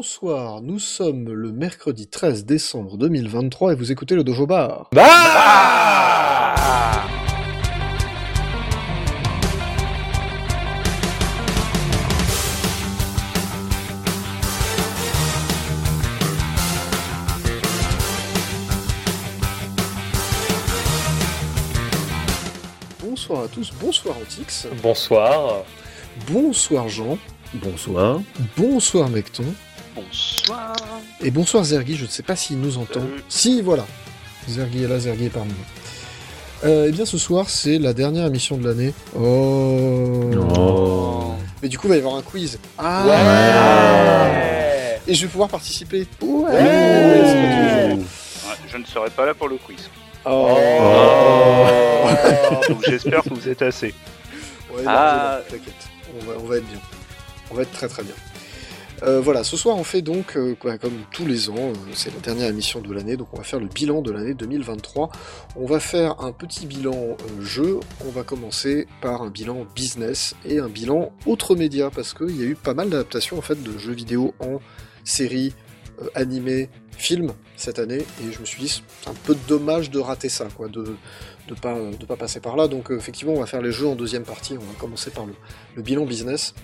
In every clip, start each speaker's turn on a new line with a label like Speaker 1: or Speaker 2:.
Speaker 1: Bonsoir, nous sommes le mercredi 13 décembre 2023 et vous écoutez le Dojo Bar.
Speaker 2: Bah
Speaker 1: Bonsoir à tous, bonsoir Antix,
Speaker 2: Bonsoir.
Speaker 1: bonsoir Jean,
Speaker 3: Bonsoir.
Speaker 1: bonsoir Mecton
Speaker 4: Bonsoir.
Speaker 1: et bonsoir Zergi, je ne sais pas s'il nous entend.
Speaker 4: Salut.
Speaker 1: Si, voilà, Zergi est là, Zergi est parmi nous. Euh, eh bien ce soir c'est la dernière émission de l'année. Oh.
Speaker 3: Oh.
Speaker 1: Mais du coup il va y avoir un quiz. Ah
Speaker 2: Ouais.
Speaker 1: Et je vais pouvoir participer.
Speaker 2: Ouais.
Speaker 1: C'est pas toujours.
Speaker 4: Ouais, je ne serai pas là pour le quiz.
Speaker 2: Oh.
Speaker 4: Donc j'espère que vous êtes assez.
Speaker 1: Ouais, non,
Speaker 2: Ah.
Speaker 1: c'est bon, t'inquiète, on va, on va être bien. On va être très très bien. Euh, voilà, ce soir on fait donc, euh, quoi, comme tous les ans, euh, c'est la dernière émission de l'année, donc on va faire le bilan de l'année 2023. On va faire un petit bilan euh, jeu, on va commencer par un bilan business et un bilan autre média, parce qu'il y a eu pas mal d'adaptations en fait de jeux vidéo en série, euh, animé, film cette année, et je me suis dit c'est un peu dommage de rater ça, quoi, de, de pas de pas passer par là. Donc euh, effectivement, on va faire les jeux en deuxième partie. On va commencer par le, le bilan business.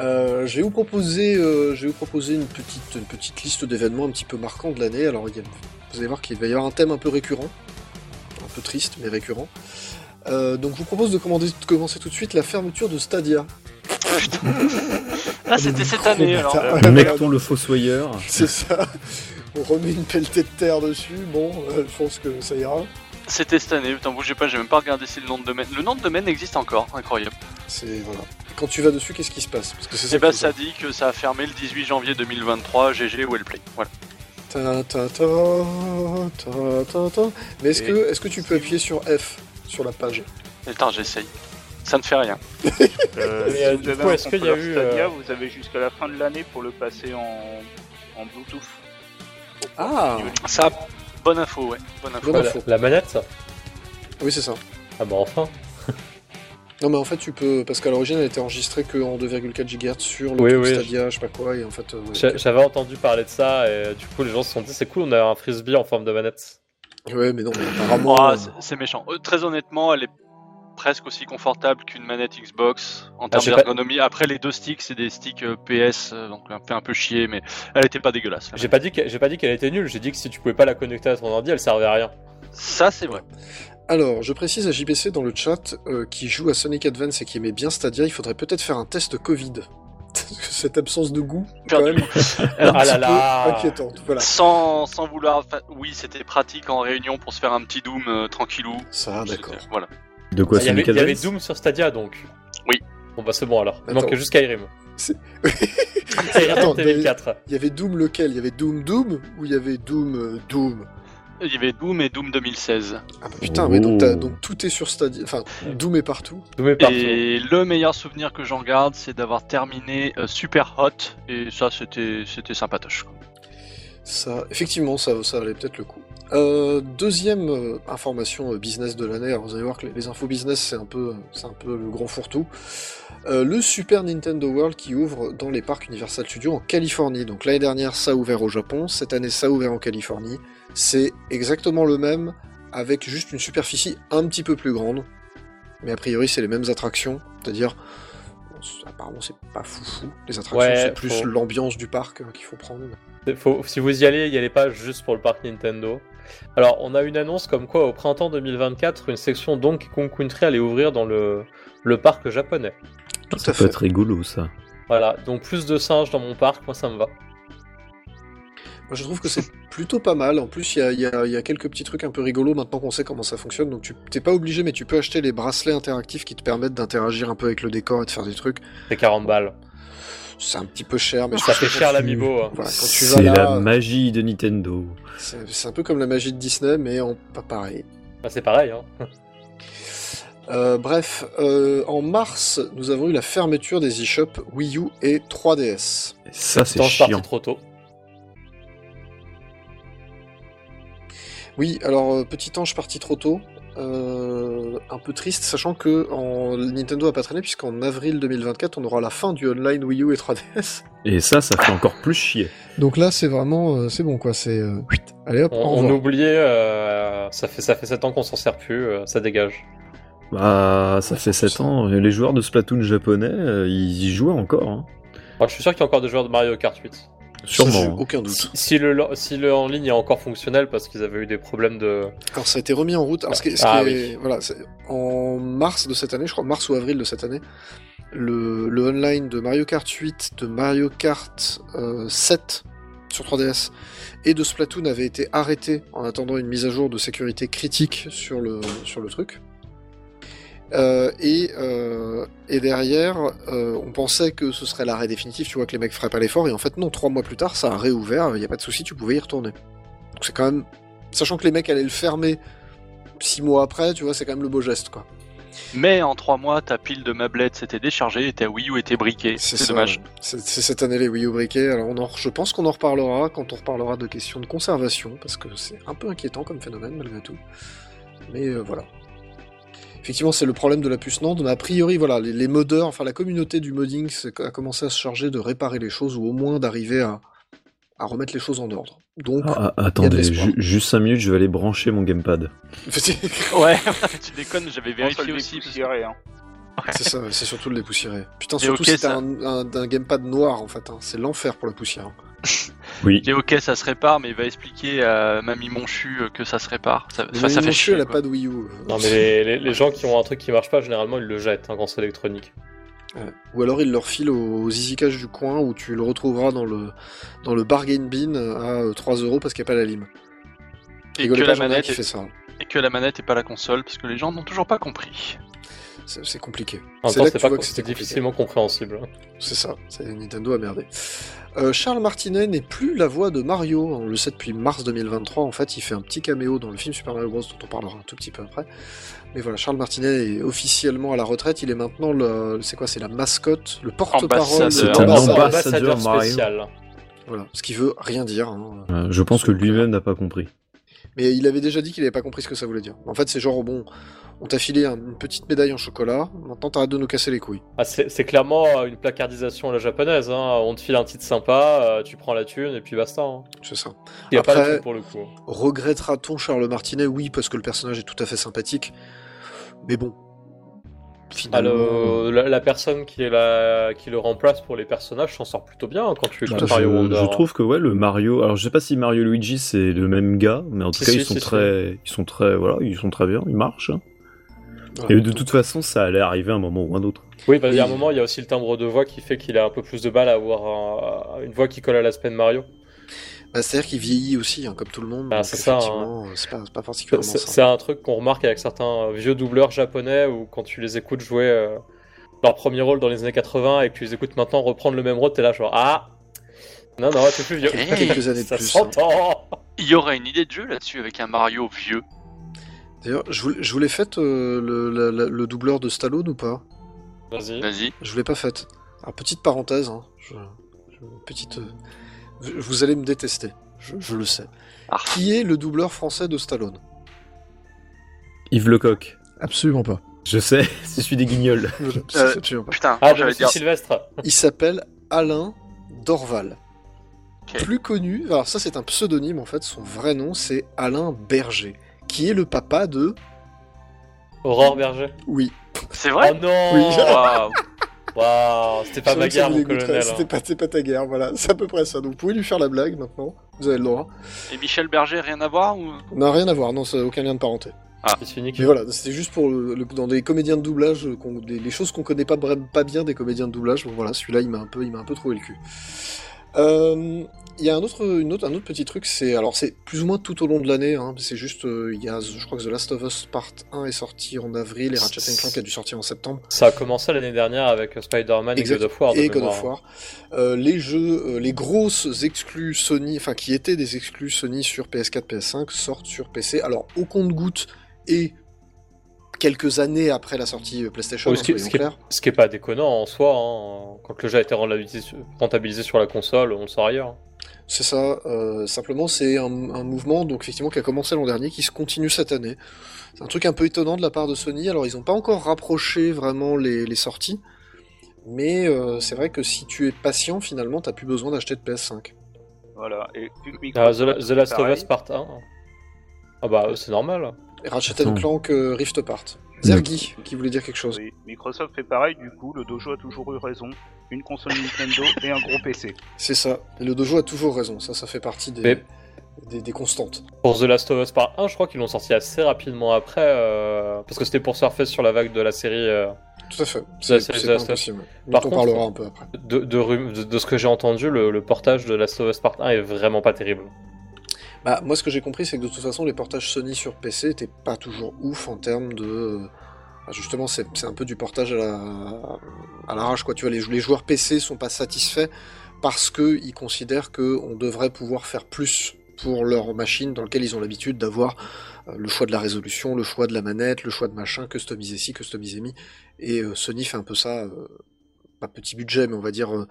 Speaker 1: Euh, je vais vous proposer, euh, je vais vous proposer une petite une petite liste d'événements un petit peu marquants de l'année. Alors il y a- vous allez voir qu'il va y avoir un thème un peu récurrent, un peu triste mais récurrent. Euh, donc je vous propose de, commander- de commencer tout de suite la fermeture de Stadia.
Speaker 5: Ah, c'était cette année alors.
Speaker 1: Ah, Voilà,
Speaker 3: Mecton le fossoyeur.
Speaker 1: C'est ça. On remet une pelletée de terre dessus. Bon, euh, je pense que ça ira.
Speaker 5: C'était cette année, putain, bougez pas, j'ai même pas regardé si le nom de domaine. Le nom de domaine existe encore, incroyable.
Speaker 1: C'est voilà. Quand tu vas dessus, qu'est-ce qui se passe Parce que c'est
Speaker 5: Et
Speaker 1: ça.
Speaker 5: bah,
Speaker 1: qui-
Speaker 5: ça dit que ça a fermé le 18 janvier 2023, GG Wellplay. Voilà.
Speaker 1: Ta, ta, ta, ta, ta, ta. Mais est-ce
Speaker 5: Et-
Speaker 1: que, est que tu peux appuyer sur F sur la page
Speaker 5: Et Attends, j'essaye. Ça ne fait rien.
Speaker 4: Euh,
Speaker 2: Mais,
Speaker 4: si
Speaker 2: euh,
Speaker 4: vous
Speaker 2: du
Speaker 4: avez
Speaker 2: coup,
Speaker 4: un
Speaker 2: est-ce qu'il y a
Speaker 4: contrôleur
Speaker 2: eu,
Speaker 4: Stadia,
Speaker 2: euh,
Speaker 4: vous avez jusqu'à la fin de l'année pour le passer en, en Bluetooth.
Speaker 1: Ah
Speaker 5: Ça, bonne info, ouais. Bonne info.
Speaker 1: Bonne
Speaker 2: La,
Speaker 1: info.
Speaker 2: la manette ça
Speaker 1: Oui, c'est ça.
Speaker 2: Ah bah enfin.
Speaker 1: Non, mais en fait, tu peux. Parce qu'à l'origine, elle était enregistrée qu'en 2,4 GHz sur le
Speaker 2: Oui,
Speaker 1: truc
Speaker 2: oui.
Speaker 1: Stadia, je sais pas quoi, et en fait. euh, ouais.
Speaker 2: J'a- J'avais entendu parler de ça et du coup les gens se sont dit c'est cool on a un frisbee en forme de manette.
Speaker 1: Ouais, mais non, mais apparemment.
Speaker 5: Ah, c'est- c'est méchant. Euh, très honnêtement, elle est presque aussi confortable qu'une manette Xbox en termes
Speaker 2: j'ai pas-
Speaker 5: d'ergonomie. Après, les deux sticks, c'est des sticks euh, PS, euh, donc un peu, un peu chier, mais elle était pas dégueulasse. la
Speaker 2: J'ai pas dit que- j'ai pas dit qu'elle était nulle, j'ai dit que si tu pouvais pas la connecter à ton ordi elle servait à rien.
Speaker 5: manette. Ça, c'est vrai.
Speaker 1: Alors, je précise à JBC dans le chat euh, qui joue à Sonic Advance et qui aimait bien Stadia, il faudrait peut-être faire un test Covid. Parce que Cette absence de goût, quand même,
Speaker 2: Ah
Speaker 1: un petit
Speaker 2: là
Speaker 1: peu
Speaker 2: là.
Speaker 1: inquiétante. Voilà.
Speaker 5: Sans, sans vouloir. enfin, Oui, c'était pratique en réunion pour se faire un petit Doom euh, tranquillou.
Speaker 1: Ça, Ah, d'accord.
Speaker 5: C'était- Voilà.
Speaker 3: De quoi
Speaker 2: Il y, avait,
Speaker 3: Sonic
Speaker 2: il y avait
Speaker 3: Advance
Speaker 2: Doom sur Stadia donc.
Speaker 5: Oui.
Speaker 2: Bon bah c'est bon alors. Il
Speaker 1: Attends.
Speaker 2: manquait juste Skyrim.
Speaker 1: C'est- Attends,
Speaker 2: Skyrim 2004.
Speaker 1: Il y avait Doom lequel Il y avait Doom Doom ou il y avait Doom euh, Doom
Speaker 5: Il y avait Doom et Doom 2016.
Speaker 1: Ah bah putain, mais donc, t'as-
Speaker 3: Oh.
Speaker 1: donc tout est sur Stadia. Enfin, Doom est partout.
Speaker 2: Doom est partout.
Speaker 5: Et le meilleur souvenir que j'en garde, c'est d'avoir terminé euh, Super Hot. Et ça, c'était c'était sympatoche. quoi.
Speaker 1: Ça, effectivement, ça, ça valait peut-être le coup. Euh, deuxième euh, information euh, business de l'année. Alors vous allez voir que les, les infos business, c'est un peu, euh, c'est un peu le grand fourre-tout. Euh, le Super Nintendo World qui ouvre dans les parcs Universal Studios en Californie. Donc l'année dernière, ça a ouvert au Japon. Cette année, ça a ouvert en Californie. C'est exactement le même, avec juste une superficie un petit peu plus grande. Mais a priori, c'est les mêmes attractions. C'est-à-dire, apparemment, c'est pas foufou. Les attractions,
Speaker 2: Ouais,
Speaker 1: c'est plus
Speaker 2: faut-
Speaker 1: l'ambiance du parc euh, qu'il faut prendre.
Speaker 2: Faut- si vous y allez, y allez pas juste pour le parc Nintendo. Alors, on a une annonce comme quoi au printemps 2024, une section Donkey Kong Country allait ouvrir dans le, le parc japonais.
Speaker 1: Tout à
Speaker 3: Ça peut
Speaker 1: fait.
Speaker 3: être rigolo ça.
Speaker 2: Voilà, donc plus de singes dans mon parc, moi ça me va.
Speaker 1: Moi, je trouve que c'est plutôt pas mal. En plus, il y a, il y a- il y a quelques petits trucs un peu rigolos maintenant qu'on sait comment ça fonctionne. Donc, tu t'es pas obligé, mais tu peux acheter les bracelets interactifs qui te permettent d'interagir un peu avec le décor et de faire des trucs.
Speaker 2: C'est 40 balles.
Speaker 1: C'est un petit peu cher, mais je
Speaker 2: Ça
Speaker 1: trouve
Speaker 2: fait
Speaker 1: que quand
Speaker 2: cher
Speaker 1: tu-
Speaker 2: l'amiibo. hein.
Speaker 1: Voilà, Bah, quand tu vas
Speaker 3: C'est la
Speaker 1: là, euh,
Speaker 3: magie de Nintendo.
Speaker 1: c'est c'est un peu comme la magie de Disney, mais en pas pareil.
Speaker 2: Bah, c'est pareil, hein.
Speaker 1: Euh, bref, euh, en mars, nous avons eu la fermeture des eShops Wii U et 3DS.
Speaker 3: Ça c'est
Speaker 2: Tant je parti
Speaker 3: chiant.
Speaker 2: trop tôt.
Speaker 1: Oui, alors euh, petit ange parti trop tôt. Euh, un peu triste, sachant que en... Nintendo a pas traîné, puisqu'en avril 2024, on aura la fin du online Wii U et 3DS.
Speaker 3: Et ça, ça fait encore plus chier.
Speaker 1: Donc là, c'est vraiment, euh, c'est bon quoi, c'est. euh, Allez hop,
Speaker 2: On,
Speaker 1: au
Speaker 2: on
Speaker 1: revoir.
Speaker 2: oubliait, euh, ça fait ça fait 7 ans qu'on s'en sert plus, euh, ça dégage.
Speaker 3: Bah, ça fait 7 ans. Les joueurs de Splatoon japonais, euh, ils y jouaient encore. hein.
Speaker 2: Moi, je suis sûr qu'il y a encore des joueurs de Mario Kart 8.
Speaker 1: Ça, j'ai
Speaker 3: sûrement. hein.
Speaker 1: aucun doute.
Speaker 2: Si, si le si le en ligne est encore fonctionnel parce qu'ils avaient eu des problèmes de
Speaker 1: Alors ça a été remis en route. Alors, ce qui est- ce
Speaker 2: Ah,
Speaker 1: qui est- voilà, c'est- en mars de cette année, je crois, mars ou avril de cette année, le, le online de Mario Kart 8, de Mario Kart euh, 7 sur 3DS et de Splatoon avait été arrêté en attendant une mise à jour de sécurité critique sur le, sur le truc. Euh, et, euh, et derrière, euh, on pensait que ce serait l'arrêt définitif, tu vois, que les mecs feraient pas l'effort, et en fait, non, trois mois plus tard, ça a réouvert, il n'y a pas de souci, tu pouvais y retourner. Donc c'est quand même sachant que les mecs allaient le fermer six mois après, tu vois, c'est quand même le beau geste, quoi.
Speaker 5: Mais en 3 mois, ta pile de mablette s'était déchargée et ta Wii U était briquée. C'est
Speaker 1: ça,
Speaker 5: dommage.
Speaker 1: ouais. C'est c'est cette année les Wii U briquets. Alors, on en, je pense qu'on en reparlera quand on reparlera de questions de conservation, parce que c'est un peu inquiétant comme phénomène, malgré tout. Mais euh, voilà. Effectivement, c'est le problème de la puce NAND, mais a priori, voilà, les, les modeurs, enfin la communauté du modding c'est- a commencé à se charger de réparer les choses, ou au moins d'arriver à, à remettre les choses en ordre. Donc,
Speaker 3: Ah, ah,
Speaker 1: Il y a de
Speaker 3: attendez,
Speaker 1: l'espoir.
Speaker 3: ju- juste 5 minutes, je vais aller brancher mon gamepad.
Speaker 5: Ouais, tu déconnes, j'avais vérifié
Speaker 4: Vérifier aussi.
Speaker 5: aussi. parce que-
Speaker 4: Poussiéré, hein.
Speaker 1: C'est ça, ouais, c'est surtout de les poussiérer. Putain,
Speaker 5: Et
Speaker 1: surtout
Speaker 5: ok,
Speaker 1: si t'as
Speaker 5: ça-
Speaker 1: un, un- un gamepad noir en fait, hein. c'est l'enfer pour la poussière. hein.
Speaker 3: Oui.
Speaker 5: J'ai ok, ça se répare, mais il va expliquer à Mamie Monchu euh, que ça se répare. Ça, ça,
Speaker 1: Mais
Speaker 5: ça
Speaker 1: mon
Speaker 5: fait
Speaker 1: chien,
Speaker 5: chier.
Speaker 1: elle a
Speaker 5: quoi.
Speaker 1: pas de Wii U. euh.
Speaker 2: non mais les, les- les gens qui ont un truc qui marche pas généralement ils le jettent hein, quand c'est électronique.
Speaker 1: Ouais. Ou alors il leur file au, au zizicage du coin où tu le retrouveras dans le, dans le bargain bin à euh, 3 euros parce qu'il n'y a pas la lime.
Speaker 5: Et,
Speaker 1: Rigolez
Speaker 5: que
Speaker 1: pas,
Speaker 5: la
Speaker 1: j'en ai un
Speaker 5: manette
Speaker 1: qui fait
Speaker 5: est...
Speaker 1: ça.
Speaker 5: et que la manette est pas la console, parce que les gens n'ont toujours pas compris.
Speaker 1: C'est c'est compliqué.
Speaker 2: En même
Speaker 1: C'est
Speaker 2: temps,
Speaker 1: là que
Speaker 2: c'est
Speaker 1: tu
Speaker 2: pas
Speaker 1: vois
Speaker 2: co-
Speaker 1: que
Speaker 2: c'est
Speaker 1: c'était compliqué.
Speaker 2: difficilement compréhensible. hein.
Speaker 1: C'est ça, c'est Nintendo a merdé. Euh, Charles Martinet n'est plus la voix de Mario, on le sait depuis mars 2023, en fait il fait un petit caméo dans le film Super Mario Bros dont on parlera un tout petit peu après. Mais voilà, Charles Martinet est officiellement à la retraite, il est maintenant le... C'est quoi C'est la mascotte, le porte-parole
Speaker 5: Ambassadeur.
Speaker 1: de
Speaker 3: C'est un
Speaker 1: l'ambassade.
Speaker 3: ambassadeur. Mario.
Speaker 2: spécial.
Speaker 1: Voilà, ce qui veut rien dire. hein.
Speaker 3: Euh, je pense que lui-même n'a pas compris.
Speaker 1: Mais il avait déjà dit qu'il n'avait pas compris ce que ça voulait dire. En fait c'est genre, bon, on t'a filé un- une petite médaille en chocolat, maintenant t'arrêtes de nous casser les couilles.
Speaker 2: Ah, c'est c'est clairement une placardisation à la japonaise. hein. On te file un titre sympa, euh, tu prends la thune et puis basta. hein.
Speaker 1: C'est ça.
Speaker 2: Il n'y a pas
Speaker 1: Après-
Speaker 2: de thune pour le coup.
Speaker 1: Regrettera-t-on Charles Martinet Oui, parce que le personnage est tout à fait sympathique. Mais bon. Finalement. euh, Mmh.
Speaker 2: Alors, la, la personne qui, est la, qui le remplace pour les personnages s'en sort plutôt bien hein, quand
Speaker 1: Tout
Speaker 2: tu joues
Speaker 1: à
Speaker 3: Bah, Je,
Speaker 1: fait.
Speaker 2: Mario Wonder. hein.
Speaker 3: je trouve que ouais, le Mario. Alors je sais pas si Mario Luigi c'est le même gars, mais en tout
Speaker 2: Si,
Speaker 3: cas
Speaker 2: si,
Speaker 3: ils sont
Speaker 2: si, si.
Speaker 3: très, ils sont très, voilà, ils sont très bien, ils marchent. hein.
Speaker 1: Voilà.
Speaker 3: Et de toute façon, ça allait arriver à un moment ou un autre.
Speaker 2: Oui, parce qu'à un
Speaker 1: Oui.
Speaker 2: moment, il y a aussi le timbre de voix qui fait qu'il a un peu plus de balles à avoir un- une voix qui colle à l'aspect de Mario.
Speaker 1: Bah, C'est-à-dire qu'il vieillit aussi, hein, comme tout le monde.
Speaker 2: Ah,
Speaker 1: donc
Speaker 2: c'est ça,
Speaker 1: effectivement, euh, C'est pas, c'est pas
Speaker 2: C'est-
Speaker 1: particulièrement
Speaker 2: C'est
Speaker 1: ça.
Speaker 2: c'est un truc qu'on remarque avec certains vieux doubleurs japonais où quand tu les écoutes jouer euh, leur premier rôle dans les années 80 et que tu les écoutes maintenant reprendre le même rôle, t'es là genre ah non non t'es plus vieux.
Speaker 5: Eh,
Speaker 1: quelques années de
Speaker 2: Ça
Speaker 1: plus, hein.
Speaker 2: s'entend.
Speaker 5: Il y aurait une idée de jeu là-dessus avec un Mario vieux.
Speaker 1: D'ailleurs, je vous, je vous l'ai faite, euh, le, la- la- le doubleur de Stallone ou pas
Speaker 2: Vas-y.
Speaker 5: Vas-y.
Speaker 1: Je vous l'ai pas faite. Alors, petite parenthèse. hein, je- je- petite, euh, vous- vous allez me détester. Je, je le sais.
Speaker 5: Ah.
Speaker 1: Qui est le doubleur français de Stallone
Speaker 3: Yves Lecoq.
Speaker 1: Absolument pas.
Speaker 3: Je sais, je suis des guignols.
Speaker 5: Euh,
Speaker 1: Absolument pas.
Speaker 5: Putain,
Speaker 2: Ah
Speaker 5: j'allais
Speaker 2: j'avais
Speaker 5: dire.
Speaker 2: Sylvestre.
Speaker 1: Il s'appelle Alain Dorval.
Speaker 5: Ok.
Speaker 1: Plus connu, alors ça c'est un pseudonyme en fait, son vrai nom c'est Alain Berger, qui est le papa de.
Speaker 2: Aurore Berger.
Speaker 1: Oui,
Speaker 5: C'est vrai
Speaker 2: oh non.
Speaker 1: Oui.
Speaker 5: Waouh.
Speaker 2: Waouh, c'était pas
Speaker 1: Je savais
Speaker 2: ma
Speaker 1: que ça
Speaker 2: guerre
Speaker 1: vous
Speaker 2: mon
Speaker 1: dégoûterait,
Speaker 2: colonel. hein.
Speaker 1: C'était pas, c'était pas ta guerre, voilà, c'est à peu près ça. Donc vous pouvez lui faire la blague maintenant, vous avez le droit.
Speaker 5: Et Michel Berger, rien à voir ou...
Speaker 1: n'a rien à voir, non, ça n'a aucun lien de parenté.
Speaker 2: C'est fini
Speaker 1: Mais voilà, c'était juste pour le- le- dans des comédiens de doublage, euh, qu'on- des, les choses qu'on connaît pas, bra- pas bien des comédiens de doublage. Bon, voilà, celui-là, il m'a un peu, il m'a un peu trouvé le cul. Euh, Il y a un autre, une autre, un autre petit truc, c'est alors c'est plus ou moins tout au long de l'année. hein, c'est juste, euh, il y a, je crois que The Last of Us Part 1 est sorti en avril et Ratchet Clank a dû sortir en septembre.
Speaker 2: Ça a commencé l'année dernière avec Spider-Man et
Speaker 1: Exact.
Speaker 2: God of War. de
Speaker 1: et God of
Speaker 2: mémoire. hein.
Speaker 1: War. Euh, les jeux, euh, les grosses exclus Sony, enfin qui étaient des exclus Sony sur PS4, PS5 sortent sur PC. Alors au compte-goutte et quelques années après la sortie euh, PlayStation,
Speaker 2: Oh,
Speaker 1: hein,
Speaker 2: ce, qui,
Speaker 1: soyons
Speaker 2: ce qui est,
Speaker 1: clairs.
Speaker 2: ce qui est pas déconnant en soi, hein, quand le jeu a été rentabilisé sur, rentabilisé sur la console, on le sort ailleurs.
Speaker 1: C'est ça. euh, simplement, c'est un, un mouvement donc effectivement qui a commencé l'an dernier, qui se continue cette année. C'est un truc un peu étonnant de la part de Sony. Alors, ils n'ont pas encore rapproché vraiment les, les sorties, mais euh, c'est vrai que si tu es patient, finalement, t'as plus besoin d'acheter de PS5.
Speaker 4: Voilà. Et vu que
Speaker 2: Ah, The,
Speaker 4: Microsoft
Speaker 2: La- The Last
Speaker 4: pareil,
Speaker 2: of Us Part 1. Ah bah c'est normal.
Speaker 1: Et Ratchet
Speaker 3: Attends.
Speaker 1: Clank euh, Rift Apart. Zergi, qui voulait dire quelque chose.
Speaker 4: oui, Microsoft fait pareil, du coup, le dojo a toujours eu raison. Une console Nintendo et un gros PC.
Speaker 1: C'est ça. Et le dojo a toujours raison. Ça, ça fait partie des,
Speaker 2: Mais-
Speaker 1: des, des constantes.
Speaker 2: Pour The Last of Us Part 1, je crois qu'ils l'ont sorti assez rapidement après, euh, parce que c'était pour surfer sur la vague de la série, euh,
Speaker 1: Tout à fait. C'est
Speaker 2: c'est-
Speaker 1: c'est
Speaker 2: c'est-
Speaker 1: pas
Speaker 2: c'est-
Speaker 1: impossible. Dont
Speaker 2: Par
Speaker 1: on
Speaker 2: contre-
Speaker 1: parlera un peu après.
Speaker 2: de, de, rum- de- de ce que j'ai entendu, le, le portage de Last of Us Part 1 est vraiment pas terrible.
Speaker 1: Bah, moi, ce que j'ai compris, c'est que de toute façon, les portages Sony sur PC étaient pas toujours ouf en termes de. Enfin, justement, c'est c'est un peu du portage à la- à l'arrache, quoi. Tu vois, les, les joueurs PC sont pas satisfaits parce que ils considèrent qu'on devrait pouvoir faire plus pour leur machine dans laquelle ils ont l'habitude d'avoir euh, le choix de la résolution, le choix de la manette, le choix de machin, customisé ci, customisé mi. Et euh, Sony fait un peu ça, euh, pas petit budget, mais on va dire euh,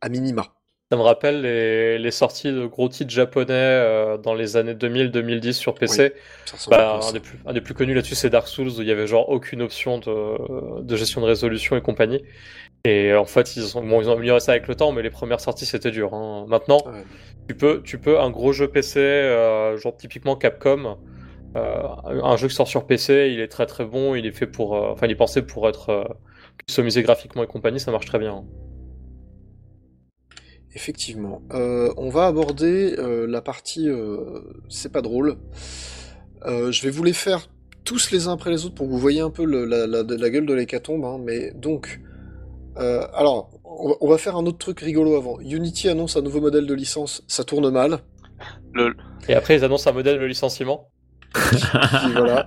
Speaker 1: à minima.
Speaker 2: Ça me rappelle les, les sorties de gros titres japonais euh, dans les années 2000-2010 sur PC.
Speaker 1: Ça ressemble
Speaker 2: Bah,
Speaker 1: à ça.
Speaker 2: un, des plus, un des plus connus là-dessus, c'est Dark Souls, où il y avait genre aucune option de, de gestion de résolution et compagnie. Et en fait, ils ont, bon, ils ont amélioré ça avec le temps, mais les premières sorties, c'était dur. hein. Maintenant,
Speaker 1: Ouais.
Speaker 2: tu peux, tu peux un gros jeu PC, euh, genre typiquement Capcom, euh, un jeu qui sort sur PC, il est très très bon, il est fait pour, euh, enfin, il est pensé pour être euh, customisé graphiquement et compagnie, ça marche très bien. hein.
Speaker 1: Effectivement. Euh, on va aborder euh, la partie euh, c'est pas drôle. Euh, je vais vous les faire tous les uns après les autres pour que vous voyez un peu le- la, la- de la gueule de l'hécatombe. hein, mais donc, euh, alors, on va, on va faire un autre truc rigolo avant. Unity annonce un nouveau modèle de licence, ça tourne mal.
Speaker 2: Et après, ils annoncent un modèle de licenciement.
Speaker 1: Puis voilà.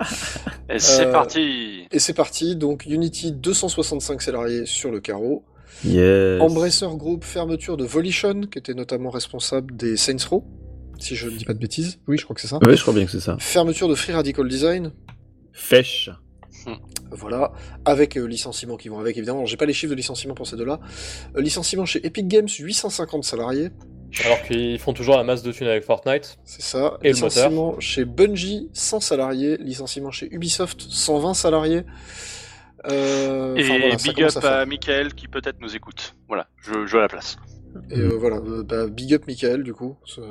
Speaker 5: Et Eh, c'est
Speaker 1: Euh,
Speaker 5: parti
Speaker 1: Et c'est parti. Donc, Unity 265 salariés sur le carreau.
Speaker 3: Yes.
Speaker 1: Embracer Group, fermeture de Volition, qui était notamment responsable des Saints Row, si je ne dis pas de bêtises. Oui, je crois que c'est ça.
Speaker 3: Ouais, je crois bien que c'est ça.
Speaker 1: Fermeture de Free Radical Design,
Speaker 3: Fèche.
Speaker 1: Voilà, avec euh, licenciements qui vont avec, évidemment. Alors, J'ai pas les chiffres de licenciements pour ces deux-là. Euh, licenciement chez Epic Games, 850 salariés,
Speaker 2: Alors qu'ils font toujours la masse de thunes avec Fortnite.
Speaker 1: c'est ça.
Speaker 2: Et le
Speaker 1: licenciement chez Bungie, 100 salariés. Licenciement chez Ubisoft, 120 salariés. Euh,
Speaker 5: Et
Speaker 1: enfin, voilà, ça
Speaker 5: big
Speaker 1: commence à
Speaker 5: up
Speaker 1: faire.
Speaker 5: à Michael qui peut-être nous écoute. Voilà, je, je la place.
Speaker 1: Et euh, voilà, euh, bah, big up Michael, du coup. C'est-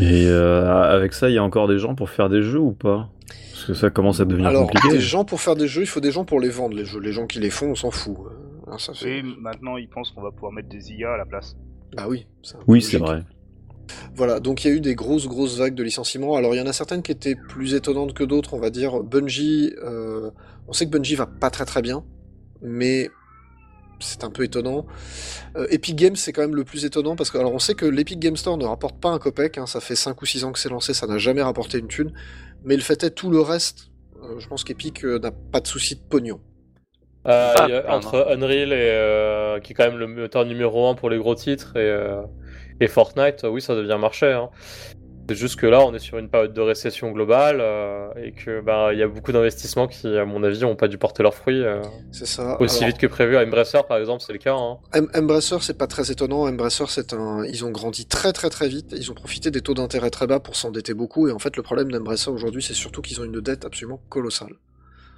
Speaker 3: Et euh, avec ça, il y a encore des gens pour faire des jeux ou pas Parce que ça commence à devenir
Speaker 1: Alors,
Speaker 3: compliqué.
Speaker 1: des gens pour faire des jeux, il faut des gens pour les vendre, les jeux. Les gens qui les font, on s'en fout. Euh, hein, ça fait-
Speaker 4: Et maintenant, ils pensent qu'on va pouvoir mettre des IA à la place.
Speaker 1: Bah oui, c'est un peu
Speaker 3: Oui, c'est
Speaker 1: logique.
Speaker 3: vrai.
Speaker 1: Voilà, donc il y a eu des grosses, grosses vagues de licenciements. Alors il y en a certaines qui étaient plus étonnantes que d'autres, on va dire. Bungie, euh, on sait que Bungie va pas très très bien, mais c'est un peu étonnant. Euh, Epic Games, c'est quand même le plus étonnant parce que, alors on sait que l'Epic Game Store ne rapporte pas un copec, hein, ça fait 5 ou 6 ans que c'est lancé, ça n'a jamais rapporté une thune, mais le fait est, tout le reste, euh, je pense qu'Epic euh, n'a pas de souci de pognon.
Speaker 2: Euh,
Speaker 5: Ah,
Speaker 2: il y a-
Speaker 5: pardon.
Speaker 2: entre Unreal, et, euh, qui est quand même le moteur numéro un pour les gros titres, et, euh, et Fortnite, euh, oui, ça devient un marché. hein. C'est juste que là, on est sur une période de récession globale, euh, et que bah, il y a beaucoup d'investissements qui, à mon avis, ont pas dû porter leurs fruits euh,
Speaker 1: C'est ça. Ah,
Speaker 2: aussi
Speaker 1: Alors-
Speaker 2: vite que prévu. À Embracer, par exemple, c'est le cas. hein.
Speaker 1: Em- Embracer, c'est pas très étonnant. Embracer, c'est un, ils ont grandi très très très vite. Ils ont profité des taux d'intérêt très bas pour s'endetter beaucoup. Et en fait, le problème d'Embracer aujourd'hui, c'est surtout qu'ils ont une dette absolument colossale.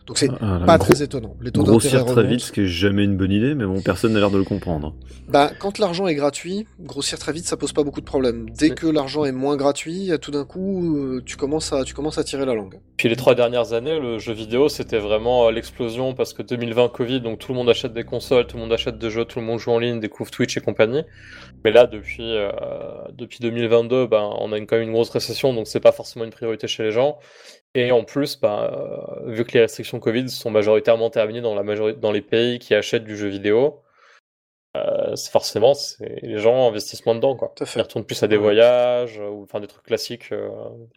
Speaker 1: Donc c'est
Speaker 3: Ah, là,
Speaker 1: pas
Speaker 3: gros-
Speaker 1: très étonnant. Les taux d'intérêt
Speaker 3: grossir très
Speaker 1: remontent.
Speaker 3: vite, ce qui est jamais une bonne idée, mais bon, personne n'a l'air de le comprendre.
Speaker 1: Bah, quand l'argent est gratuit, grossir très vite, ça pose pas beaucoup de problèmes. Dès
Speaker 2: Mm.
Speaker 1: que l'argent est moins gratuit, tout d'un coup, euh, tu commences à, tu commences à tirer la langue.
Speaker 2: Puis les trois dernières années, le jeu vidéo, c'était vraiment euh, l'explosion parce que 2020 Covid, donc tout le monde achète des consoles, tout le monde achète des jeux, tout le monde joue en ligne, découvre Twitch et compagnie. Mais là, depuis, euh, depuis 2022, ben, on a une- quand même une grosse récession, donc c'est pas forcément une priorité chez les gens. Et en plus, ben, euh, vu que les restrictions Covid sont majoritairement terminées dans, la majorité, dans les pays qui achètent du jeu vidéo, euh, c'est forcément, c'est- les gens investissent moins dedans. Quoi.
Speaker 1: Tout à fait.
Speaker 2: Ils retournent plus à des voyages euh, ou enfin, des trucs classiques euh,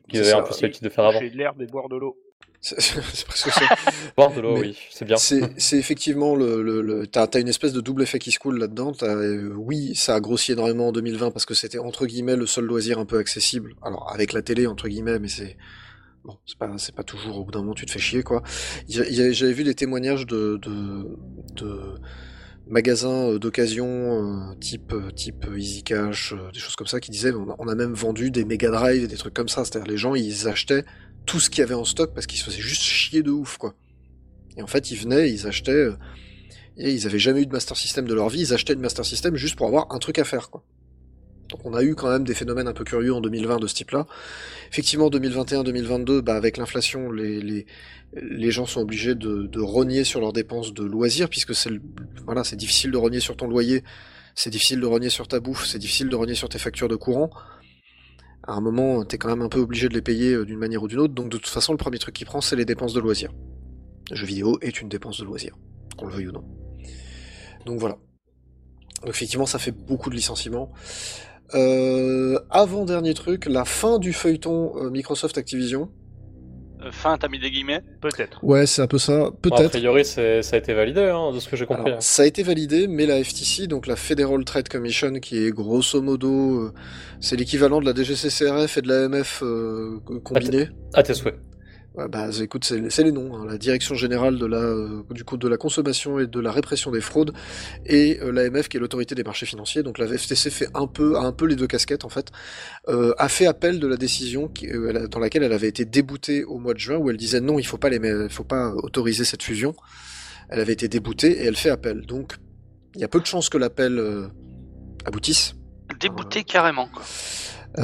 Speaker 2: qu'ils
Speaker 1: C'est
Speaker 2: avaient un
Speaker 1: ça.
Speaker 2: peu l'habitude de faire avant.
Speaker 4: J'ai de l'herbe et boire de l'eau.
Speaker 1: C'est c'est presque ça.
Speaker 2: Boire de l'eau,
Speaker 1: Mais
Speaker 2: oui, c'est bien.
Speaker 1: C'est c'est effectivement le. le, le- T'as t'as une espèce de double effet qui se coule là-dedans. T'as, euh, oui, ça a grossi énormément en 2020 parce que c'était entre guillemets le seul loisir un peu accessible. Alors avec la télé entre guillemets, mais c'est Bon, c'est pas, c'est pas toujours, au bout d'un moment, tu te fais chier, quoi. Il y a- il y a- J'avais vu des témoignages de, de, de magasins euh, d'occasion, euh, type, euh, type Easy Cash, euh, des choses comme ça, qui disaient on a, on a même vendu des Mega Drive et des trucs comme ça. C'est-à-dire, les gens, ils achetaient tout ce qu'il y avait en stock parce qu'ils se faisaient juste chier de ouf, quoi. Et en fait, ils venaient, ils achetaient, euh, et ils avaient jamais eu de Master System de leur vie, ils achetaient le Master System juste pour avoir un truc à faire, quoi. Donc on a eu quand même des phénomènes un peu curieux en 2020 de ce type-là. Effectivement, 2021-2022, bah, avec l'inflation, les, les, les gens sont obligés de, de rogner sur leurs dépenses de loisirs, puisque c'est le- voilà, c'est difficile de rogner sur ton loyer, c'est difficile de rogner sur ta bouffe, c'est difficile de rogner sur tes factures de courant. À un moment, t'es quand même un peu obligé de les payer euh, d'une manière ou d'une autre, donc de toute façon, le premier truc qui prend, c'est les dépenses de loisirs. Le jeu vidéo est une dépense de loisirs, qu'on le veuille ou non. Donc voilà. Donc effectivement, ça fait beaucoup de licenciements. Euh, Avant-dernier truc, la fin du feuilleton euh, Microsoft Activision.
Speaker 5: Euh, fin, t'as mis des guillemets
Speaker 4: Peut-être.
Speaker 6: Ouais, c'est un peu ça.
Speaker 2: Bon, a
Speaker 6: Peut-être.
Speaker 2: priori, c'est- ça a été validé, hein, de ce que j'ai compris.
Speaker 1: Alors, ça a été validé, mais la FTC, donc la Federal Trade Commission, qui est grosso modo, euh, c'est l'équivalent de la DGCCRF et de l'AMF euh, co-
Speaker 2: Bah,
Speaker 1: combiné.
Speaker 2: À tes souhaits.
Speaker 1: Ouais, bah z- écoute, c'est c'est les noms. hein. La Direction générale de la, euh, du coup, de la consommation et de la répression des fraudes et euh, l'AMF, qui est l'autorité des marchés financiers. Donc la FTC fait un peu, a un peu les deux casquettes en fait. euh, a fait appel de la décision qui- euh, elle a- dans laquelle elle avait été déboutée au mois de juin, où elle disait non, il faut pas les, mettre- il faut pas autoriser cette fusion. Elle avait été déboutée et elle fait appel. Donc, il y a peu de chances que l'appel euh, aboutisse.
Speaker 5: Débouté carrément, quoi.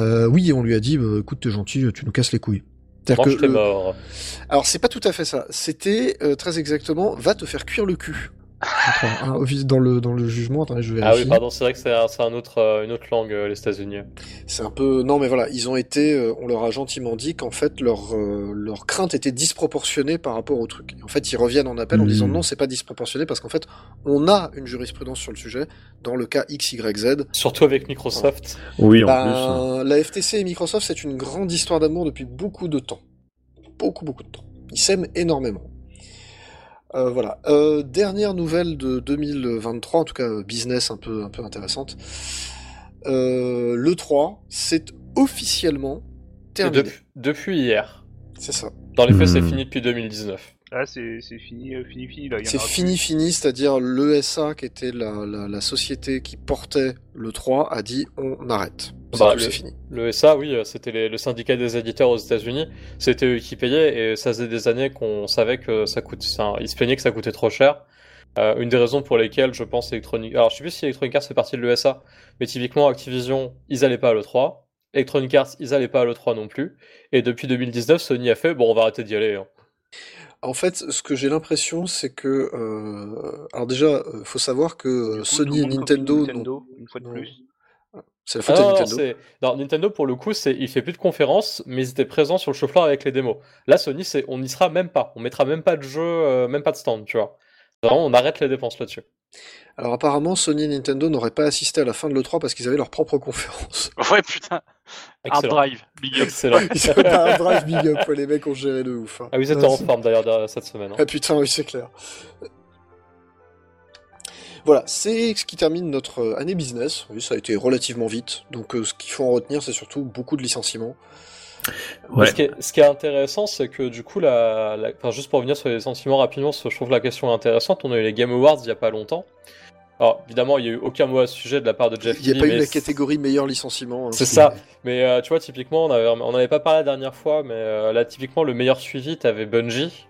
Speaker 6: Euh, oui, on lui a dit, bah, écoute, t'es gentil, tu nous casses les couilles. C'est-à-dire
Speaker 2: Mange
Speaker 1: euh,
Speaker 2: tes
Speaker 6: le-
Speaker 2: morts.
Speaker 1: Alors, c'est pas tout à fait ça. C'était euh, très exactement, va te faire cuire le cul.
Speaker 6: Attends, hein, office- dans le dans le jugement, attendez, je vais
Speaker 2: Ah oui, pardon, c'est vrai que c'est un, c'est un autre, euh, une autre langue, euh, les États-Unis.
Speaker 1: C'est un peu. Non, mais voilà, ils ont été. euh, on leur a gentiment dit qu'en fait, leur, euh, leur crainte était disproportionnée par rapport au truc. En fait, ils reviennent en appel en
Speaker 6: Mhm.
Speaker 1: disant non, c'est pas disproportionné parce qu'en fait, on a une jurisprudence sur le sujet dans le cas XYZ.
Speaker 2: Surtout avec Microsoft.
Speaker 3: Oui, en plus. hein.
Speaker 1: Ben, la FTC et Microsoft, c'est une grande histoire d'amour depuis beaucoup de temps. Beaucoup, beaucoup de temps. Ils s'aiment énormément. Euh, voilà. Euh, dernière nouvelle de 2023, en tout cas euh, business un peu, un peu intéressante. Euh, le 3, c'est officiellement
Speaker 2: Et
Speaker 1: terminé.
Speaker 2: depuis- depuis hier.
Speaker 1: C'est ça.
Speaker 2: Dans les faits, c'est
Speaker 3: Hmm.
Speaker 2: fini depuis 2019.
Speaker 4: Là, Ah, c'est c'est fini, euh, fini, fini. là, il y en
Speaker 1: C'est
Speaker 4: aura
Speaker 1: fini, fini, c'est-à-dire l'ESA, qui était la, la- la société qui portait le 3, a dit on arrête. C'est
Speaker 2: Bah,
Speaker 1: tout,
Speaker 2: le-
Speaker 1: c'est fini.
Speaker 2: Le SA, oui, euh, c'était les- le syndicat des éditeurs aux États-Unis. C'était eux qui payaient et ça faisait des années qu'on savait que ça coûte. ça- ils se plaignaient que ça coûtait trop cher. Euh, une des raisons pour lesquelles je pense Electronic. Alors je sais plus si Electronic Arts fait partie de l'ESA, mais typiquement Activision, ils allaient pas à l'E3. Electronic Arts, ils allaient pas à l'E3 non plus. Et depuis 2019, Sony a fait bon, on va arrêter d'y aller. hein.
Speaker 1: En fait, ce que j'ai l'impression, c'est que. euh, alors, déjà, euh, faut savoir que
Speaker 4: plus.
Speaker 1: euh,
Speaker 4: Du coup,
Speaker 1: Sony et
Speaker 4: tout le monde
Speaker 1: Nintendo.
Speaker 4: copie
Speaker 1: n'ont-
Speaker 4: une fois de
Speaker 1: non.
Speaker 4: plus.
Speaker 1: C'est la
Speaker 2: Ah
Speaker 1: faute
Speaker 2: non,
Speaker 1: à
Speaker 2: non,
Speaker 1: Nintendo.
Speaker 2: c'est- non, Nintendo, pour le coup, c'est il fait plus de conférences, mais ils étaient présents sur le chauffeur avec les démos. Là, Sony, c'est on n'y sera même pas. On mettra même pas de jeu, euh, même pas de stand, tu vois. Vraiment, on arrête les dépenses là-dessus.
Speaker 1: Alors, apparemment, Sony et Nintendo n'auraient pas assisté à la fin de l'E3 parce qu'ils avaient leur propre conférence.
Speaker 5: Ouais, putain. Hard
Speaker 2: Excellent.
Speaker 5: drive, big up.
Speaker 2: Excellent.
Speaker 1: Ils avaient pas un drive big up, ouais, les mecs ont géré de ouf. hein.
Speaker 2: Ah, vous êtes
Speaker 6: Ouais,
Speaker 2: en
Speaker 6: c'est-
Speaker 2: forme d'ailleurs derrière cette semaine. hein.
Speaker 1: Ah putain, oui, c'est clair. Voilà, c'est ce qui termine notre euh, année business. Oui, ça a été relativement vite. Donc, euh, ce qu'il faut en retenir, c'est surtout beaucoup de licenciements.
Speaker 3: Ouais.
Speaker 2: Ce, qui est, ce qui est intéressant, c'est que du coup, la, la- enfin, juste pour revenir sur les sentiments rapidement, parce que je trouve la question intéressante. On a eu les Game Awards il y a pas longtemps. Alors, évidemment, il n'y a eu aucun mot à ce sujet de la part de Jeff
Speaker 1: Il n'y a
Speaker 2: Keighley,
Speaker 1: pas eu
Speaker 2: mais
Speaker 1: la
Speaker 2: c'est-
Speaker 1: catégorie meilleur licenciement. hein.
Speaker 2: C'est ça. Mais euh, tu vois, typiquement, on avait, on avait pas parlé la dernière fois, mais euh, là, typiquement, le meilleur suivi, t'avais Bungie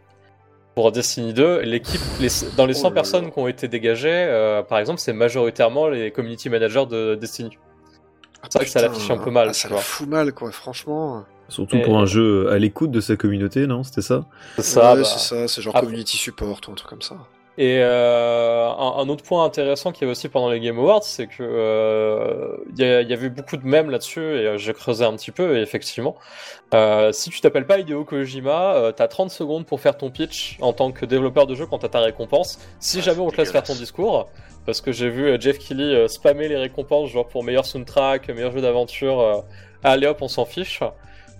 Speaker 2: pour Destiny 2. L'équipe, les- dans les
Speaker 1: Oh
Speaker 2: 100
Speaker 1: là
Speaker 2: personnes
Speaker 1: là.
Speaker 2: qui ont été dégagées, euh, par exemple, c'est majoritairement les community managers de Destiny.
Speaker 1: Ah,
Speaker 2: C'est vrai que ça
Speaker 1: putain,
Speaker 2: l'affiche un peu mal,
Speaker 1: ah, ça
Speaker 2: tu
Speaker 1: la
Speaker 2: vois.
Speaker 1: fout mal, quoi, franchement.
Speaker 3: Surtout
Speaker 2: Et-
Speaker 3: pour un jeu à l'écoute de sa communauté, non C'était ça
Speaker 2: C'est ça.
Speaker 1: ouais,
Speaker 2: bah.
Speaker 1: c'est ça, c'est genre
Speaker 2: après-
Speaker 1: community support ou un truc comme ça.
Speaker 2: Et euh, un, un autre point intéressant qu'il y avait aussi pendant les Game Awards, c'est que euh, il y, a- il y avait beaucoup de mèmes là-dessus, et euh, j'ai creusé un petit peu, et effectivement, euh, si tu t'appelles pas Hideo Kojima, euh, t'as 30 secondes pour faire ton pitch en tant que développeur de jeu quand t'as ta récompense, si
Speaker 5: Ah,
Speaker 2: jamais
Speaker 5: c'est
Speaker 2: on te laisse faire ton
Speaker 5: dégueulasse.
Speaker 2: discours, parce que j'ai vu euh, Jeff Keighley euh, spammer les récompenses, genre pour meilleur soundtrack, meilleur jeu d'aventure, euh, allez hop, on s'en fiche.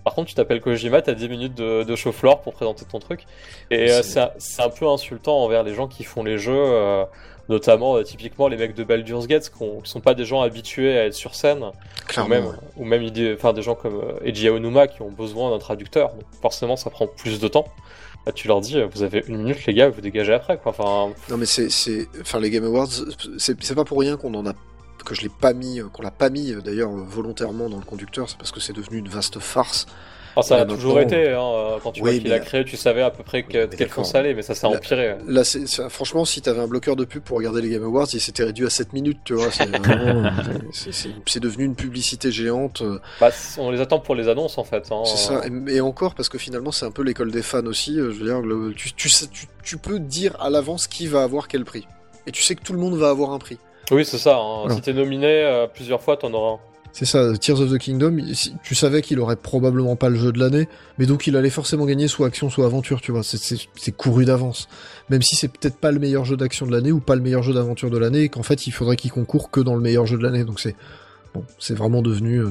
Speaker 2: Par contre, tu t'appelles Kojima, t'as 10 minutes de, de show floor pour présenter ton truc. Et
Speaker 1: C'est-
Speaker 2: euh, c'est un- c'est un peu insultant envers les gens qui font les jeux. euh, Notamment, euh, typiquement, les mecs de Baldur's Gate, qui ne sont pas des gens habitués à être sur scène, ou
Speaker 1: Clairement.
Speaker 2: même,
Speaker 1: ouais.
Speaker 2: ou même idée- enfin, des gens comme euh, Eiji Aonuma qui ont besoin d'un traducteur. Donc, forcément, ça prend plus de temps. Là, tu leur dis, euh, vous avez une minute, les gars, vous dégagez après. Quoi. Enfin,
Speaker 1: Non mais c'est, c'est, enfin les Game Awards, c'est c'est pas pour rien qu'on en a, que je l'ai pas mis, euh, qu'on l'a pas mis euh, d'ailleurs euh, volontairement dans le conducteur, c'est parce que c'est devenu une vaste farce.
Speaker 2: enfin, ça
Speaker 1: Ouais,
Speaker 2: a
Speaker 1: maintenant,
Speaker 2: toujours été. hein, euh, quand tu
Speaker 1: oui,
Speaker 2: vois qu'il
Speaker 1: mais-
Speaker 2: a créé, tu savais à peu près
Speaker 1: Oui,
Speaker 2: que-
Speaker 1: mais
Speaker 2: quel
Speaker 1: d'accord.
Speaker 2: fond ça allait, mais ça s'est
Speaker 1: La-
Speaker 2: empiré. ouais.
Speaker 1: Là, c'est, c'est- franchement, si t'avais un bloqueur de pub pour regarder les Game Awards, il s'était réduit à 7 minutes, tu vois. C'est, vraiment- c'est, c'est- c'est devenu une publicité géante. euh,
Speaker 2: Bah, c- on les attend pour les annonces, en fait. hein.
Speaker 1: C'est ça, et, et encore parce que finalement c'est un peu l'école des fans aussi. euh, Je veux dire, le- tu, tu sais- tu- tu peux dire à l'avance qui va avoir quel prix. Et tu sais que tout le monde va avoir un prix.
Speaker 2: Oui, c'est ça. hein.
Speaker 6: Voilà.
Speaker 2: Si t'es nominé euh, plusieurs fois, t'en auras un.
Speaker 6: C'est ça, Tears of the Kingdom, il- si- tu savais qu'il aurait probablement pas le jeu de l'année, mais donc il allait forcément gagner soit action, soit aventure, tu vois, c'est- c'est c'est couru d'avance. Même si c'est peut-être pas le meilleur jeu d'action de l'année ou pas le meilleur jeu d'aventure de l'année, et qu'en fait il faudrait qu'il concourt que dans le meilleur jeu de l'année, donc c'est bon, c'est vraiment devenu euh,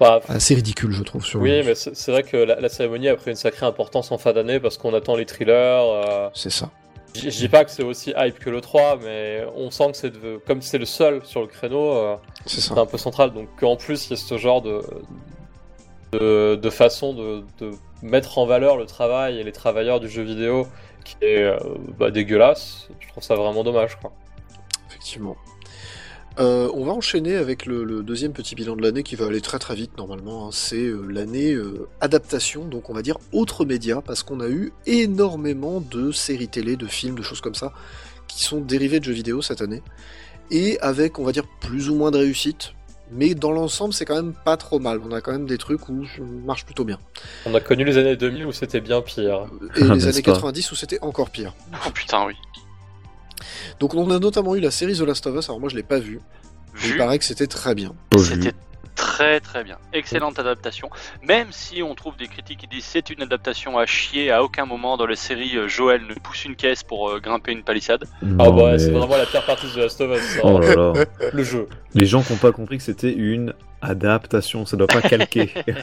Speaker 2: Bah,
Speaker 6: assez ridicule, je trouve. Sur
Speaker 2: oui, mais c'est c'est vrai que la, la cérémonie a pris une sacrée importance en fin d'année parce qu'on attend les thrillers. euh,
Speaker 6: c'est ça.
Speaker 2: Je je dis pas que c'est aussi hype que le 3, mais on sent que c'est de- comme c'est le seul sur le créneau, euh,
Speaker 1: C'est ça.
Speaker 2: c'est un peu central. Donc en plus, il y a ce genre de, de, de façon de, de mettre en valeur le travail et les travailleurs du jeu vidéo qui est euh, bah, dégueulasse. Je trouve ça vraiment dommage. Quoi.
Speaker 1: Effectivement. Euh, on va enchaîner avec le, le deuxième petit bilan de l'année qui va aller très très vite normalement. hein. C'est euh, l'année euh, adaptation, donc on va dire autre média, parce qu'on a eu énormément de séries télé, de films, de choses comme ça, qui sont dérivées de jeux vidéo cette année. Et avec, on va dire, plus ou moins de réussite. Mais dans l'ensemble, c'est quand même pas trop mal. On a quand même des trucs où ça marche plutôt bien.
Speaker 2: On a connu les années 2000 où c'était bien pire.
Speaker 1: Et
Speaker 3: Ah,
Speaker 1: les
Speaker 3: n'est-ce
Speaker 1: années
Speaker 3: pas
Speaker 1: 90 où c'était encore pire.
Speaker 5: Oh putain, oui.
Speaker 1: Donc on a notamment eu la série The Last of Us. Alors moi je l'ai pas vue. mais Il
Speaker 5: Vu,
Speaker 1: paraît que c'était très bien.
Speaker 3: Pas vu.
Speaker 5: c'était très très bien. Excellente adaptation. Même si on trouve des critiques qui disent c'est une adaptation à chier, à aucun moment dans la série, euh, Joël ne pousse une caisse pour euh, grimper une palissade.
Speaker 2: Ah
Speaker 3: Non,
Speaker 2: bah
Speaker 3: mais-
Speaker 2: c'est vraiment la pire partie de The Last of Us, hein.
Speaker 3: Oh là là.
Speaker 2: le jeu.
Speaker 3: Les gens qui n'ont pas compris que c'était une adaptation, ça doit pas calquer.
Speaker 5: Mais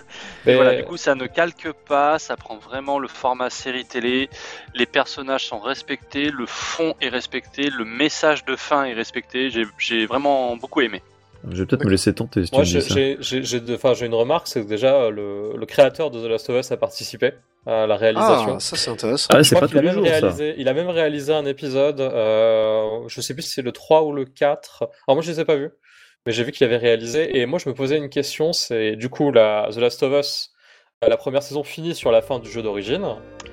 Speaker 2: Mais-
Speaker 5: voilà, du coup, ça ne calque pas, ça prend vraiment le format série télé. Les personnages sont respectés, le fond est respecté, le message de fin est respecté. J'ai- J'ai vraiment beaucoup aimé.
Speaker 3: je vais peut-être me laisser tenter si tu
Speaker 2: Moi,
Speaker 3: me dis
Speaker 2: j'ai-
Speaker 3: ça.
Speaker 2: j'ai j'ai- j'ai deux- enfin, j'ai une remarque, c'est que déjà euh, le, le créateur de The Last of Us a participé à la réalisation.
Speaker 1: Ah, ça c'est intéressant.
Speaker 3: Ah,
Speaker 2: Je
Speaker 3: c'est
Speaker 2: crois
Speaker 3: pas
Speaker 2: qu'il
Speaker 3: tous
Speaker 2: a
Speaker 3: les
Speaker 2: même
Speaker 3: jours ça.
Speaker 2: réalisé, Il a même réalisé un épisode, euh, je sais plus si c'est le 3 ou le 4. Alors moi je les ai pas vus, mais j'ai vu qu'il avait réalisé. Et moi je me posais une question, c'est du coup la, The Last of Us, euh, la première saison finit sur la fin du jeu d'origine.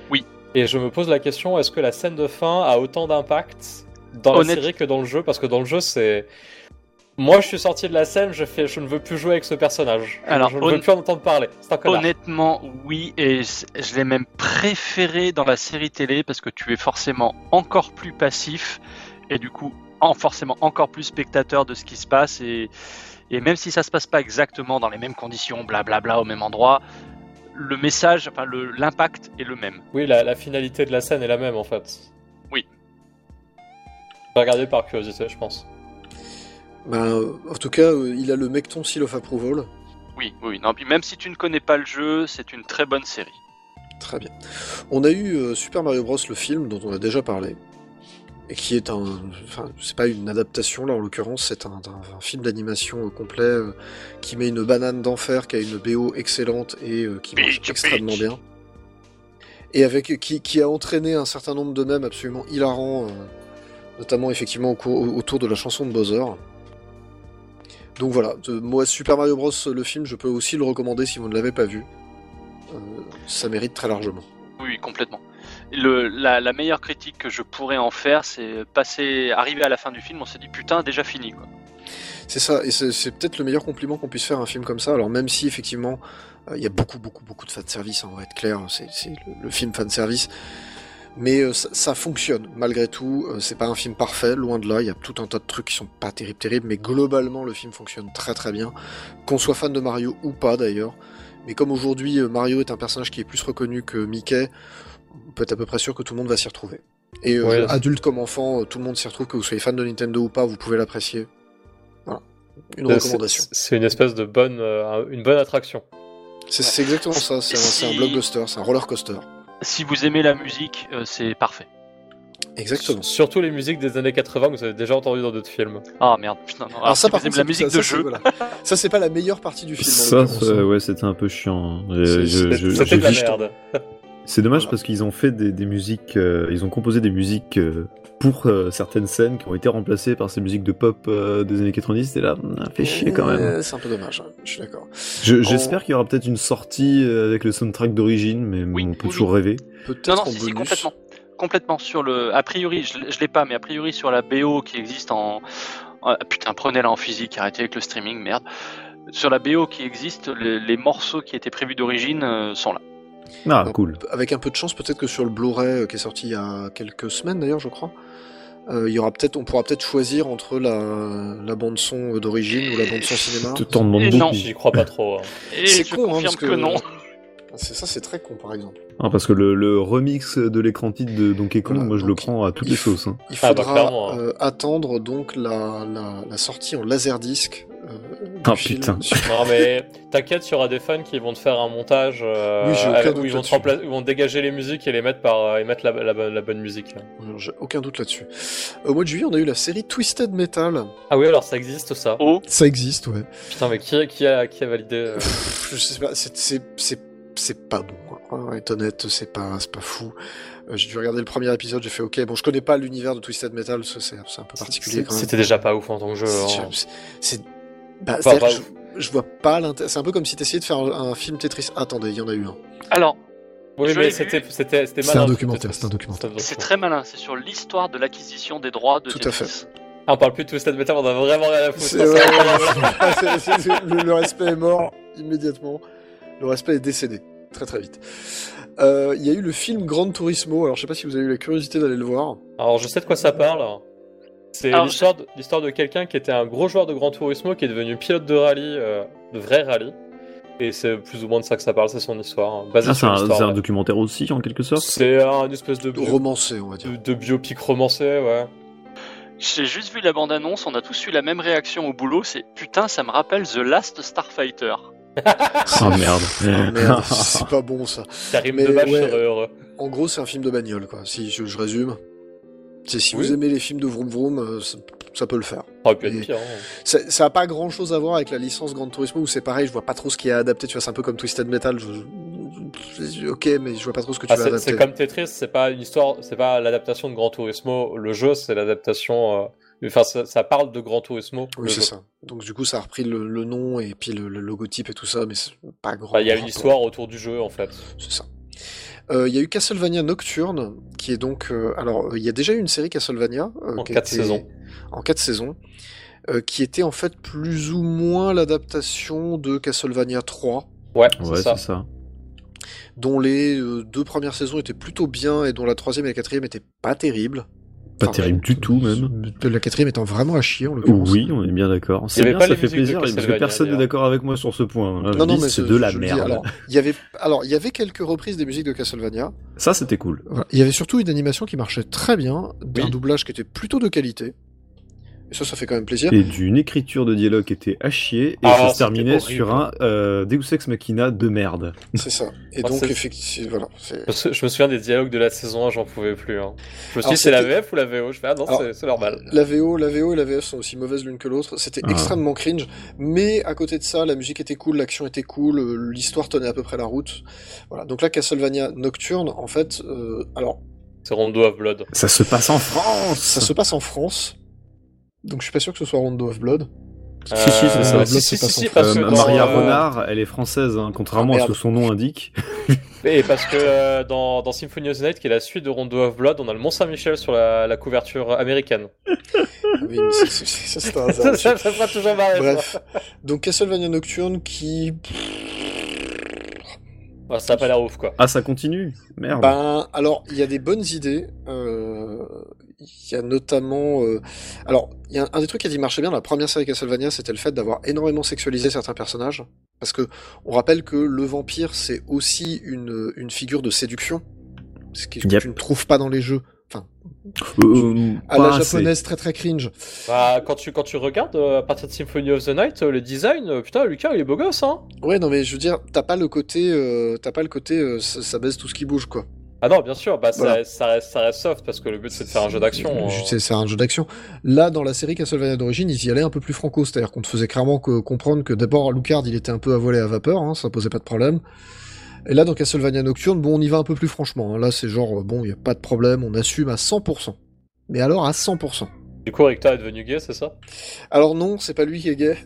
Speaker 5: Oui.
Speaker 2: Et je me pose la question, est-ce que la scène de fin a autant d'impact dans la
Speaker 5: Honnête-
Speaker 2: série que dans le jeu Parce que dans le jeu c'est... Moi je suis sorti de la scène, je, fais, je ne veux plus jouer avec ce personnage.
Speaker 5: Alors,
Speaker 2: je ne
Speaker 5: honn-
Speaker 2: veux plus en entendre parler. C'est un connard.
Speaker 5: Honnêtement, oui, et je, je l'ai même préféré dans la série télé parce que tu es forcément encore plus passif et du coup en, forcément encore plus spectateur de ce qui se passe et, et même si ça se passe pas exactement dans les mêmes conditions, blablabla, au même endroit, le message, enfin le- l'impact est le même.
Speaker 2: Oui, la, la finalité de la scène est la même en fait.
Speaker 5: Oui.
Speaker 2: Je vais regarder par curiosité, je pense.
Speaker 1: Ben, euh, en tout cas, euh, il a le mecton seal of approval.
Speaker 5: Oui, oui, non, puis même si tu ne connais pas le jeu, c'est une très bonne série.
Speaker 1: Très bien. On a eu euh, Super Mario Bros. le film dont on a déjà parlé. Et qui est un. Enfin, c'est pas une adaptation là en l'occurrence, c'est un, un- un film d'animation euh, complet euh, qui met une banane d'enfer, qui a une BO excellente et euh, qui marche
Speaker 5: Peach,
Speaker 1: extrêmement
Speaker 5: Peach.
Speaker 1: bien. Et avec qui, qui a entraîné un certain nombre de mèmes absolument hilarants, euh, notamment effectivement au cours- au- autour de la chanson de Bowser. Donc voilà, de- moi Super Mario Bros. le film, je peux aussi le recommander si vous ne l'avez pas vu. Euh, ça mérite très largement.
Speaker 5: Oui, oui, complètement. Le, la, la meilleure critique que je pourrais en faire, c'est passer, arriver à la fin du film, on s'est dit putain, déjà fini quoi.
Speaker 1: C'est ça, et c'est c'est peut-être le meilleur compliment qu'on puisse faire à un film comme ça. Alors même si effectivement euh, il y a beaucoup beaucoup beaucoup de fanservice, hein, on va être clair, c'est c'est le, le film fanservice, mais euh, ça, ça fonctionne malgré tout. euh, c'est pas un film parfait, loin de là. Il y a tout un tas de trucs qui sont pas terribles terribles, mais globalement le film fonctionne très très bien. Qu'on soit fan de Mario ou pas d'ailleurs, mais comme aujourd'hui euh, Mario est un personnage qui est plus reconnu que Mickey, on peut être à peu près sûr que tout le monde va s'y retrouver. Et euh,
Speaker 2: Ouais.
Speaker 1: adulte comme enfant, euh, tout le monde s'y retrouve, que vous soyez fan de Nintendo ou pas, vous pouvez l'apprécier. Voilà, une
Speaker 2: Euh, C'est-
Speaker 1: recommandation.
Speaker 2: c'est- C'est une espèce de bonne, euh, une bonne attraction.
Speaker 1: C'est c'est exactement ça, c'est un,
Speaker 5: Si-
Speaker 1: c'est un blockbuster, c'est un roller coaster.
Speaker 5: Si vous aimez la musique, euh, c'est parfait.
Speaker 1: Exactement.
Speaker 2: Surtout les musiques des années 80 que vous avez déjà entendues dans d'autres films.
Speaker 5: Ah merde, putain. Non, alors, si vous aimez la musique
Speaker 1: ça-
Speaker 5: de
Speaker 1: ça, c'est-
Speaker 5: jeu.
Speaker 1: voilà. Ça, c'est pas la meilleure partie du film. en
Speaker 3: Ça,
Speaker 1: l'occurrence,
Speaker 3: ça,
Speaker 1: hein.
Speaker 3: ouais, c'était un peu chiant. hein. Je-
Speaker 1: C'est-
Speaker 3: je-
Speaker 1: c'est-
Speaker 3: je-
Speaker 1: c'était
Speaker 3: je
Speaker 2: C'était de la
Speaker 3: vis-
Speaker 2: merde.
Speaker 3: C'est dommage
Speaker 1: Voilà.
Speaker 3: parce qu'ils ont fait des, des musiques, euh, ils ont composé des musiques euh, pour euh, certaines scènes qui ont été remplacées par ces musiques de pop euh, des années 90. Et là, on a fait chier quand même.
Speaker 1: Euh, C'est un peu dommage, hein, je suis d'accord.
Speaker 3: Je-
Speaker 1: en-
Speaker 3: J'espère qu'il y aura peut-être une sortie euh, avec le soundtrack d'origine, mais
Speaker 5: Oui,
Speaker 3: on peut
Speaker 5: oui,
Speaker 3: toujours rêver.
Speaker 1: Peut-être
Speaker 5: Non, non,
Speaker 1: en
Speaker 5: si, si,
Speaker 1: bonus.
Speaker 5: complètement. Complètement. Sur le... A priori, je, l'ai- je l'ai pas, mais a priori, sur la BO qui existe en. Ah, putain, prenez-la en physique, arrêtez avec le streaming, merde. Sur la BO qui existe, les, les morceaux qui étaient prévus d'origine euh, sont là.
Speaker 3: Ah,
Speaker 1: Non.
Speaker 3: cool.
Speaker 1: Avec un peu de chance, peut-être que sur le Blu-ray euh, qui est sorti il y a quelques semaines d'ailleurs, je crois, euh, il y aura peut-être, on pourra peut-être choisir entre la, la bande son d'origine ou la bande son cinéma.
Speaker 3: Tu t'en demandes
Speaker 5: Et non.
Speaker 3: beaucoup.
Speaker 2: J'y crois pas trop. hein.
Speaker 5: Et
Speaker 1: C'est
Speaker 5: je
Speaker 1: con, hein,
Speaker 5: confirme
Speaker 1: parce
Speaker 5: que...
Speaker 1: que-
Speaker 5: non.
Speaker 1: Ah, C'est ça, c'est très con par exemple.
Speaker 3: Ah, parce que le, le remix de l'écran titre de Donkey Kong,
Speaker 1: Voilà,
Speaker 3: moi je
Speaker 1: donc,
Speaker 3: le prends à toutes
Speaker 1: il
Speaker 3: les
Speaker 1: faut-
Speaker 3: sauces. hein.
Speaker 1: Il
Speaker 2: Ah, bah,
Speaker 1: faudra
Speaker 2: clairement, hein.
Speaker 1: euh, attendre donc la, la, la sortie en laserdisc. Euh, du
Speaker 3: Ah,
Speaker 1: film
Speaker 3: putain.
Speaker 1: sur-
Speaker 2: Non mais t'inquiète, il y aura des fans qui vont te faire un montage euh,
Speaker 1: Oui, j'ai aucun
Speaker 2: avec-
Speaker 1: doute
Speaker 2: où ils vont, te
Speaker 1: là-dessus.
Speaker 2: rempla- où vont dégager les musiques et les mettre par euh, et mettre la, la bonne- la bonne musique.
Speaker 1: Alors, J'ai aucun doute là-dessus. Au mois de juillet, on a eu la série Twisted Metal.
Speaker 2: Ah oui, alors ça existe ça.
Speaker 5: Oh,
Speaker 6: Ça existe, ouais.
Speaker 2: Putain, mais qui, qui a qui a validé euh,
Speaker 1: Pff, je sais pas, c'est- c'est- c'est c'est pas bon. quoi. Ouais, être honnête, c'est pas, c'est pas fou. Euh, j'ai dû regarder le premier épisode, j'ai fait OK. Bon, je connais pas l'univers de Twisted Metal, ça, c'est c'est un peu particulier. quand même.
Speaker 2: C'était déjà pas ouf en tant que jeu.
Speaker 1: C'est-
Speaker 2: hein.
Speaker 1: c'est- c'est- bah,
Speaker 2: Pas-
Speaker 1: c'est-à-dire
Speaker 2: pas
Speaker 1: que je, je vois pas l'intérêt. C'est un peu comme si t'essayais de faire un film Tetris. Attendez, il y en a eu un.
Speaker 5: alors,
Speaker 2: Oui,
Speaker 5: Je l'ai
Speaker 2: mais
Speaker 5: vu.
Speaker 2: c'était c'était c'était
Speaker 6: C'est
Speaker 2: malin,
Speaker 6: un
Speaker 2: c'était-
Speaker 6: documentaire, c'est un documentaire.
Speaker 2: un
Speaker 5: c'est très malin. C'est sur l'histoire de l'acquisition des droits de
Speaker 1: Tout à
Speaker 5: Tetris.
Speaker 2: Ah, on parle plus de Twisted Metal, on a vraiment rien à foutre.
Speaker 1: C'est- ouais, ouais, c'est- c'est- c'est- le, le respect est mort immédiatement. Le respect est décédé très très vite. Euh, Il y a eu le film Gran Turismo. Alors, je sais pas si vous avez eu la curiosité d'aller le voir.
Speaker 2: Alors, je sais de quoi ça parle. C'est
Speaker 5: Alors,
Speaker 2: l'histoire de, l'histoire de quelqu'un qui était un gros joueur de Gran Turismo qui est devenu pilote de rallye, euh, de vrai rallye. Et c'est plus ou moins de ça que ça parle, c'est son histoire. hein, basée
Speaker 3: Ah, c'est
Speaker 2: sur
Speaker 3: un,
Speaker 2: l'histoire,
Speaker 3: c'est un
Speaker 2: ouais.
Speaker 3: documentaire aussi, en quelque sorte.
Speaker 2: C'est un espèce de, bio-
Speaker 1: Romancé, on va dire.
Speaker 2: de, de biopic romancé, ouais.
Speaker 5: J'ai juste vu la bande-annonce, on a tous eu la même réaction au boulot. C'est putain, ça me rappelle The Last Starfighter.
Speaker 3: Ah merde.
Speaker 1: Ah, merde, c'est pas bon ça.
Speaker 2: Ça rime
Speaker 1: Mais
Speaker 2: de vache
Speaker 1: ouais.
Speaker 2: sur euh, heureux.
Speaker 1: En gros, c'est un film de bagnole, quoi. Si je, je résume, c'est si
Speaker 2: Oui.
Speaker 1: vous aimez les films de vroom vroom, euh, ça, ça peut le faire.
Speaker 2: Ça aurait pu
Speaker 1: Et-
Speaker 2: être pire. hein.
Speaker 1: Ça ça a pas grand chose à voir avec la licence Gran Turismo où c'est pareil, je vois pas trop ce qui est adapté. Tu vois, c'est un peu comme Twisted Metal. je- je- je- ok, mais je vois pas trop ce que tu
Speaker 2: Ah,
Speaker 1: vas
Speaker 2: c'est,
Speaker 1: adapter.
Speaker 2: c'est comme Tetris, c'est pas une histoire, c'est pas l'adaptation de Gran Turismo, le jeu, c'est l'adaptation. euh, Enfin, ça, ça parle de Gran Turismo. le
Speaker 1: Oui, c'est
Speaker 2: jeu.
Speaker 1: ça. Donc du coup, ça a repris le, le nom et puis le, le logotype et tout ça, mais c'est pas grand.
Speaker 2: Enfin, Bah, il y a une
Speaker 1: rapport.
Speaker 2: histoire autour du jeu en fait.
Speaker 1: C'est ça. Euh, Il y a eu Castlevania Nocturne, qui est donc. euh, alors, euh, il y a déjà eu une série Castlevania. euh,
Speaker 2: En
Speaker 1: qui a
Speaker 2: quatre
Speaker 1: été-
Speaker 2: saisons.
Speaker 1: En quatre saisons. euh, qui était en fait plus ou moins l'adaptation de Castlevania 3,
Speaker 2: Ouais,
Speaker 3: Ouais,
Speaker 2: c'est
Speaker 3: c'est
Speaker 2: ça.
Speaker 3: ça.
Speaker 1: dont les euh, deux premières saisons étaient plutôt bien et dont la troisième et la quatrième étaient pas terribles.
Speaker 3: Pas
Speaker 1: Enfin, euh,
Speaker 3: terrible du tout, même.
Speaker 6: La quatrième étant vraiment à chier, en l'occurrence.
Speaker 3: Oui, on est bien d'accord. C'est
Speaker 2: avait
Speaker 3: bien,
Speaker 2: pas
Speaker 3: ça
Speaker 2: les
Speaker 3: fait
Speaker 2: musiques de
Speaker 3: plaisir, parce que
Speaker 2: Castlevania,
Speaker 3: personne n'est
Speaker 2: d'ailleurs.
Speaker 3: d'accord avec moi sur ce point. Là, je
Speaker 1: Non, non,
Speaker 3: dis,
Speaker 1: mais ce-
Speaker 3: c'est de la
Speaker 1: je le dis,
Speaker 3: merde.
Speaker 1: alors, Il y avait, alors, il y avait quelques reprises des musiques de Castlevania.
Speaker 3: Ça, c'était cool.
Speaker 6: Voilà.
Speaker 1: Voilà. Il y avait surtout une animation qui marchait très bien, d'un
Speaker 2: Oui.
Speaker 1: doublage qui était plutôt de qualité. Et ça, ça fait quand même plaisir.
Speaker 3: Et d'une écriture de dialogue qui était à chier, et
Speaker 2: Ah,
Speaker 3: ça se
Speaker 2: c'était
Speaker 3: terminait
Speaker 2: horrible.
Speaker 3: sur un euh, Deus Ex Machina de merde.
Speaker 1: C'est ça. Et
Speaker 2: Ah,
Speaker 1: donc,
Speaker 2: c'est-
Speaker 1: effectivement, voilà. c'est-
Speaker 2: Je me sou- je me souviens des dialogues de la saison 1, j'en pouvais plus. hein. Je me suis
Speaker 1: Alors,
Speaker 2: dit, c'est la
Speaker 1: c'était-
Speaker 2: VF ou la VO Je fais, ah non,
Speaker 1: Alors,
Speaker 2: c'est- c'est normal.
Speaker 1: La VO, la VO et la VF sont aussi mauvaises l'une que l'autre. C'était
Speaker 3: Ah.
Speaker 1: extrêmement cringe, mais à côté de ça, la musique était cool, l'action était cool, euh, l'histoire tenait à peu près la route. Voilà. Donc là, Castlevania Nocturne, en fait, euh, alors
Speaker 2: C'est Rondo of Blood.
Speaker 3: Ça se passe en France
Speaker 1: ça se passe en France, donc je suis pas sûr que ce soit Rondo of Blood.
Speaker 2: Euh,
Speaker 3: Si, si, c'est ça.
Speaker 6: Blood,
Speaker 2: Si,
Speaker 6: c'est
Speaker 2: si,
Speaker 6: pas
Speaker 2: si,
Speaker 6: son
Speaker 2: si,
Speaker 6: frère.
Speaker 2: parce que
Speaker 3: Euh,
Speaker 2: dans,
Speaker 3: Maria
Speaker 2: euh,
Speaker 3: Renard, elle est française, hein, contrairement
Speaker 1: Ah,
Speaker 3: à ce
Speaker 1: merde.
Speaker 3: que son nom indique.
Speaker 2: Et parce que euh, dans, dans Symphony of the Night, qui est la suite de Rondo of Blood, on a le Mont Saint-Michel sur la, la couverture américaine.
Speaker 1: Ah oui, mais c'est- c'est- c'est- Ah, ça, c'est un
Speaker 2: ça,
Speaker 1: hasard.
Speaker 2: ça, ça fera toujours marrer.
Speaker 1: Bref, donc Castlevania Nocturne qui
Speaker 2: ça. Ouais, ça a pas l'air ouf, quoi.
Speaker 3: Ah, ça continue Merde.
Speaker 1: Ben, alors, il y a des bonnes idées. euh, Il y a notamment. euh, alors, il y a un, un des trucs qui a dit marchait bien dans la première série Castlevania, c'était le fait d'avoir énormément sexualisé certains personnages. Parce que on rappelle que le vampire, c'est aussi une, une figure de séduction. Ce qui- ce que
Speaker 3: Yep.
Speaker 1: tu ne trouves pas dans les jeux.
Speaker 3: Euh,
Speaker 1: À
Speaker 3: pas
Speaker 1: la
Speaker 3: assez.
Speaker 1: japonaise, très très cringe.
Speaker 2: Bah, quand tu, quand tu regardes euh, à partir de Symphony of the Night, euh, le design, euh, putain, Lucas, il est beau gosse, hein
Speaker 1: Ouais, non, mais je veux dire, t'as pas le côté. euh, t'as pas le côté. euh, ça, ça baisse tout ce qui bouge, quoi.
Speaker 2: Ah non, bien sûr, bah, ça-
Speaker 1: Voilà.
Speaker 2: ça, reste, ça reste soft parce que le but c'est de faire un jeu d'action.
Speaker 1: Je-
Speaker 2: euh.
Speaker 1: C'est c'est un jeu d'action. Là, dans la série Castlevania d'origine, ils y allaient un peu plus franco, c'est-à-dire qu'on te faisait clairement que- comprendre que d'abord, Lucard, il était un peu à voler à vapeur, hein, ça posait pas de problème. Et là, dans Castlevania Nocturne, bon, on y va un peu plus franchement. hein. Là, c'est genre, euh, bon, il y a pas de problème, on assume à 100%. Mais alors à 100%.
Speaker 2: Du coup, Ricta est devenu gay, c'est ça
Speaker 1: Alors non, c'est pas lui qui est gay.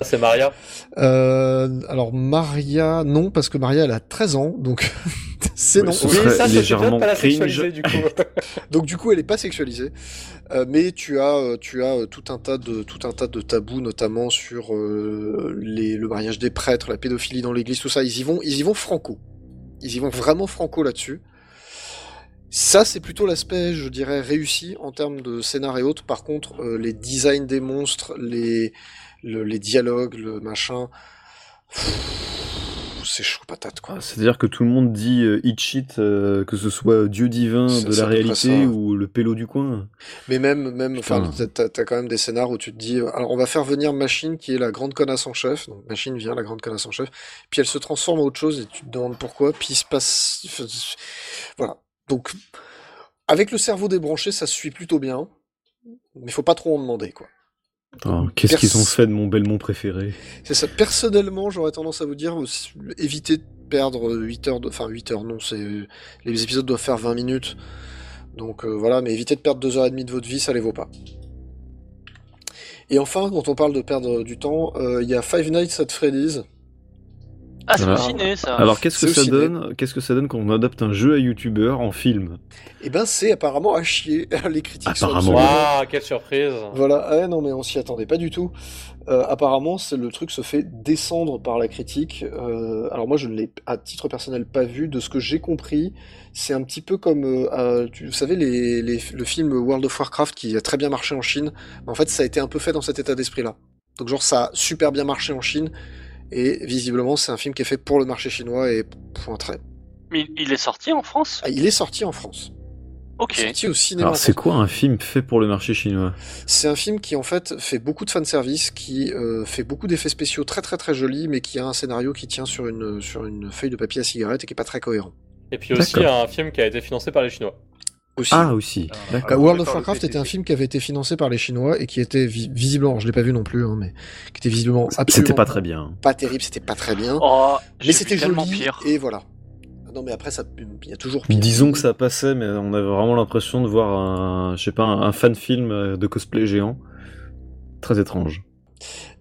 Speaker 2: Ah, C'est Maria.
Speaker 1: Euh, alors Maria, non, parce que Maria, elle a 13 ans, donc c'est
Speaker 3: Oui,
Speaker 1: non.
Speaker 3: ce serait
Speaker 2: ça, c'est bien de
Speaker 3: légèrement
Speaker 2: pas la
Speaker 3: cringe.
Speaker 2: sexualiser du coup.
Speaker 1: Donc du coup, elle est pas sexualisée, Euh, mais tu as, euh, tu as euh, tout un tas de tout un tas de tabous, notamment sur euh, les, le mariage des prêtres, la pédophilie dans l'Église, tout ça. Ils y vont, ils y vont franco. Ils y vont vraiment franco là-dessus. Ça, c'est plutôt l'aspect, je dirais, réussi en termes de scénar et autres. Par contre, euh, les designs des monstres, les le- les dialogues, le machin, pff, c'est chaud patate quoi.
Speaker 3: Ah, C'est-à-dire que tout le monde dit euh, Eat Shit, euh, que ce soit Dieu divin
Speaker 1: C'est-
Speaker 3: de
Speaker 1: c'est à
Speaker 3: la
Speaker 1: peu près
Speaker 3: réalité
Speaker 1: ça.
Speaker 3: ou le pélo du coin.
Speaker 1: Mais même, même, enfin,
Speaker 3: Putain.
Speaker 1: t'as- t'as t'as quand même des scénars où tu te dis, euh, alors on va faire venir Machine qui est la grande connasse en chef, donc Machine vient la grande connasse en chef, puis elle se transforme en autre chose et tu te demandes pourquoi, puis il se passe, enfin, voilà. Donc, avec le cerveau débranché, ça se suit plutôt bien, mais faut pas trop en demander, quoi.
Speaker 3: Putain, Oh, Qu'est-ce qu'ils ont
Speaker 1: Perse-
Speaker 3: fait de mon Belmont préféré
Speaker 1: C'est ça. Personnellement, j'aurais tendance à vous dire, euh, s- évitez de perdre 8 heures, de... enfin 8 heures, non, c'est euh, les épisodes doivent faire 20 minutes. Donc euh, voilà, mais évitez de perdre 2h30 de votre vie, ça les vaut pas. Et enfin, quand on parle de perdre du temps, euh, il y a Five Nights at Freddy's.
Speaker 5: Ah, c'est
Speaker 3: Ah.
Speaker 5: au ciné, ça.
Speaker 3: Alors qu'est-ce que
Speaker 1: C'est au
Speaker 3: ça
Speaker 1: ciné.
Speaker 3: donne Qu'est-ce que ça donne quand on adapte un jeu à youtubeur en film
Speaker 1: Et ben c'est apparemment à chier, les critiques sont
Speaker 3: Apparemment.
Speaker 1: absolument-
Speaker 2: Waouh, quelle surprise.
Speaker 1: Voilà, Ah ouais, non mais on s'y attendait pas du tout. Euh, apparemment, c'est- le truc se fait descendre par la critique. Euh, alors moi, je ne l'ai à titre personnel pas vu. De ce que j'ai compris, c'est un petit peu comme, euh, euh, tu, vous savez, les, les- le film World of Warcraft qui a très bien marché en Chine. En fait, ça a été un peu fait dans cet état d'esprit-là. Donc genre, ça a super bien marché en Chine. Et visiblement, c'est un film qui est fait pour le marché chinois et point très.
Speaker 5: Mais il- il est sorti en France
Speaker 1: Ah, il est sorti en France.
Speaker 5: Ok.
Speaker 1: Sorti au cinéma. en
Speaker 3: Alors c'est quoi un film fait pour le marché chinois
Speaker 1: C'est un film qui en fait fait beaucoup de fanservice, qui euh, fait beaucoup d'effets spéciaux très très très jolis, mais qui a un scénario qui tient sur une, sur une feuille de papier à cigarette et qui est pas très cohérent.
Speaker 2: Et puis aussi
Speaker 3: D'accord.
Speaker 2: un film qui a été financé par les Chinois.
Speaker 1: Aussi.
Speaker 3: Ah aussi.
Speaker 4: Ah,
Speaker 3: D'accord.
Speaker 1: Euh,
Speaker 4: ah,
Speaker 1: World
Speaker 4: on
Speaker 1: of
Speaker 4: attend le
Speaker 1: Warcraft
Speaker 4: PTT.
Speaker 1: était un film qui avait été financé par les Chinois et qui était vi- visiblement, je l'ai pas vu non plus, hein, mais qui était visiblement absolument
Speaker 3: C'était pas très bien. hein.
Speaker 1: pas terrible, c'était pas très bien,
Speaker 5: Oh, j'ai
Speaker 1: mais
Speaker 5: vu
Speaker 1: c'était
Speaker 5: tellement
Speaker 1: joli
Speaker 5: pire.
Speaker 1: et voilà. Non mais après ça, il y a toujours pire.
Speaker 3: Disons que ça passait, mais on avait vraiment l'impression de voir un, je sais pas, un, fan film de cosplay géant. Très étrange.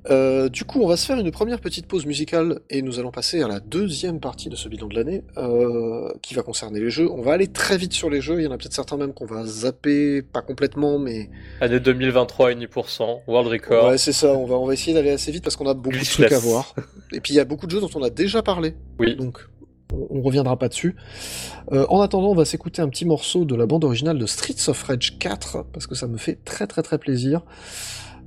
Speaker 1: Euh, du coup, on va se faire une première petite pause musicale et nous allons passer à la deuxième partie de ce bilan de l'année euh, qui va concerner les jeux. On va aller très vite sur les jeux, il y en a peut-être certains même qu'on va zapper, pas complètement, mais
Speaker 2: Année 2023, 1,5%, world record.
Speaker 1: ouais, c'est ça, on va, on va essayer d'aller assez vite parce qu'on a beaucoup de
Speaker 2: Glitchless.
Speaker 1: trucs à voir. Et puis il y a beaucoup de jeux dont on a déjà parlé,
Speaker 2: Oui.
Speaker 1: donc on, on reviendra pas dessus. Euh, en attendant, on va s'écouter un petit morceau de la bande originale de Streets of Rage 4 parce que ça me fait très très très plaisir.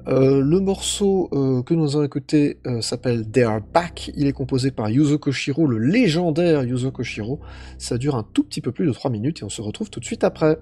Speaker 1: Euh, le morceau euh, que nous allons écouter euh, s'appelle They're Back. Il est composé par Yuzo Koshiro, le légendaire Yuzo Koshiro. Ça dure un tout petit peu plus de 3 minutes et on se retrouve tout de suite après.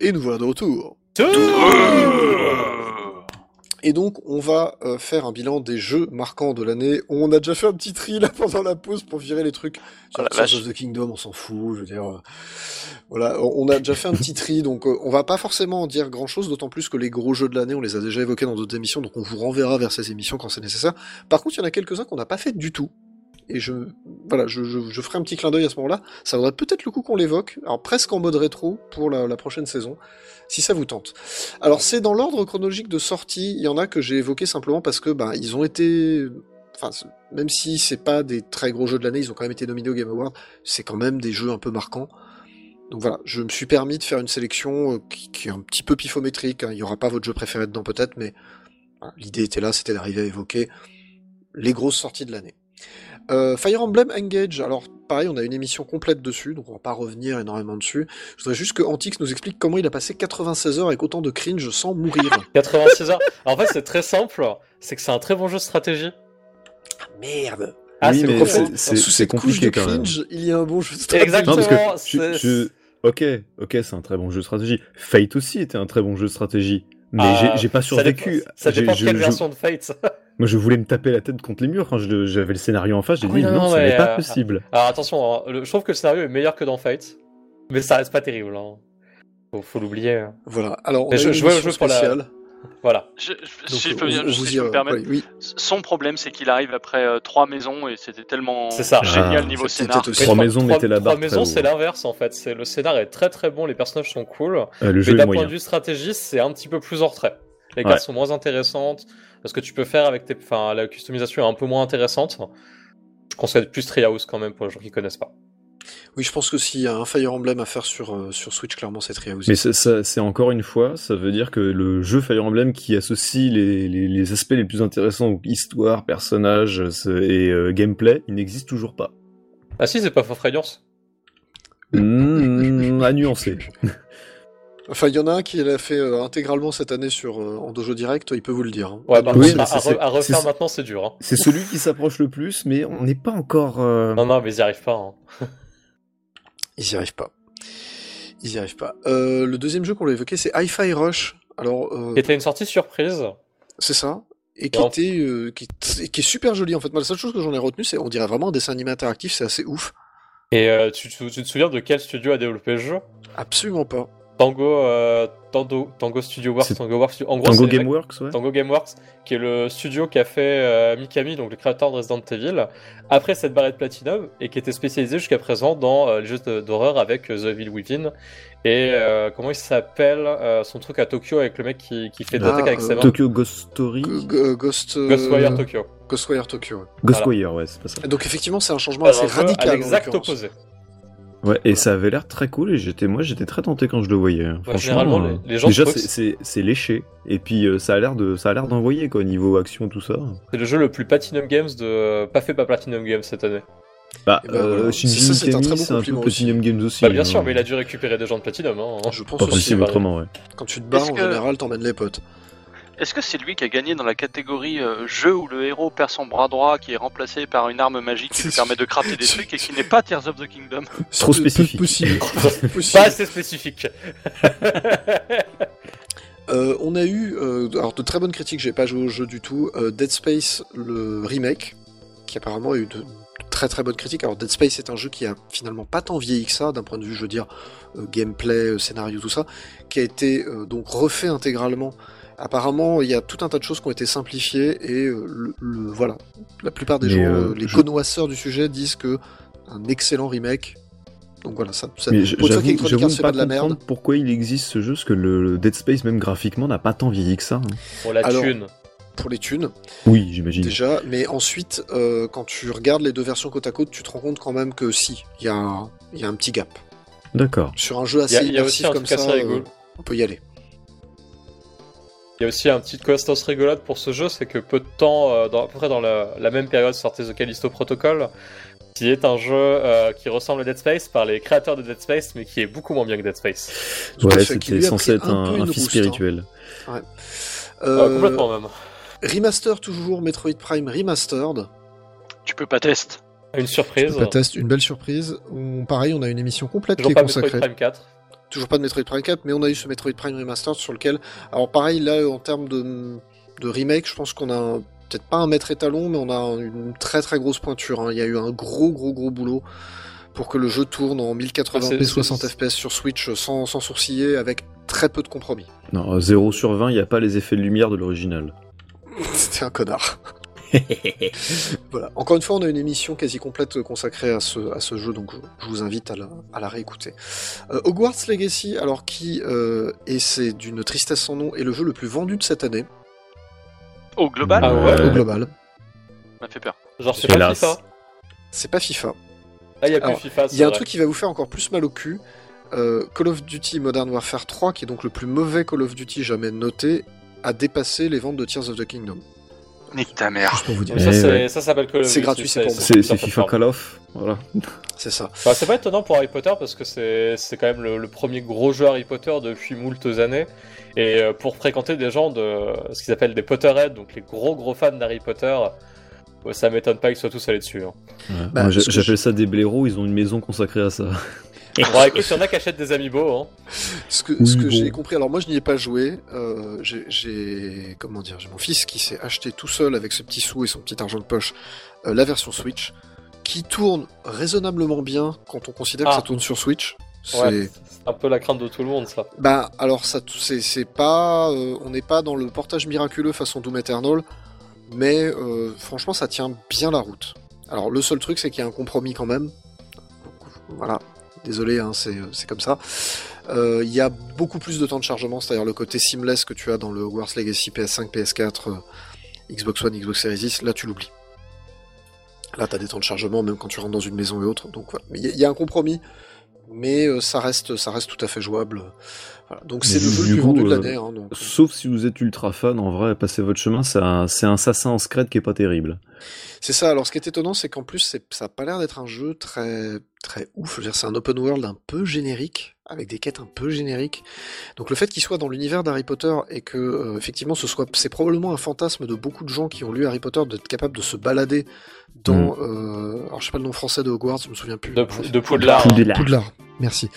Speaker 1: Et nous voilà de retour.
Speaker 5: Euh,
Speaker 1: Et donc, on va euh, faire un bilan des jeux marquants de l'année. On a déjà fait un petit tri là pendant la pause pour virer les trucs.
Speaker 5: Oh
Speaker 1: Sur
Speaker 5: la
Speaker 1: Tears
Speaker 5: vache.
Speaker 1: of the Kingdom, on s'en fout. Je veux dire, euh, voilà, on on a déjà fait un petit tri, donc euh, on va pas forcément en dire grand chose, d'autant plus que les gros jeux de l'année, on les a déjà évoqués dans d'autres émissions, donc on vous renverra vers ces émissions quand c'est nécessaire. Par contre, il y en a quelques-uns qu'on n'a pas fait du tout. Et je, voilà, je, je, je ferai un petit clin d'œil à ce moment-là. Ça vaudrait peut-être le coup qu'on l'évoque, alors presque en mode rétro pour la- la prochaine saison, si ça vous tente. Alors c'est dans ben, l'ordre chronologique de sortie. Il y en a que j'ai évoqué simplement parce que bah, ils ont été, enfin, c'est- même si c'est pas des très gros jeux de l'année, ils ont quand même été nominés au Game Award, c'est quand même des jeux un peu marquants. Donc voilà, je me suis permis de faire une sélection euh, qui, qui est un petit peu pifométrique. hein. Il n'y aura pas votre jeu préféré dedans peut-être, mais voilà, l'idée était là, c'était d'arriver à évoquer les grosses sorties de l'année. Euh, Fire Emblem Engage, alors pareil, on a une émission complète dessus, donc on va pas revenir énormément dessus. Je voudrais juste que Antix nous explique comment il a passé 96 heures avec autant de cringe sans mourir.
Speaker 2: 86 heures. En fait, c'est très simple. C'est que c'est un très bon jeu de stratégie.
Speaker 1: Merde
Speaker 2: Ah,
Speaker 3: Oui,
Speaker 2: c'est
Speaker 3: mais
Speaker 2: bon.
Speaker 3: c'est- c'est-
Speaker 1: Sous
Speaker 3: c'est
Speaker 1: cette couche de
Speaker 3: compliqué quand même.
Speaker 1: cringe, il y a un bon jeu de stratégie.
Speaker 2: Exactement.
Speaker 3: Non, parce que tu-
Speaker 2: c'est-
Speaker 3: tu- Ok, ok, c'est un très bon jeu de stratégie. Fate aussi était un très bon jeu de stratégie. Mais
Speaker 2: Ah,
Speaker 3: j'ai- j'ai pas
Speaker 2: Ça dépend,
Speaker 3: survécu.
Speaker 2: ça
Speaker 3: J'ai-
Speaker 2: dépend de
Speaker 3: je-
Speaker 2: quelle
Speaker 3: je-
Speaker 2: version de Fate.
Speaker 3: Moi, je voulais me taper la tête contre les murs quand je- j'avais le scénario en face. J'ai
Speaker 2: Ah
Speaker 3: dit,
Speaker 2: oui, non,
Speaker 3: non,
Speaker 2: non,
Speaker 3: ce
Speaker 2: mais,
Speaker 3: n'est pas
Speaker 2: euh,
Speaker 3: possible.
Speaker 2: Alors attention, hein, le- je trouve que le scénario est meilleur que dans Fate, mais ça reste pas terrible. Hein. Faut, faut l'oublier. hein.
Speaker 1: Voilà, alors on
Speaker 2: Mais
Speaker 1: a
Speaker 2: je-
Speaker 1: une
Speaker 2: je vois- je
Speaker 1: émission
Speaker 2: vois pour la-
Speaker 1: spéciale.
Speaker 2: Voilà.
Speaker 5: Je- je-
Speaker 1: Donc,
Speaker 5: si je peux,
Speaker 1: on-
Speaker 5: dire-
Speaker 1: on
Speaker 5: si
Speaker 1: vous
Speaker 5: je
Speaker 1: y-
Speaker 5: peux me permettre,
Speaker 1: ouais, oui,
Speaker 5: son problème c'est qu'il arrive après euh, trois maisons et c'était tellement
Speaker 2: C'est ça.
Speaker 5: génial
Speaker 3: Ah,
Speaker 5: niveau
Speaker 1: c'était
Speaker 5: scénar.
Speaker 1: peut-être aussi-
Speaker 2: Mais
Speaker 3: Trois
Speaker 2: trois-
Speaker 3: maisons
Speaker 2: trois-
Speaker 3: mettaient la barre
Speaker 2: Trois maisons,
Speaker 3: très haut.
Speaker 2: c'est l'inverse en fait. C'est le scénar est très très bon, les personnages sont cool,
Speaker 3: Euh, le
Speaker 2: mais
Speaker 3: jeu est
Speaker 2: d'un point de
Speaker 3: moyen.
Speaker 2: vue stratégie, c'est un petit peu plus en retrait. Les
Speaker 3: Ouais.
Speaker 2: cartes sont moins intéressantes. Ce que tu peux faire avec tes, enfin, la customisation est un peu moins intéressante. Je conseille plus Treehouse quand même pour les gens qui connaissent pas.
Speaker 1: Oui, je pense que s'il y a un Fire Emblem à faire sur, euh, sur Switch, clairement, c'est Treehouse.
Speaker 3: Mais ça- ça- c'est encore une fois, ça veut dire que le jeu Fire Emblem qui associe les, les- les aspects les plus intéressants, donc histoire, personnages euh, ce- et euh, gameplay, il n'existe toujours pas.
Speaker 2: Ah si, c'est pas Faux Frayance.
Speaker 3: Mmh, à nuancer.
Speaker 1: Enfin, il y en a un qui l'a fait euh, intégralement cette année sur, euh, en dojo direct, il peut vous le dire. hein.
Speaker 5: bah,
Speaker 2: Ouais, par
Speaker 3: Oui,
Speaker 2: contre,
Speaker 3: mais
Speaker 2: à-
Speaker 3: c'est-
Speaker 2: à,
Speaker 3: c'est-
Speaker 2: re- à refaire
Speaker 3: c'est-
Speaker 2: maintenant, c'est dur. hein.
Speaker 3: C'est celui qui s'approche le plus, mais on n'est pas encore. euh,
Speaker 2: Non, non, mais ils y arrivent pas. hein.
Speaker 1: Ils n'y arrivent pas. Ils n'y arrivent pas. Euh, le deuxième jeu qu'on l'a évoqué, c'est Hi-Fi Rush. Alors, euh,
Speaker 2: Qui était une sortie surprise.
Speaker 1: c'est ça. Et qui,
Speaker 2: Non.
Speaker 1: était, euh, qui, est- qui est super joli en fait. Moi, La seule chose que j'en ai retenue, c'est on dirait vraiment un dessin animé interactif, c'est assez ouf.
Speaker 2: Et euh, tu, tu- tu te souviens de quel studio a développé le jeu
Speaker 1: Absolument pas.
Speaker 2: Tango, euh, Tango, Tango Studio Works,
Speaker 3: C'est-
Speaker 2: Tango Works. En gros,
Speaker 3: Tango
Speaker 2: c'est les mecs-
Speaker 3: Gameworks, ouais.
Speaker 2: Tango Gameworks, qui est le studio qu'a fait euh, Mikami, donc le créateur de Resident Evil, après cette barrette platinum et qui était spécialisé jusqu'à présent dans euh, les jeux de- d'horreur avec euh, The Evil Within et euh, comment il s'appelle euh, son truc à Tokyo avec le mec qui, qui fait des
Speaker 1: Ah,
Speaker 2: attaques avec
Speaker 1: euh,
Speaker 2: ses mains.
Speaker 3: Tokyo Ghost Story.
Speaker 1: G- G- euh, Ghost, euh,
Speaker 2: Ghostwire Tokyo.
Speaker 1: Ghostwire Tokyo. ouais.
Speaker 3: Ghost Warrior, ouais, c'est pas ça.
Speaker 1: Et Donc effectivement, c'est un changement
Speaker 2: C'est
Speaker 1: assez radical. en
Speaker 2: euh, L'exact
Speaker 1: l'occurrence.
Speaker 2: opposé.
Speaker 3: Ouais, et ça avait l'air très cool et j'étais, moi, j'étais très tenté quand je le voyais. hein. Franchement,
Speaker 2: généralement,
Speaker 3: euh,
Speaker 2: les- les gens
Speaker 3: déjà,
Speaker 2: trouvent
Speaker 3: c'est-
Speaker 2: que-
Speaker 3: c'est c'est léché et puis euh, ça a l'air de, ça a l'air d'envoyer quoi niveau action tout ça.
Speaker 2: C'est le jeu le plus Platinum Games de. euh, Pas fait par Platinum Games cette année.
Speaker 3: Bah,
Speaker 1: Eh ben,
Speaker 3: euh,
Speaker 1: voilà.
Speaker 3: Shinji
Speaker 1: Ça, c'est un
Speaker 3: Mikami,
Speaker 1: très bon
Speaker 3: c'est un peu
Speaker 1: compliment aussi.
Speaker 3: Platinum Games aussi.
Speaker 2: Bah, bien
Speaker 3: hein.
Speaker 2: sûr, mais il a dû récupérer des gens de Platinum. hein.
Speaker 1: Je pense
Speaker 3: Pas
Speaker 1: aussi.
Speaker 3: possible
Speaker 2: pareil.
Speaker 3: autrement, ouais.
Speaker 1: Quand tu te bats
Speaker 5: Est-ce
Speaker 1: en
Speaker 5: que-
Speaker 1: général, t'emmènes les potes.
Speaker 5: Est-ce que c'est lui qui a gagné dans la catégorie euh, jeu où le héros perd son bras droit qui est remplacé par une arme magique qui lui
Speaker 1: C'est-
Speaker 5: permet de crafter des
Speaker 1: c'est-
Speaker 5: trucs et qui n'est pas Tears of the Kingdom
Speaker 3: Trop
Speaker 1: Peu- peu
Speaker 3: spécifique.
Speaker 1: Possible.
Speaker 2: Pas
Speaker 1: Possible.
Speaker 2: assez spécifique.
Speaker 1: Euh, on a eu euh, alors de très bonnes critiques, j'ai pas joué au jeu du tout. euh, Dead Space, le remake, qui apparemment a eu de très très bonnes critiques. Alors Dead Space est un jeu qui a finalement pas tant vieilli que ça, d'un point de vue, je veux dire, euh, gameplay, euh, scénario, tout ça, qui a été euh, donc refait intégralement. Apparemment, il y a tout un tas de choses qui ont été simplifiées et euh, le, le- voilà, la plupart des
Speaker 3: Mais,
Speaker 1: gens,
Speaker 3: euh,
Speaker 1: euh, les
Speaker 3: je-
Speaker 1: connoisseurs du sujet disent que un excellent remake. Donc voilà, ça, ça
Speaker 3: Mais j-
Speaker 1: pour une fois
Speaker 3: j'avoue
Speaker 1: qu'Electronic
Speaker 3: j'avoue
Speaker 1: Arts
Speaker 3: ne
Speaker 1: fait
Speaker 3: pas
Speaker 1: de la merde.
Speaker 3: comprendre pourquoi il existe ce jeu, parce que le Dead Space, même graphiquement, n'a pas tant vieilli que ça. hein.
Speaker 2: Pour la
Speaker 1: Alors,
Speaker 2: thune.
Speaker 1: pour les thunes.
Speaker 3: Oui, j'imagine.
Speaker 1: déjà, mais ensuite, euh, quand tu regardes les deux versions côte à côte, tu te rends compte quand même que si, il y, a un- il y a un petit gap.
Speaker 3: D'accord.
Speaker 1: Sur un jeu
Speaker 2: Il y a-
Speaker 1: assez
Speaker 2: il y, a aussi
Speaker 1: immersif
Speaker 2: un
Speaker 1: comme
Speaker 2: truc
Speaker 1: ça,
Speaker 2: assez rigolo.
Speaker 1: euh, on peut y aller.
Speaker 2: Il y a aussi un petit coincidence rigolote pour ce jeu, c'est que peu de temps, euh, dans, à peu près dans la, la même période, sortait The Callisto Protocol, qui est un jeu euh, qui ressemble à Dead Space par les créateurs de Dead Space, mais qui est beaucoup moins bien que Dead Space.
Speaker 1: Tout à
Speaker 3: Ouais,
Speaker 1: fait, qui
Speaker 3: c'était
Speaker 1: lui a
Speaker 3: censé
Speaker 1: pris
Speaker 3: être
Speaker 1: peu
Speaker 3: un,
Speaker 1: une
Speaker 3: un fils
Speaker 1: rouste, hein.
Speaker 3: spirituel.
Speaker 2: Euh,
Speaker 1: Euh,
Speaker 2: complètement même.
Speaker 1: remaster toujours, Metroid Prime Remastered.
Speaker 5: Tu peux pas tester.
Speaker 2: Une surprise.
Speaker 6: Pas test, une belle surprise. On, pareil, on a une émission complète qui
Speaker 2: Toujours
Speaker 6: est
Speaker 2: pas Metroid
Speaker 6: consacrée.
Speaker 2: Prime 4.
Speaker 1: Toujours pas de Metroid Prime 4, mais on a eu ce Metroid Prime Remastered sur lequel... Alors pareil, là, euh, en termes de, de remake, je pense qu'on a un- peut-être pas un maître étalon, mais on a une très très grosse pointure. hein. Il y a eu un gros gros gros boulot pour que le jeu tourne en
Speaker 2: Ah,
Speaker 1: 1080p
Speaker 2: c'est-
Speaker 1: 60 fps sur Switch euh, sans, sans sourciller, avec très peu de compromis.
Speaker 3: Non, euh, 0 sur 20, il n'y a pas les effets de lumière de l'original.
Speaker 1: C'était un connard. voilà. Encore une fois, on a une émission quasi complète euh, consacrée à ce, à ce jeu, donc je, je vous invite à la, à la réécouter. Euh, Hogwarts Legacy, alors qui, euh, et c'est d'une tristesse sans nom, est le jeu le plus vendu de cette année,
Speaker 5: Au global,
Speaker 1: Bah.
Speaker 2: Ah ouais.
Speaker 3: Euh,
Speaker 1: au global.
Speaker 5: ça m'a fait peur.
Speaker 2: Genre, c'est pas
Speaker 3: Hélas.
Speaker 2: FIFA.
Speaker 1: C'est pas FIFA.
Speaker 2: Ah, il y a plus
Speaker 1: Alors,
Speaker 2: FIFA.
Speaker 1: Il y
Speaker 2: c'est
Speaker 1: a un
Speaker 2: vrai.
Speaker 1: truc qui va vous faire encore plus mal au cul. Euh, Call of Duty Modern Warfare 3, qui est donc le plus mauvais Call of Duty jamais noté, a dépassé les ventes de Tears of the Kingdom.
Speaker 5: Nique ta mère.
Speaker 6: Juste pour vous dire.
Speaker 2: Mais ça,
Speaker 3: Eh
Speaker 2: c'est-
Speaker 3: ouais.
Speaker 2: ça s'appelle Call of
Speaker 1: C'est
Speaker 2: Duty,
Speaker 1: gratuit, c'est pour moi.
Speaker 2: sur
Speaker 3: C'est c'est FIFA
Speaker 2: plateforme.
Speaker 3: Call of. Voilà.
Speaker 1: C'est ça.
Speaker 2: Enfin, Bah, c'est pas étonnant pour Harry Potter parce que c'est c'est quand même le, le premier gros jeu Harry Potter depuis moultes années. Et euh, pour fréquenter des gens de euh, ce qu'ils appellent des Potterheads, donc les gros gros fans d'Harry Potter, ouais, ça m'étonne pas qu'ils soient tous allés dessus. hein.
Speaker 1: Bah,
Speaker 3: Moi, j'a-
Speaker 1: parce que
Speaker 3: J'appelle ça des blaireaux, ils ont une maison consacrée à ça.
Speaker 2: Bon, écoute, il y en a qui achètent des amiibo. Hein.
Speaker 1: Ce que,
Speaker 3: Oui,
Speaker 1: ce que
Speaker 3: bon.
Speaker 1: j'ai compris, alors moi je n'y ai pas joué, euh, j'ai- j'ai comment dire, j'ai mon fils qui s'est acheté tout seul avec ce petit sou et son petit argent de poche euh, la version Switch, qui tourne raisonnablement bien quand on considère que
Speaker 2: Ah.
Speaker 1: ça tourne sur Switch. C'est
Speaker 2: Ouais, c'est un peu la crainte de tout le monde, ça.
Speaker 1: bah alors ça c'est c'est pas, euh, on n'est pas dans le portage miraculeux façon Doom Eternal, mais euh, franchement ça tient bien la route. Alors le seul truc c'est qu'il y a un compromis quand même. Donc, voilà, désolé, hein, c'est c'est comme ça. Euh, Il y a beaucoup plus de temps de chargement, c'est-à-dire le côté seamless que tu as dans le Hogwarts Legacy PS5, PS4, euh, Xbox One, Xbox Series X, là tu l'oublies. Là t'as des temps de chargement même quand tu rentres dans une maison et autres. Donc voilà, Mais il y, a- il y a un compromis, mais euh, ça reste ça reste tout à fait jouable. Voilà. Donc c'est le
Speaker 3: Du-
Speaker 1: jeu
Speaker 3: du
Speaker 1: le plus vendu
Speaker 3: coup,
Speaker 1: de
Speaker 3: euh,
Speaker 1: l'année. hein, donc, euh,
Speaker 3: Sauf si vous êtes ultra fan, en vrai, passez votre chemin, c'est un, c'est un Assassin's Creed qui est pas terrible.
Speaker 1: C'est ça. Alors, ce qui est étonnant, c'est qu'en plus, c'est- ça n'a pas l'air d'être un jeu très, très ouf. Je veux dire, c'est un open world un peu générique, avec des quêtes un peu génériques. Donc, le fait qu'il soit dans l'univers d'Harry Potter et que, euh, effectivement, ce soit, c'est probablement un fantasme de beaucoup de gens qui ont lu Harry Potter d'être capable de se balader dans, euh, alors je sais pas le nom français de Hogwarts, je me souviens plus.
Speaker 2: De,
Speaker 1: Bref.
Speaker 2: de Poudlard.
Speaker 6: Poudlard, merci.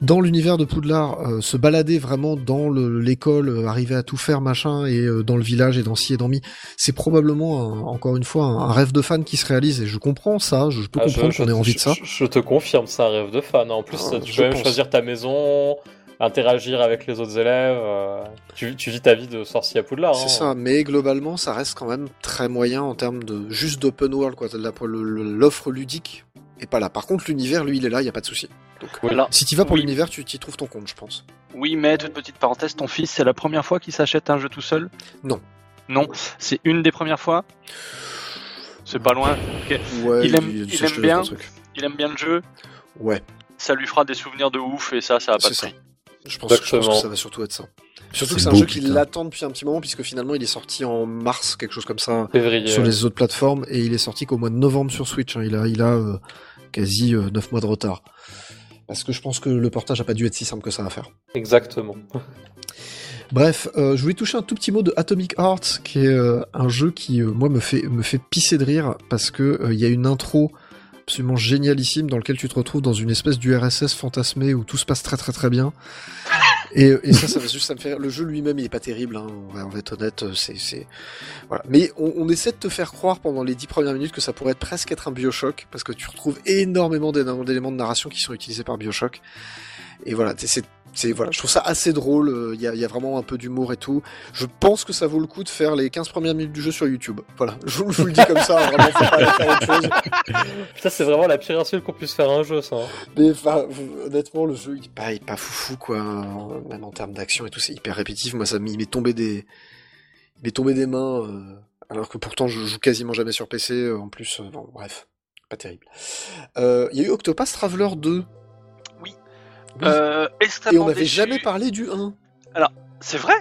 Speaker 6: Dans l'univers de Poudlard, euh, se balader vraiment dans le- l'école, euh, arriver à tout faire, machin, et euh, dans le village, et dans ci et dans mi, c'est probablement, un- encore une fois, un, un rêve de fan qui se réalise, et je comprends ça, je, je peux
Speaker 2: Ah,
Speaker 6: comprendre qu'on ait envie de ça.
Speaker 2: je- je te confirme, c'est un rêve de fan. hein. En plus,
Speaker 1: Ah,
Speaker 2: tu
Speaker 1: je
Speaker 2: peux même
Speaker 1: pense.
Speaker 2: choisir ta maison, interagir avec les autres élèves. euh, tu, tu vis ta vie de sorcier à Poudlard. hein.
Speaker 1: C'est ça, mais globalement, ça reste quand même très moyen en termes de juste d'open world, quoi. La- le- le- L'offre ludique est pas là. Par contre, l'univers, lui, il est là, il n'y a pas de souci. Donc,
Speaker 2: Oui.
Speaker 5: Alors,
Speaker 1: si tu vas pour
Speaker 5: oui.
Speaker 1: l'univers, tu t'y trouves ton compte, je pense.
Speaker 5: Oui, mais toute petite parenthèse, ton fils, c'est la première fois qu'il s'achète un jeu tout seul
Speaker 1: Non.
Speaker 5: Non, c'est une des premières fois C'est pas loin.
Speaker 1: Ouais,
Speaker 5: Il aime-
Speaker 1: a dû
Speaker 5: il
Speaker 1: s'acheter
Speaker 5: aime bien.
Speaker 1: deux, trois trucs.
Speaker 5: Il aime bien le jeu,
Speaker 1: Ouais,
Speaker 5: ça lui fera des souvenirs de ouf et ça, ça a pas
Speaker 1: c'est
Speaker 5: de
Speaker 1: ça.
Speaker 5: prix.
Speaker 1: Je pense, je pense
Speaker 2: Exactement.
Speaker 1: que ça va surtout être ça. Surtout que
Speaker 3: C'est
Speaker 1: c'est un
Speaker 3: beau,
Speaker 1: jeu qui
Speaker 3: putain.
Speaker 1: l'attend depuis un petit moment, puisque finalement, il est sorti en mars, quelque chose comme ça,
Speaker 2: Février.
Speaker 6: sur les autres plateformes, et il est sorti qu'au mois de novembre sur Switch, hein. il a, il a euh, quasi 9 mois de retard. Parce que je pense que le portage a pas dû être si simple que ça à faire.
Speaker 2: Exactement.
Speaker 6: Bref, euh, je voulais toucher un tout petit mot de Atomic Heart, qui est euh, un jeu qui, euh, moi, me fait, me fait pisser de rire, parce que euh, il y a une intro absolument génialissime dans laquelle tu te retrouves dans une espèce d'URSS fantasmée où tout se passe très très très bien. Et, et ça, ça, me- juste, ça me fait rire.
Speaker 1: Le jeu lui-même, il est pas terrible, hein, on, va, on va être honnête. euh, C'est, c'est... Voilà. Mais on, on essaie de te faire croire pendant les dix premières minutes que ça pourrait presque être un Bioshock, parce que tu retrouves énormément d'éno- d'éléments de narration qui sont utilisés par Bioshock. Et voilà, t'es- c'est, c'est- voilà je trouve ça assez drôle, euh, il y a, il y a vraiment un peu d'humour et tout. Je pense que ça vaut le coup de faire les 15 premières minutes du jeu sur YouTube. Voilà, je, vous- je vous le dis comme ça, hein, vraiment, faut pas aller faire autre chose.
Speaker 2: Ça, c'est vraiment la pire insulte qu'on puisse faire à un jeu, ça. hein.
Speaker 1: Mais enfin, vous- honnêtement, le jeu, il est pas, il est pas foufou, quoi. En- Même en termes d'action et tout, c'est hyper répétitif. Moi, ça m- il m'est tombé des, il m'est tombé des mains, euh, alors que pourtant, je joue quasiment jamais sur PC. euh, En plus, euh, bon, bref, pas terrible. Euh, Il y a eu Octopath Traveler 2.
Speaker 5: Oui.
Speaker 1: Oui.
Speaker 5: Euh,
Speaker 1: et
Speaker 5: extrêmement
Speaker 1: on n'avait
Speaker 5: déçu.
Speaker 1: jamais parlé du 1.
Speaker 5: C'est vrai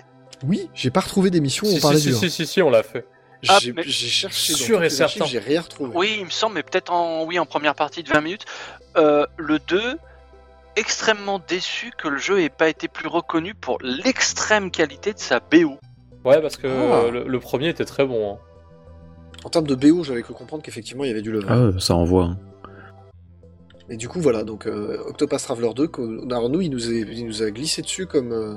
Speaker 6: Oui, j'ai pas retrouvé d'émission où
Speaker 2: Si,
Speaker 6: on parlait
Speaker 2: si,
Speaker 6: du
Speaker 2: si, si, si, si, on l'a fait.
Speaker 5: Ah,
Speaker 1: J'ai
Speaker 5: mais-
Speaker 1: j'ai cherché dans
Speaker 2: Sûr
Speaker 1: toutes
Speaker 2: et
Speaker 1: les archives,
Speaker 2: certain.
Speaker 1: j'ai rien retrouvé.
Speaker 5: Oui, il me semble, mais peut-être en, oui, en première partie de 20 minutes. Euh, le 2, extrêmement déçu que le jeu ait pas été plus reconnu pour l'extrême qualité de sa BO.
Speaker 2: Ouais, parce que
Speaker 1: Ah.
Speaker 2: euh, le, le premier était très bon. hein.
Speaker 1: En termes de BO, j'avais cru comprendre qu'effectivement, il y avait du level.
Speaker 3: Ah, ça envoie. hein.
Speaker 1: Et du coup, voilà, donc euh, Octopath Traveler 2, qu'on- Arnaud, il nous, est, il nous a glissé dessus comme, euh,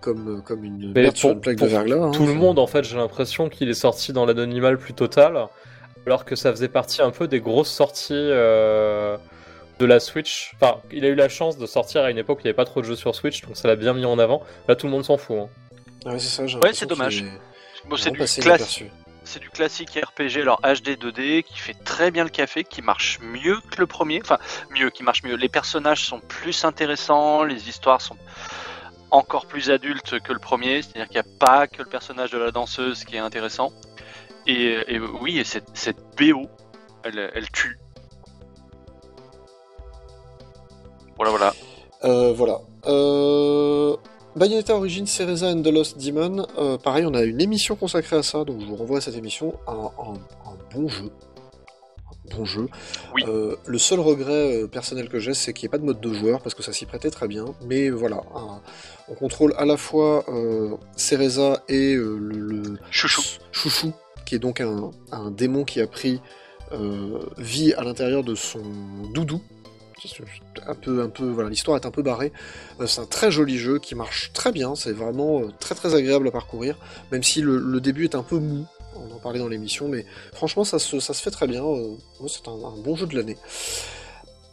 Speaker 1: comme, euh, comme une
Speaker 2: Mais
Speaker 1: bête sur
Speaker 2: pour-
Speaker 1: une plaque
Speaker 2: pour
Speaker 1: de verglas. hein.
Speaker 2: Tout le monde, en fait, j'ai l'impression qu'il est sorti dans l'anonymat le plus total, alors que ça faisait partie un peu des grosses sorties euh, de la Switch. Enfin, il a eu la chance de sortir à une époque où il n'y avait pas trop de jeux sur Switch, donc ça l'a bien mis en avant. Là, tout le monde s'en fout. hein.
Speaker 1: Ah ouais, c'est ça, j'ai
Speaker 5: Ouais,
Speaker 1: l'impression
Speaker 5: c'est dommage.
Speaker 1: qu'il est
Speaker 5: Bon, bah, c'est
Speaker 1: vraiment
Speaker 5: du,
Speaker 1: passé
Speaker 5: classe-
Speaker 1: inaperçu.
Speaker 5: c'est du classique RPG, alors HD 2D, qui fait très bien le café, qui marche mieux que le premier. Enfin, mieux, qui marche mieux. Les personnages sont plus intéressants, les histoires sont encore plus adultes que le premier. C'est-à-dire qu'il n'y a pas que le personnage de la danseuse qui est intéressant. Et, et oui, et cette, cette BO, elle, elle tue. Voilà, voilà.
Speaker 1: Euh, voilà. Euh... Bayonetta Origins, Cereza and the Lost Demon. euh, pareil, on a une émission consacrée à ça, donc je vous renvoie à cette émission. Un, un- un bon jeu. Un bon jeu.
Speaker 5: Oui.
Speaker 1: Euh, le seul regret euh, personnel que j'ai, c'est qu'il n'y ait pas de mode de joueur, parce que ça s'y prêtait très bien. Mais voilà, un- on contrôle à la fois euh, Cereza et euh, le- le,
Speaker 5: Chouchou.
Speaker 1: Chouchou, qui est donc un, un démon qui a pris euh, vie à l'intérieur de son doudou. Un peu, un peu, voilà, l'histoire est un peu barrée. Euh, c'est un très joli jeu qui marche très bien. C'est vraiment euh, très très agréable à parcourir, même si le, le début est un peu mou. On en parlait dans l'émission, mais franchement, ça se, ça se fait très bien. Euh, moi, c'est un, un bon jeu de l'année.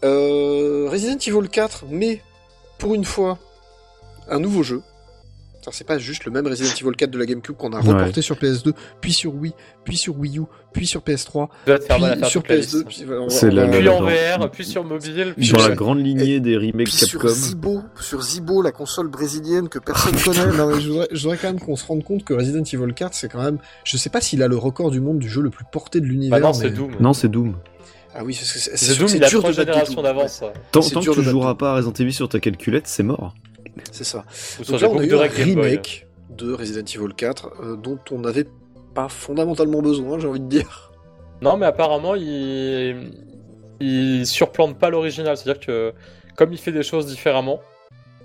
Speaker 1: Euh, Resident Evil 4, mais pour une fois, un nouveau jeu. Ça, C'est pas juste le même Resident Evil 4 de la GameCube qu'on a
Speaker 3: Ouais.
Speaker 1: reporté sur PS2, puis sur Wii, puis sur Wii U, puis sur PS3,
Speaker 2: Tu vas te faire mal à
Speaker 1: puis
Speaker 2: faire
Speaker 1: sur
Speaker 2: toute la
Speaker 1: PS2,
Speaker 2: liste.
Speaker 1: puis, voilà, on va-
Speaker 3: C'est
Speaker 1: on
Speaker 3: la-
Speaker 1: va-
Speaker 2: Puis en
Speaker 3: Dans-
Speaker 2: VR, puis sur mobile, puis
Speaker 3: Dans
Speaker 1: sur-
Speaker 3: la grande lignée des remakes
Speaker 1: puis sur
Speaker 3: Capcom.
Speaker 1: Zibo, sur Zibo, la console brésilienne que personne connaît.
Speaker 6: Non, mais je voudrais, je voudrais quand même qu'on se rende compte que Resident Evil 4, c'est quand même. Je sais pas s'il a le record du monde du jeu le plus porté de l'univers.
Speaker 2: Ah non,
Speaker 6: mais-
Speaker 2: c'est Doom.
Speaker 3: Non, c'est Doom.
Speaker 1: Ah oui, parce que c'est c'est
Speaker 2: C'est
Speaker 1: sûr
Speaker 2: Doom,
Speaker 1: que c'est
Speaker 2: il a
Speaker 1: dur
Speaker 2: trois
Speaker 1: de battre
Speaker 2: générations
Speaker 1: Doom.
Speaker 2: d'avance. hein. ouais.
Speaker 3: Tant,
Speaker 1: C'est
Speaker 3: tant que
Speaker 1: dur
Speaker 3: tu
Speaker 1: de
Speaker 3: joueras
Speaker 1: battre.
Speaker 3: pas à Resident Evil sur ta calculette, c'est mort.
Speaker 1: C'est ça.
Speaker 2: Ou sur
Speaker 1: Donc
Speaker 2: des
Speaker 1: là, on a
Speaker 2: boucles
Speaker 1: eu
Speaker 2: de
Speaker 1: un
Speaker 2: règles Game Boy.
Speaker 1: remake de Resident Evil 4 euh, dont on n'avait pas fondamentalement besoin, j'ai envie de dire.
Speaker 2: Non, mais apparemment, il, il surplante pas l'original. C'est-à-dire que comme il fait des choses différemment,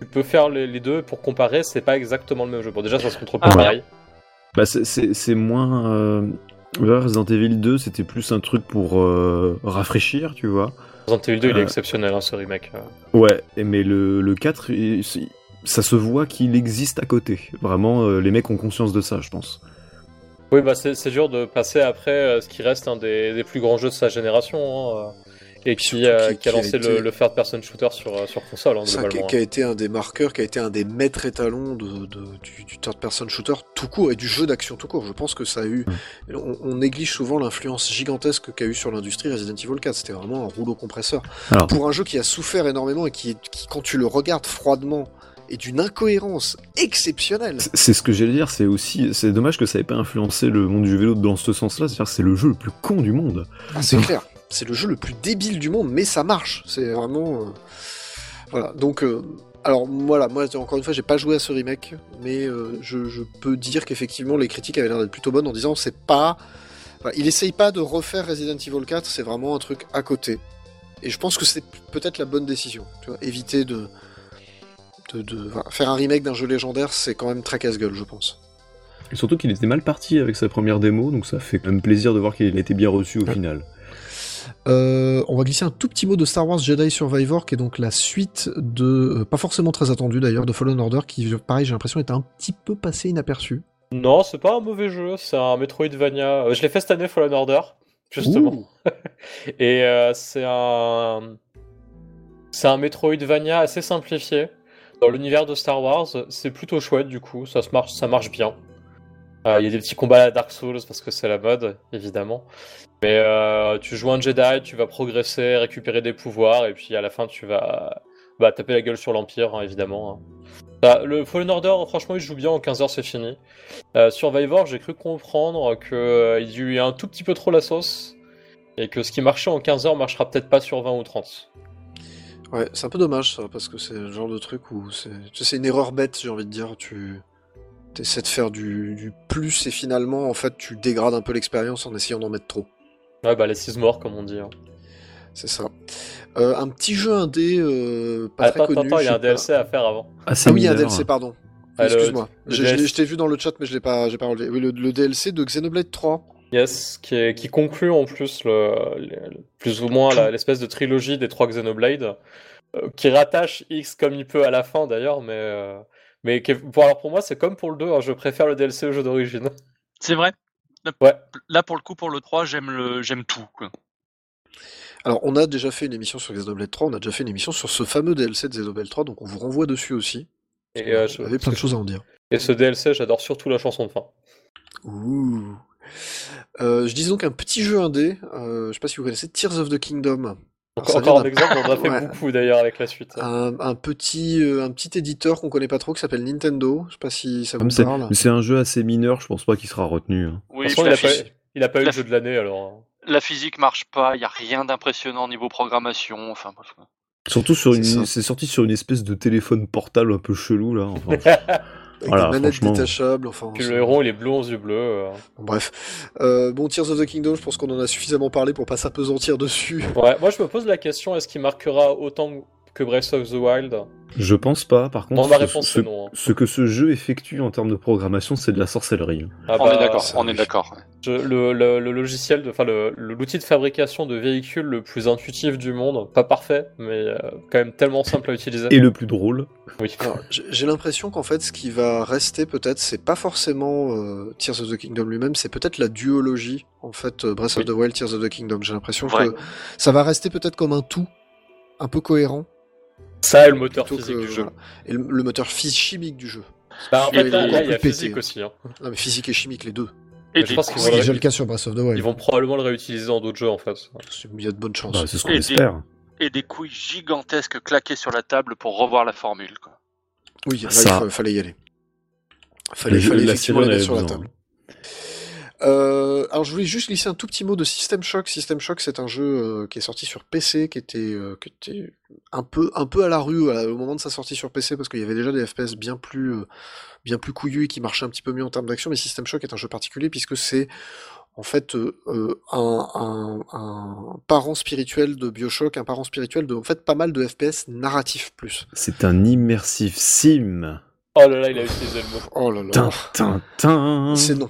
Speaker 2: tu peux faire les, les deux pour comparer. C'est pas exactement le même jeu. Bon, déjà, ça se contrôle pas
Speaker 3: Ah.
Speaker 2: pareil.
Speaker 3: Bah, c'est- c'est c'est moins. euh, ouais, Resident Evil 2, c'était plus un truc pour euh, rafraîchir, tu vois.
Speaker 2: Resident Evil 2, il est
Speaker 3: Euh.
Speaker 2: exceptionnel, hein, ce remake. euh.
Speaker 3: Ouais, et mais le, le 4, il- c'est- ça se voit qu'il existe à côté. Vraiment, euh, les mecs ont conscience de ça, je pense.
Speaker 2: Oui, bah, c'est c'est dur de passer après euh, ce qui reste un des, des plus grands jeux de sa génération. hein, euh,
Speaker 1: Puis
Speaker 2: et qui,
Speaker 1: surtout
Speaker 2: euh,
Speaker 1: qui-
Speaker 2: qui a
Speaker 1: qui a
Speaker 2: lancé
Speaker 1: été-
Speaker 2: le, le third-person shooter sur, euh, sur console, hein,
Speaker 1: Ça, qui,
Speaker 2: globalement.
Speaker 1: qui a été un des marqueurs, qui a été un des maîtres étalons de, de- du, du third-person shooter tout court et du jeu d'action tout court. Je pense que ça a eu. On, on néglige souvent l'influence gigantesque qu'a eu sur l'industrie Resident Evil 4. C'était vraiment un rouleau compresseur.
Speaker 3: Alors.
Speaker 1: Pour un jeu qui a souffert énormément et qui, qui, quand tu le regardes froidement, est d'une incohérence exceptionnelle.
Speaker 3: C'est- C'est ce que j'allais dire, c'est aussi. C'est dommage que ça ait pas influencé le monde du vélo dans ce sens-là. C'est-à-dire que c'est le jeu le plus con du monde.
Speaker 1: Ah, c'est clair. C'est le jeu le plus débile du monde, mais ça marche. C'est vraiment. euh, Voilà. Donc. euh, Alors voilà, moi encore une fois, j'ai pas joué à ce remake, mais euh, je, je peux dire qu'effectivement les critiques avaient l'air d'être plutôt bonnes en disant c'est pas, enfin, il essaye pas de refaire Resident Evil 4, c'est vraiment un truc à côté. Et je pense que c'est peut-être la bonne décision. Tu vois, éviter de, de, de- enfin, faire un remake d'un jeu légendaire, c'est quand même très casse-gueule, je pense.
Speaker 3: Et surtout qu'il était mal parti avec sa première démo, donc ça fait quand même plaisir de voir qu'il a été bien reçu au final.
Speaker 6: Euh, on va glisser un tout petit mot de Star Wars Jedi Survivor, qui est donc la suite de, euh, pas forcément très attendue d'ailleurs, de Fallen Order, qui, pareil, j'ai l'impression est un petit peu passé inaperçu.
Speaker 2: Non, c'est pas un mauvais jeu, c'est un Metroidvania. Euh, Je l'ai fait cette année, Fallen Order, justement.
Speaker 1: Ouh.
Speaker 2: Et euh, c'est un. C'est un Metroidvania assez simplifié. Dans l'univers de Star Wars, c'est plutôt chouette du coup, ça, se marche, ça marche bien. Euh, Il y a des petits combats à Dark Souls parce que c'est la mode, évidemment. Mais euh, tu joues un Jedi, tu vas progresser, récupérer des pouvoirs, et puis à la fin tu vas bah, taper la gueule sur l'Empire, hein, évidemment. Bah, le Fallen Order, franchement, il joue bien, en 15h c'est fini. Euh, Survivor, j'ai cru comprendre qu'il y a eu un tout petit peu trop la sauce, et que ce qui marchait en 15 heures marchera peut-être pas sur 20 ou 30.
Speaker 1: Ouais, c'est un peu dommage ça, parce que c'est le genre de truc où c'est tu sais, c'est une erreur bête, j'ai envie de dire. Tu essaies de faire du, du plus et finalement, en fait, tu dégrades un peu l'expérience en essayant d'en mettre trop.
Speaker 2: Ouais, bah les 6 morts, comme on dit. hein.
Speaker 1: C'est ça. Euh, un petit jeu indé euh, pas
Speaker 2: Attends,
Speaker 1: très
Speaker 2: attends,
Speaker 1: connu.
Speaker 2: attends, il y
Speaker 1: je
Speaker 2: a un
Speaker 1: sais
Speaker 2: DLC à faire avant.
Speaker 3: Ah,
Speaker 1: pas. Ah oui, il y a un DLC, pardon.
Speaker 2: Ah, le-
Speaker 1: Excuse-moi.
Speaker 2: le
Speaker 1: Je, je l'ai-
Speaker 2: DLC.
Speaker 1: je t'ai vu dans le chat, mais je l'ai pas, j'ai pas relevé. Oui, le, le DLC de Xenoblade 3.
Speaker 2: Yes, qui, est- qui conclut en plus le, le- le- plus ou moins la- l'espèce de trilogie des trois Xenoblade, euh, qui rattache X comme il peut à la fin d'ailleurs, mais, euh, mais qui est- pour, alors pour moi c'est comme pour le 2, hein, je préfère le DLC au jeu d'origine.
Speaker 5: C'est vrai
Speaker 2: Ouais.
Speaker 5: Là, pour le coup, pour le 3, j'aime le... j'aime tout. quoi.
Speaker 1: Alors, on a déjà fait une émission sur Xenoblade 3, on a déjà fait une émission sur ce fameux DLC de Xenoblade 3, donc on vous renvoie dessus aussi.
Speaker 2: Et, euh, je-
Speaker 1: On avait plein de choses à en dire.
Speaker 2: et ce DLC, j'adore surtout la chanson de fin.
Speaker 1: Ouh. Euh, je dis donc un petit jeu indé, euh, je sais pas si vous connaissez Tears of the Kingdom. Alors,
Speaker 2: Encore-
Speaker 1: Ah, ça
Speaker 2: encore un
Speaker 1: vient
Speaker 2: exemple, on en a fait
Speaker 1: Ouais. Ah.
Speaker 2: beaucoup d'ailleurs avec la suite.
Speaker 1: d'un- un, un petit, euh, un petit éditeur qu'on connaît pas trop qui s'appelle Nintendo, je sais pas si ça hein, vous
Speaker 3: Comme Ah, c'est-
Speaker 1: parle.
Speaker 3: C'est un jeu assez mineur, je pense pas qu'il sera retenu. hein.
Speaker 5: Oui,
Speaker 2: De toute façon, il
Speaker 5: je
Speaker 2: a
Speaker 5: l'affiche.
Speaker 2: pas- Il a pas eu
Speaker 5: La-
Speaker 2: le jeu de l'année alors.
Speaker 5: La physique marche pas, il y a rien d'impressionnant au niveau programmation. Enfin, bref.
Speaker 1: Ah
Speaker 3: Surtout sur
Speaker 1: C'est
Speaker 3: une,
Speaker 1: ça.
Speaker 3: c'est sorti sur une espèce de téléphone portable un peu chelou là. enfin.
Speaker 2: hein.
Speaker 1: Avec
Speaker 3: Voilà,
Speaker 1: des manettes
Speaker 3: franchement.
Speaker 1: détachables, enfin.
Speaker 2: Puis
Speaker 1: c'est-
Speaker 2: le héros, il est blond aux yeux bleus. euh.
Speaker 1: Bon, bref. Euh, bon, Tears of the Kingdom, je pense qu'on en a suffisamment parlé pour pas s'apesantir dessus.
Speaker 2: Ouais, moi je me pose la question est-ce qu'il marquera autant que Breath of the Wild
Speaker 3: Je pense pas. Par contre,
Speaker 2: Non, ma
Speaker 3: ce-
Speaker 2: réponse
Speaker 3: ce,
Speaker 2: c'est non. hein.
Speaker 3: ce que ce jeu effectue en termes de programmation, c'est de la sorcellerie. hein.
Speaker 2: Ah
Speaker 5: on
Speaker 2: bah,
Speaker 5: est d'accord,
Speaker 1: ça,
Speaker 5: on est
Speaker 1: oui.
Speaker 5: d'accord. ouais.
Speaker 2: je- le, le- le logiciel, de- enfin le- le- l'outil de fabrication de véhicules le plus intuitif du monde, pas parfait, mais euh, quand même tellement simple à utiliser.
Speaker 3: Et le plus drôle,
Speaker 2: Oui.
Speaker 1: Alors, j'ai j'ai l'impression qu'en fait, ce qui va rester peut-être, c'est pas forcément euh, Tears of the Kingdom lui-même, c'est peut-être la duologie, en fait, euh, Breath of the Wild, Tears of the Kingdom. J'ai l'impression
Speaker 5: Vrai.
Speaker 1: que ça va rester peut-être comme un tout, un peu cohérent.
Speaker 2: Ça et le moteur
Speaker 1: plutôt
Speaker 2: physique
Speaker 1: que-
Speaker 2: du jeu.
Speaker 1: voilà. Et le, le moteur physique chimique du jeu.
Speaker 2: Bah, en
Speaker 1: Il est
Speaker 2: fait, là,
Speaker 1: encore
Speaker 2: là, il y a
Speaker 1: plus
Speaker 2: physique
Speaker 1: pété.
Speaker 2: aussi. hein.
Speaker 1: Non, mais physique et chimique, les deux.
Speaker 2: Mais
Speaker 5: Et
Speaker 2: je
Speaker 5: du
Speaker 2: pense
Speaker 5: coup,
Speaker 2: qu'ils
Speaker 6: C'est
Speaker 2: Ouais.
Speaker 6: déjà le cas sur Breath of the Wild.
Speaker 2: Ils vont probablement le réutiliser dans d'autres jeux en fait.
Speaker 1: C'est- Il y a de bonnes chances.
Speaker 3: bah, c'est ce qu'on
Speaker 5: Et-
Speaker 3: espère.
Speaker 5: et des couilles gigantesques claquées sur la table pour revoir la formule. Quoi.
Speaker 1: Oui, là, il
Speaker 3: Ça.
Speaker 1: fa- fallait y aller.
Speaker 3: Le
Speaker 1: Fallait,
Speaker 3: jeu-
Speaker 1: fallait
Speaker 3: la
Speaker 1: effectivement
Speaker 3: série,
Speaker 1: les
Speaker 3: on
Speaker 1: mettre
Speaker 3: avait
Speaker 1: sur la
Speaker 3: besoin.
Speaker 1: table. Euh, alors je voulais juste glisser un tout petit mot de System Shock. System Shock, c'est un jeu euh, qui est sorti sur PC, qui était, euh, qui était un peu, un peu à la rue à- au moment de sa sortie sur PC, parce qu'il y avait déjà des FPS bien plus, euh, bien plus couillus et qui marchaient un petit peu mieux en termes d'action. Mais System Shock est un jeu particulier puisque c'est en fait euh, euh, un, un- un parent spirituel de Bioshock, un parent spirituel de, en fait, pas mal de FPS narratifs plus.
Speaker 3: C'est un immersif sim.
Speaker 2: Oh là là, il a utilisé le mot.
Speaker 1: Oh là là.
Speaker 3: Tintin, tin.
Speaker 1: C'est non.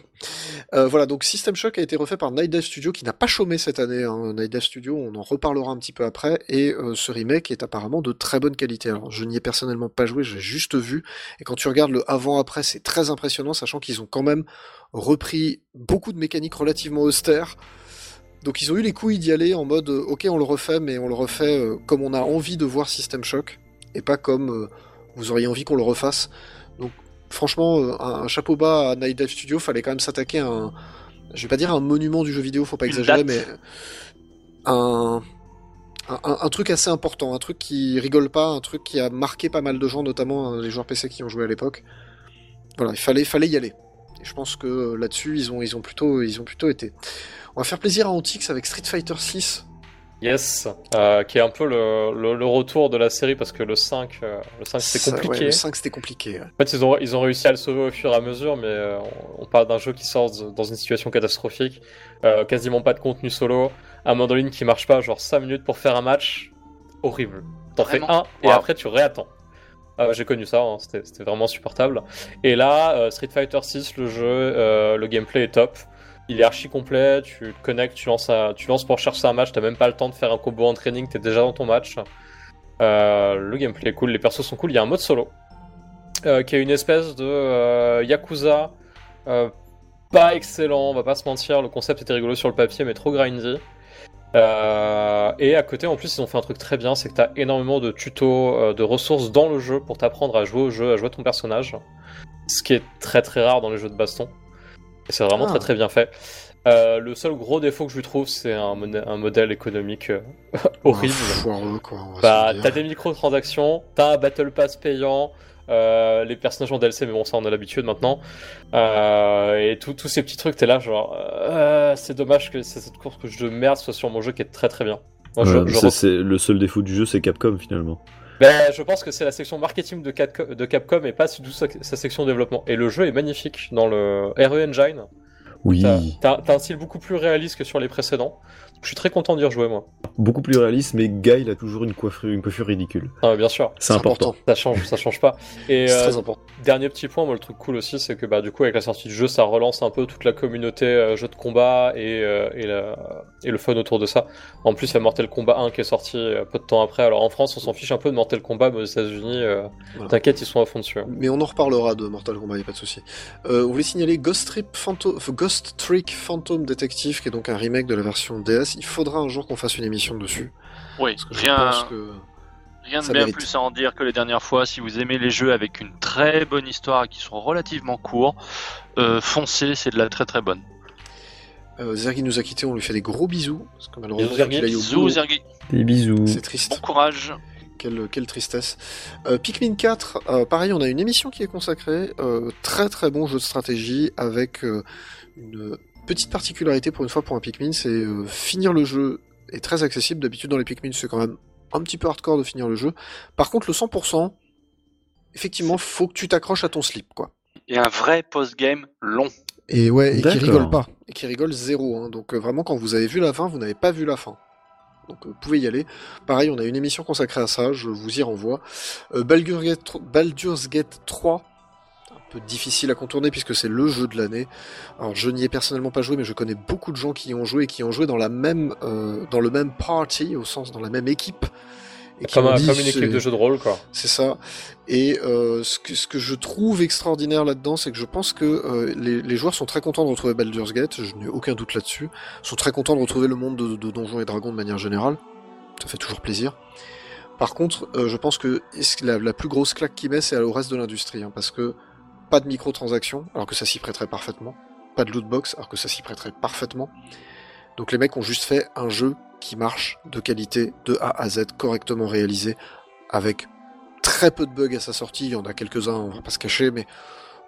Speaker 1: Euh, voilà, donc System Shock a été refait par Night Dive Studio, qui n'a pas chômé cette année. hein. Night Dive Studio, on en reparlera un petit peu après. Et euh, ce remake est apparemment de très bonne qualité. Alors, je n'y ai personnellement pas joué, j'ai juste vu. Et quand tu regardes le avant-après, c'est très impressionnant, sachant qu'ils ont quand même repris beaucoup de mécaniques relativement austères. Donc ils ont eu les couilles d'y aller en mode euh, ok on le refait mais on le refait euh, comme on a envie de voir System Shock et pas comme euh, vous auriez envie qu'on le refasse. Donc franchement euh, un, un chapeau bas à Night Dive Studio fallait quand même s'attaquer à un je vais pas dire un monument du jeu vidéo faut pas
Speaker 5: Une
Speaker 1: exagérer
Speaker 5: date.
Speaker 1: mais un, un- un- un truc assez important, un truc qui rigole pas, un truc qui a marqué pas mal de gens notamment euh, les joueurs PC qui y ont joué à l'époque. Voilà il fallait fallait y aller. Et je pense que euh, là-dessus ils ont ils ont plutôt ils ont plutôt été. On va faire plaisir à Antix avec Street Fighter 6.
Speaker 2: Yes, euh, qui est un peu le, le- le retour de la série parce que le 5, euh, le 5 c'était compliqué.
Speaker 1: le 5 c'était compliqué. ouais.
Speaker 2: En fait, ils ont, ils ont réussi à le sauver au fur et à mesure, mais euh, on, on parle d'un jeu qui sort de- dans une situation catastrophique, euh, quasiment pas de contenu solo, un mandoline qui marche pas, genre 5 minutes pour faire un match, horrible. T'en fais
Speaker 5: Vraiment
Speaker 2: un et
Speaker 5: Wow.
Speaker 2: après tu réattends. Ah, J'ai connu ça, hein, c'était c'était vraiment supportable. Et là, euh, Street Fighter 6, le jeu, euh, le gameplay est top. Il est archi complet, tu te connectes, tu lances, un- tu lances pour chercher un match, t'as même pas le temps de faire un combo en training, t'es déjà dans ton match. Euh, le gameplay est cool, les persos sont cool, il y a un mode solo euh, qui est une espèce de euh, Yakuza euh, pas excellent, on va pas se mentir, le concept était rigolo sur le papier mais trop grindy. Euh, et à côté en plus ils ont fait un truc très bien, c'est que t'as énormément de tutos, euh, de ressources dans le jeu pour t'apprendre à jouer au jeu, à jouer ton personnage, ce qui est très très rare dans les jeux de baston. Et c'est vraiment
Speaker 1: Ah.
Speaker 2: très très bien fait. Euh, le seul gros défaut que je lui trouve, c'est un, mon- un modèle économique euh, horrible.
Speaker 1: Un foireux, quoi. on va se
Speaker 2: Bah,
Speaker 1: le
Speaker 2: t'as
Speaker 1: dire.
Speaker 2: des microtransactions, t'as un Battle Pass payant, euh, les personnages en DLC, mais bon, ça on a l'habitude maintenant. Euh, et tout- tous ces petits trucs, t'es là, genre, euh, c'est dommage que c'est cette course que je merde soit sur mon jeu qui est très très bien. Moi, je,
Speaker 3: Voilà,
Speaker 2: je rec-
Speaker 3: ça, Euh, c'est le seul défaut du jeu, c'est Capcom finalement.
Speaker 2: Ben, je pense que c'est la section marketing de, Capco- de Capcom et pas du tout sa, sa section développement. Et le jeu est magnifique dans le RE Engine.
Speaker 3: Oui.
Speaker 2: T'as t'as- t'as un style beaucoup plus réaliste que sur les précédents. Je suis très content d'y rejouer, moi.
Speaker 3: Beaucoup plus réaliste, mais Guy, il a toujours une coiffure, une coiffure ridicule.
Speaker 2: Ah, bien sûr,
Speaker 3: C'est important.
Speaker 2: ça change, ça change pas. Et,
Speaker 1: C'est
Speaker 2: euh,
Speaker 1: très important.
Speaker 2: Dernier petit point, moi le truc cool aussi, c'est que bah du coup avec la sortie du jeu, ça relance un peu toute la communauté euh, jeu de combat et, euh, et, la- et le fun autour de ça. En plus, il y a Mortal Kombat 1 qui est sorti euh, peu de temps après. Alors en France, on s'en fiche un peu de Mortal Kombat, mais aux États-Unis, euh,
Speaker 1: Voilà.
Speaker 2: t'inquiète, ils sont à fond dessus. hein.
Speaker 1: Mais on en reparlera de Mortal Kombat, y a pas de souci. Euh, on voulait signaler Ghost, Trip Phantom... enfin, Ghost Trick Phantom Detective, qui est donc un remake de la version DS. Il faudra un jour qu'on fasse une émission dessus.
Speaker 5: Oui,
Speaker 1: Parce que je pense
Speaker 5: rien,
Speaker 1: que.
Speaker 5: rien de
Speaker 1: ça
Speaker 5: bien
Speaker 1: mérite.
Speaker 5: plus à en dire que les dernières fois. Si vous aimez les jeux avec une très bonne histoire et qui sont relativement courts, euh, foncez, c'est de la très très bonne.
Speaker 1: Euh, Zergi nous a quittés, on lui fait des gros bisous. Parce que malheureusement, faut
Speaker 2: Bisous, Zergi.
Speaker 1: qu'il aille au
Speaker 5: Zou,
Speaker 1: boulot.
Speaker 5: Zergi,
Speaker 3: Des bisous.
Speaker 1: C'est
Speaker 5: bon
Speaker 1: triste.
Speaker 5: courage.
Speaker 1: Quelle, quelle tristesse. Euh, Pikmin 4, euh, pareil, on a une émission qui est consacrée. euh, très très bon jeu de stratégie avec euh, une Petite particularité pour une fois pour un Pikmin, c'est euh, finir le jeu est très accessible. D'habitude dans les Pikmin, c'est quand même un petit peu hardcore de finir le jeu. Par contre, le 100%, effectivement, faut que tu t'accroches à ton slip, quoi.
Speaker 5: Et un vrai post-game long.
Speaker 6: Et ouais, et qui
Speaker 3: D'accord.
Speaker 6: rigole pas.
Speaker 1: et qui rigole zéro. hein. Donc euh, vraiment, quand vous avez vu la fin, vous n'avez pas vu la fin. Donc euh, vous pouvez y aller. Pareil, on a une émission consacrée à ça, je vous y renvoie. Euh, Baldur's, Gate, tr- Baldur's Gate 3, un peu difficile à contourner puisque c'est le jeu de l'année. Alors je n'y ai personnellement pas joué, mais je connais beaucoup de gens qui y ont joué et qui y ont joué dans, la même, euh, dans le même party, au sens dans la même équipe. Et qui euh,
Speaker 2: Comme,
Speaker 1: ont
Speaker 2: un-
Speaker 1: dit,
Speaker 2: comme une équipe
Speaker 1: c'est-
Speaker 2: de jeu de rôle, quoi.
Speaker 1: c'est ça. Et euh, ce, que, ce que je trouve extraordinaire là-dedans, c'est que je pense que euh, les, les joueurs sont très contents de retrouver Baldur's Gate, je n'ai aucun doute là-dessus. Ils sont très contents de retrouver le monde de, de Donjons et Dragons de manière générale. Ça fait toujours plaisir. Par contre, euh, je pense que est-ce que la, la plus grosse claque qui met, c'est au reste de l'industrie. hein, parce que pas de microtransactions, alors que ça s'y prêterait parfaitement. Pas de lootbox, alors que ça s'y prêterait parfaitement. Donc les mecs ont juste fait un jeu qui marche de qualité, de A à Z, correctement réalisé, avec très peu de bugs à sa sortie. Il y en a quelques-uns, on va pas se cacher, mais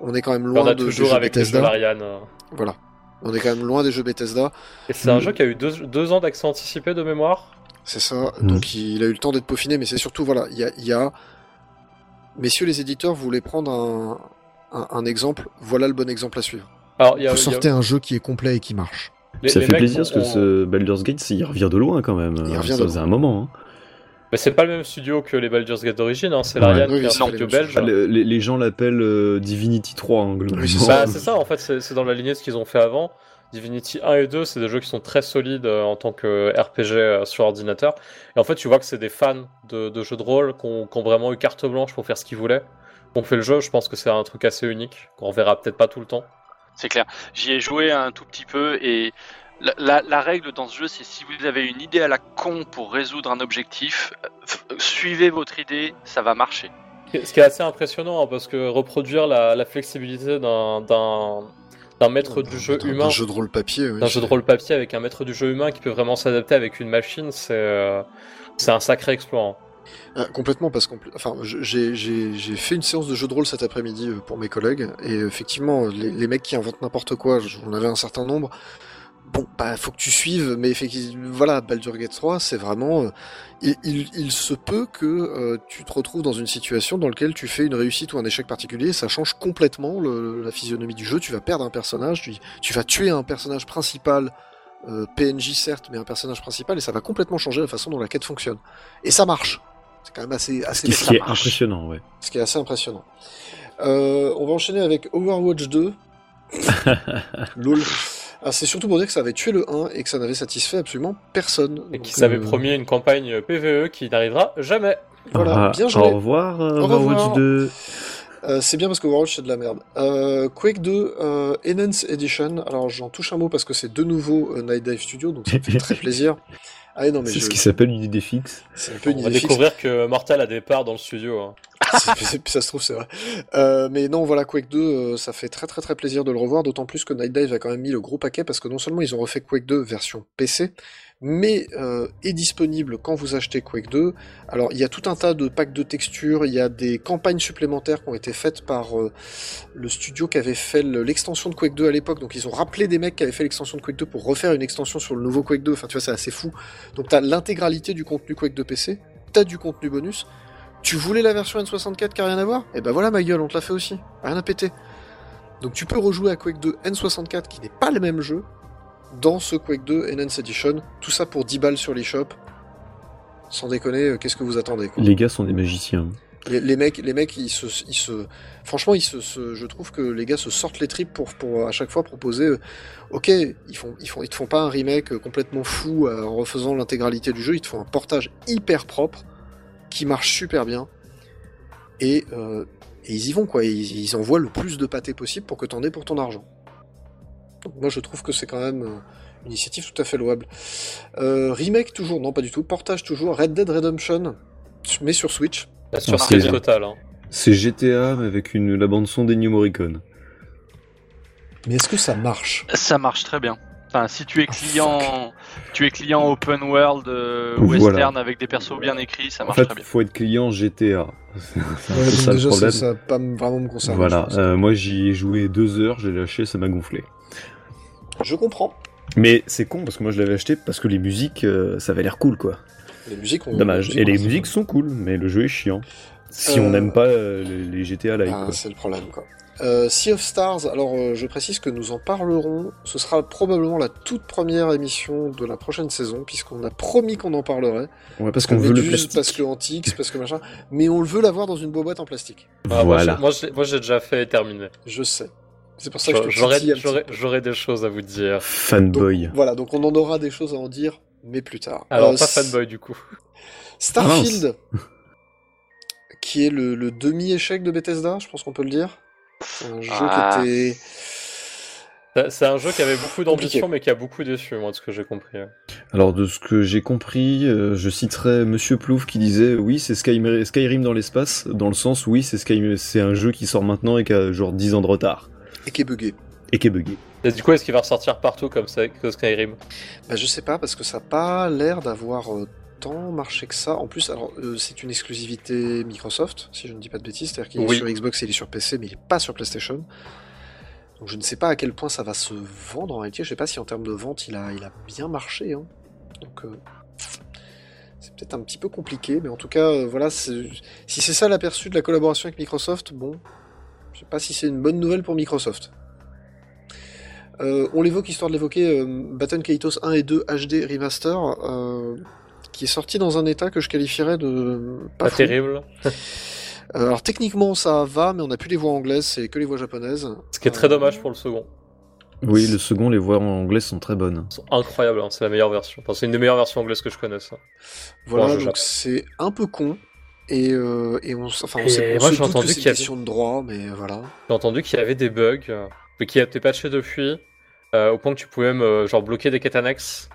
Speaker 1: on est quand même loin
Speaker 2: on a
Speaker 1: de, des
Speaker 2: toujours
Speaker 1: jeux
Speaker 2: avec les jeux
Speaker 1: Bethesda.
Speaker 2: d'Ariane. euh.
Speaker 1: Voilà. On est quand même loin des jeux Bethesda.
Speaker 2: Et
Speaker 1: Mm.
Speaker 2: c'est un jeu qui a eu deux, deux ans d'accès anticipé de mémoire.
Speaker 1: C'est ça.
Speaker 6: Mm.
Speaker 1: Donc il a eu le temps d'être peaufiné, mais c'est surtout, voilà, il y a, il y a- Messieurs les éditeurs, vous voulez prendre un, un- un exemple, voilà le bon exemple à suivre.
Speaker 2: Alors, il y a,
Speaker 6: Vous
Speaker 2: il y a-
Speaker 6: sortez un jeu qui est complet et qui marche.
Speaker 2: les-
Speaker 3: ça
Speaker 2: les
Speaker 3: fait
Speaker 2: mecs
Speaker 3: plaisir parce que
Speaker 2: ont-
Speaker 3: ce Baldur's Gate, il revient de loin quand même.
Speaker 1: Il
Speaker 3: Euh,
Speaker 1: revient de
Speaker 3: ça faisait
Speaker 1: loin.
Speaker 3: un moment. hein.
Speaker 2: Mais c'est pas le même studio que les Baldur's Gate d'origine, hein. c'est
Speaker 3: Ouais.
Speaker 2: l'Ariane
Speaker 1: Oui,
Speaker 2: qui est
Speaker 1: c'est pas
Speaker 2: un
Speaker 1: les
Speaker 2: studio
Speaker 1: mêmes
Speaker 2: belge.
Speaker 3: Ah, le- les, les gens l'appellent euh, Divinity 3, hein, globalement.
Speaker 1: Oui, c'est
Speaker 2: Bah, c'est ça, en fait, c'est c'est dans la lignée de ce qu'ils ont fait avant. Divinity 1 et 2, c'est des jeux qui sont très solides euh, en tant que RPG euh, sur ordinateur. Et en fait, tu vois que c'est des fans de, de jeux de rôle qui ont, qui ont vraiment eu carte blanche pour faire ce qu'ils voulaient. On fait le jeu, je pense que c'est un truc assez unique, qu'on verra peut-être pas tout le temps.
Speaker 5: C'est clair. J'y ai joué un tout petit peu et la, la- la règle dans ce jeu, c'est si vous avez une idée à la con pour résoudre un objectif, euh, f- suivez votre idée, ça va marcher.
Speaker 2: Ce qui est assez impressionnant, hein, parce que reproduire la, la flexibilité d'un- d'un d'un maître du jeu
Speaker 1: D'un- d'un
Speaker 2: humain
Speaker 1: jeu de rôle papier. oui,
Speaker 2: d'un jeu de
Speaker 1: c'est-
Speaker 2: rôle papier avec un maître du jeu humain qui peut vraiment s'adapter avec une machine, c'est euh, c'est un sacré exploit. hein.
Speaker 1: Ah, complètement, parce que enfin, je- j'ai- j'ai j'ai fait une séance de jeu de rôle cet après-midi euh, pour mes collègues, et effectivement, les, les mecs qui inventent n'importe quoi, je- j'en avais un certain nombre. Bon, bah, faut que tu suives, mais effectivement, voilà, Baldur's Gate 3, c'est vraiment. euh, il, il- il se peut que euh, tu te retrouves dans une situation dans laquelle tu fais une réussite ou un échec particulier, ça change complètement le- la physionomie du jeu, tu vas perdre un personnage, tu, tu vas tuer un personnage principal, euh, PNJ certes, mais un personnage principal, et ça va complètement changer la façon dont la quête fonctionne. Et ça marche! C'est quand même assez, assez
Speaker 3: Ce qui est impressionnant, ouais.
Speaker 1: ce qui est assez impressionnant. Euh, on va enchaîner avec Overwatch 2. Lol. Ah, c'est surtout pour dire que ça avait tué le 1 et que ça n'avait satisfait absolument personne.
Speaker 2: Et
Speaker 1: Donc,
Speaker 2: qui s'avait
Speaker 1: euh,
Speaker 2: promis une campagne PVE qui n'arrivera jamais.
Speaker 1: Voilà,
Speaker 3: Ah,
Speaker 1: bien joué.
Speaker 3: Au revoir, euh,
Speaker 1: Au
Speaker 3: Overwatch
Speaker 1: revoir.
Speaker 3: 2.
Speaker 1: Euh, c'est bien parce que Overwatch c'est de la merde. Euh, Quake 2 euh, Enhanced Edition. Alors j'en touche un mot parce que c'est de nouveau euh, Night Dive Studio, donc ça me fait très plaisir. Ah non mais
Speaker 3: C'est
Speaker 1: je-
Speaker 3: ce qui s'appelle une idée fixe.
Speaker 1: c'est un peu une
Speaker 2: On va
Speaker 1: idée fixe.
Speaker 2: découvrir que Mortal a des parts dans le studio. hein.
Speaker 1: C'est- c'est- ça se trouve, c'est vrai. Euh, mais non, voilà, Quake 2, euh, ça fait très très très plaisir de le revoir, d'autant plus que Night Dive a quand même mis le gros paquet, parce que non seulement ils ont refait Quake 2 version PC, mais euh, est disponible quand vous achetez Quake 2. Alors, il y a tout un tas de packs de textures, il y a des campagnes supplémentaires qui ont été faites par euh, le studio qui avait fait le- l'extension de Quake 2 à l'époque, donc ils ont rappelé des mecs qui avaient fait l'extension de Quake 2 pour refaire une extension sur le nouveau Quake 2, enfin tu vois, c'est assez fou. Donc t'as l'intégralité du contenu Quake 2 PC, t'as du contenu bonus, tu voulais la version N64 qui a rien à voir Et ben voilà ma gueule, on te l'a fait aussi. Rien à péter. Donc tu peux rejouer à Quake 2 N64 qui n'est pas le même jeu dans ce Quake 2 Enhanced Edition. Tout ça pour 10 balles sur l'eShop. Sans déconner, euh, qu'est-ce que vous attendez quoi
Speaker 3: Les gars sont des magiciens.
Speaker 1: les, les mecs, les mecs, ils se, ils se, franchement, ils se, se- je trouve que les gars se sortent les tripes pour, pour à chaque fois proposer. euh, ok, ils font, ils font, ils te font pas un remake euh, complètement fou euh, en refaisant l'intégralité du jeu. Ils te font un portage hyper propre qui marche super bien. Et, euh, et ils y vont quoi. Ils, ils envoient le plus de pâté possible pour que t'en aies pour ton argent. Donc moi, je trouve que c'est quand même euh, une initiative tout à fait louable. Euh, remake toujours, non pas du tout. Portage toujours. Red Dead Redemption, mais sur Switch.
Speaker 2: La
Speaker 3: c'est
Speaker 2: surprise
Speaker 3: bien.
Speaker 2: totale. hein.
Speaker 3: C'est GTA, mais avec une, la bande-son des New Morricone.
Speaker 6: Mais est-ce que ça marche
Speaker 5: Ça marche très bien. Enfin, si tu es
Speaker 1: Oh,
Speaker 5: client, tu es client open world euh, western
Speaker 3: Voilà.
Speaker 5: avec des persos bien écrits, ça
Speaker 3: En
Speaker 5: marche
Speaker 3: fait,
Speaker 5: très bien.
Speaker 3: faut être client GTA. C'est un peu
Speaker 6: Ouais, donc
Speaker 3: ça le
Speaker 6: Déjà, ça,
Speaker 3: problème.
Speaker 6: ça va pas m- vraiment me concerner.
Speaker 3: voilà,
Speaker 6: je pense.
Speaker 3: euh, moi j'y ai joué deux heures, j'ai lâché, ça m'a gonflé.
Speaker 1: Je comprends.
Speaker 3: Mais c'est con parce que moi je l'avais acheté parce que les musiques, euh, ça avait l'air cool quoi.
Speaker 1: Les musiques ont.
Speaker 3: Dommage. Et
Speaker 1: ont-
Speaker 3: les musiques sont cool, mais le jeu est chiant. Si
Speaker 1: Euh,
Speaker 3: on n'aime pas euh, les, les GTA Live.
Speaker 1: Ah,
Speaker 3: quoi.
Speaker 1: c'est le problème, quoi. Euh, sea of Stars, alors euh, je précise que nous en parlerons, ce sera probablement la toute première émission de la prochaine saison, puisqu'on a promis qu'on en parlerait,
Speaker 3: Ouais,
Speaker 1: parce que
Speaker 3: qu'on veut le
Speaker 1: Méduse,
Speaker 3: plastique.
Speaker 1: parce que Antix, parce que machin, mais on le veut l'avoir dans une boîte en plastique,
Speaker 2: Ah, moi,
Speaker 3: Voilà.
Speaker 2: je- Moi, je l'ai- moi, j'ai déjà fait et terminé.
Speaker 1: je sais. C'est pour ça que je,
Speaker 2: J'aurais
Speaker 1: te titille un
Speaker 2: j'aurais-
Speaker 1: petit
Speaker 2: j'aurais- j'aurais des choses à vous dire.
Speaker 3: Fanboy.
Speaker 1: Voilà, donc on en aura des choses à en dire, mais plus tard.
Speaker 2: Alors,
Speaker 1: Euh,
Speaker 2: pas
Speaker 1: S-
Speaker 2: fanboy du coup.
Speaker 1: Starfield, qui est le, le demi-échec de Bethesda, je pense qu'on peut le dire. Un jeu
Speaker 5: Ah.
Speaker 1: qui était...
Speaker 2: C'est- C'est un jeu qui avait beaucoup d'ambition,
Speaker 1: Compliqué.
Speaker 2: mais qui a beaucoup déçu, moi, de ce que j'ai compris. hein.
Speaker 3: Alors de ce que j'ai compris, euh, je citerai Monsieur Plouf qui disait oui c'est Skyrim, Skyrim dans l'espace, dans le sens oui c'est Skyrim, c'est un jeu qui sort maintenant et qui a genre 10 ans de retard
Speaker 1: et qui est bugué.
Speaker 3: et qui est buggé.
Speaker 2: Et du coup, est-ce qu'il va ressortir partout comme ça, que Skyrim
Speaker 1: Bah, je sais pas, parce que ça n'a pas l'air d'avoir euh, tant marché que ça. En plus, alors euh, c'est une exclusivité Microsoft, si je ne dis pas de bêtises. C'est-à-dire qu'il
Speaker 2: Oui.
Speaker 1: est sur Xbox et il est sur PC, mais il n'est pas sur PlayStation. Donc je ne sais pas à quel point ça va se vendre en réalité. Je sais pas si en termes de vente, il a, il a bien marché. hein. Donc euh, c'est peut-être un petit peu compliqué, mais en tout cas, euh, voilà, c'est- si c'est ça l'aperçu de la collaboration avec Microsoft, bon, je sais pas si c'est une bonne nouvelle pour Microsoft. Euh, on l'évoque histoire de l'évoquer, euh, Batten Kaitos 1 et 2 HD Remaster, euh, qui est sorti dans un état que je qualifierais de
Speaker 2: Pas
Speaker 1: fou.
Speaker 2: terrible.
Speaker 1: Euh, alors techniquement ça va, mais on n'a plus les voix anglaises, c'est que les voix japonaises.
Speaker 2: Ce qui est
Speaker 1: Euh,
Speaker 2: très dommage pour le second.
Speaker 3: Oui le second les voix en anglais sont très bonnes.
Speaker 2: Ils sont incroyables, hein, c'est la meilleure version. Enfin, c'est une des meilleures versions anglaises que je connaisse. hein.
Speaker 1: Voilà,
Speaker 2: Bon, je-
Speaker 1: donc c'est un peu con. Et, euh, et on, s- enfin, on
Speaker 2: Et
Speaker 1: sait on
Speaker 2: moi,
Speaker 1: se
Speaker 2: j'ai
Speaker 1: doute
Speaker 2: entendu
Speaker 1: que c'est
Speaker 2: qu'il y
Speaker 1: une
Speaker 2: avait-
Speaker 1: question de droit, mais voilà.
Speaker 2: J'ai entendu qu'il y avait des bugs, euh, mais qui été patchés depuis, euh, au point que tu pouvais même euh, genre bloquer des quêtes annexes.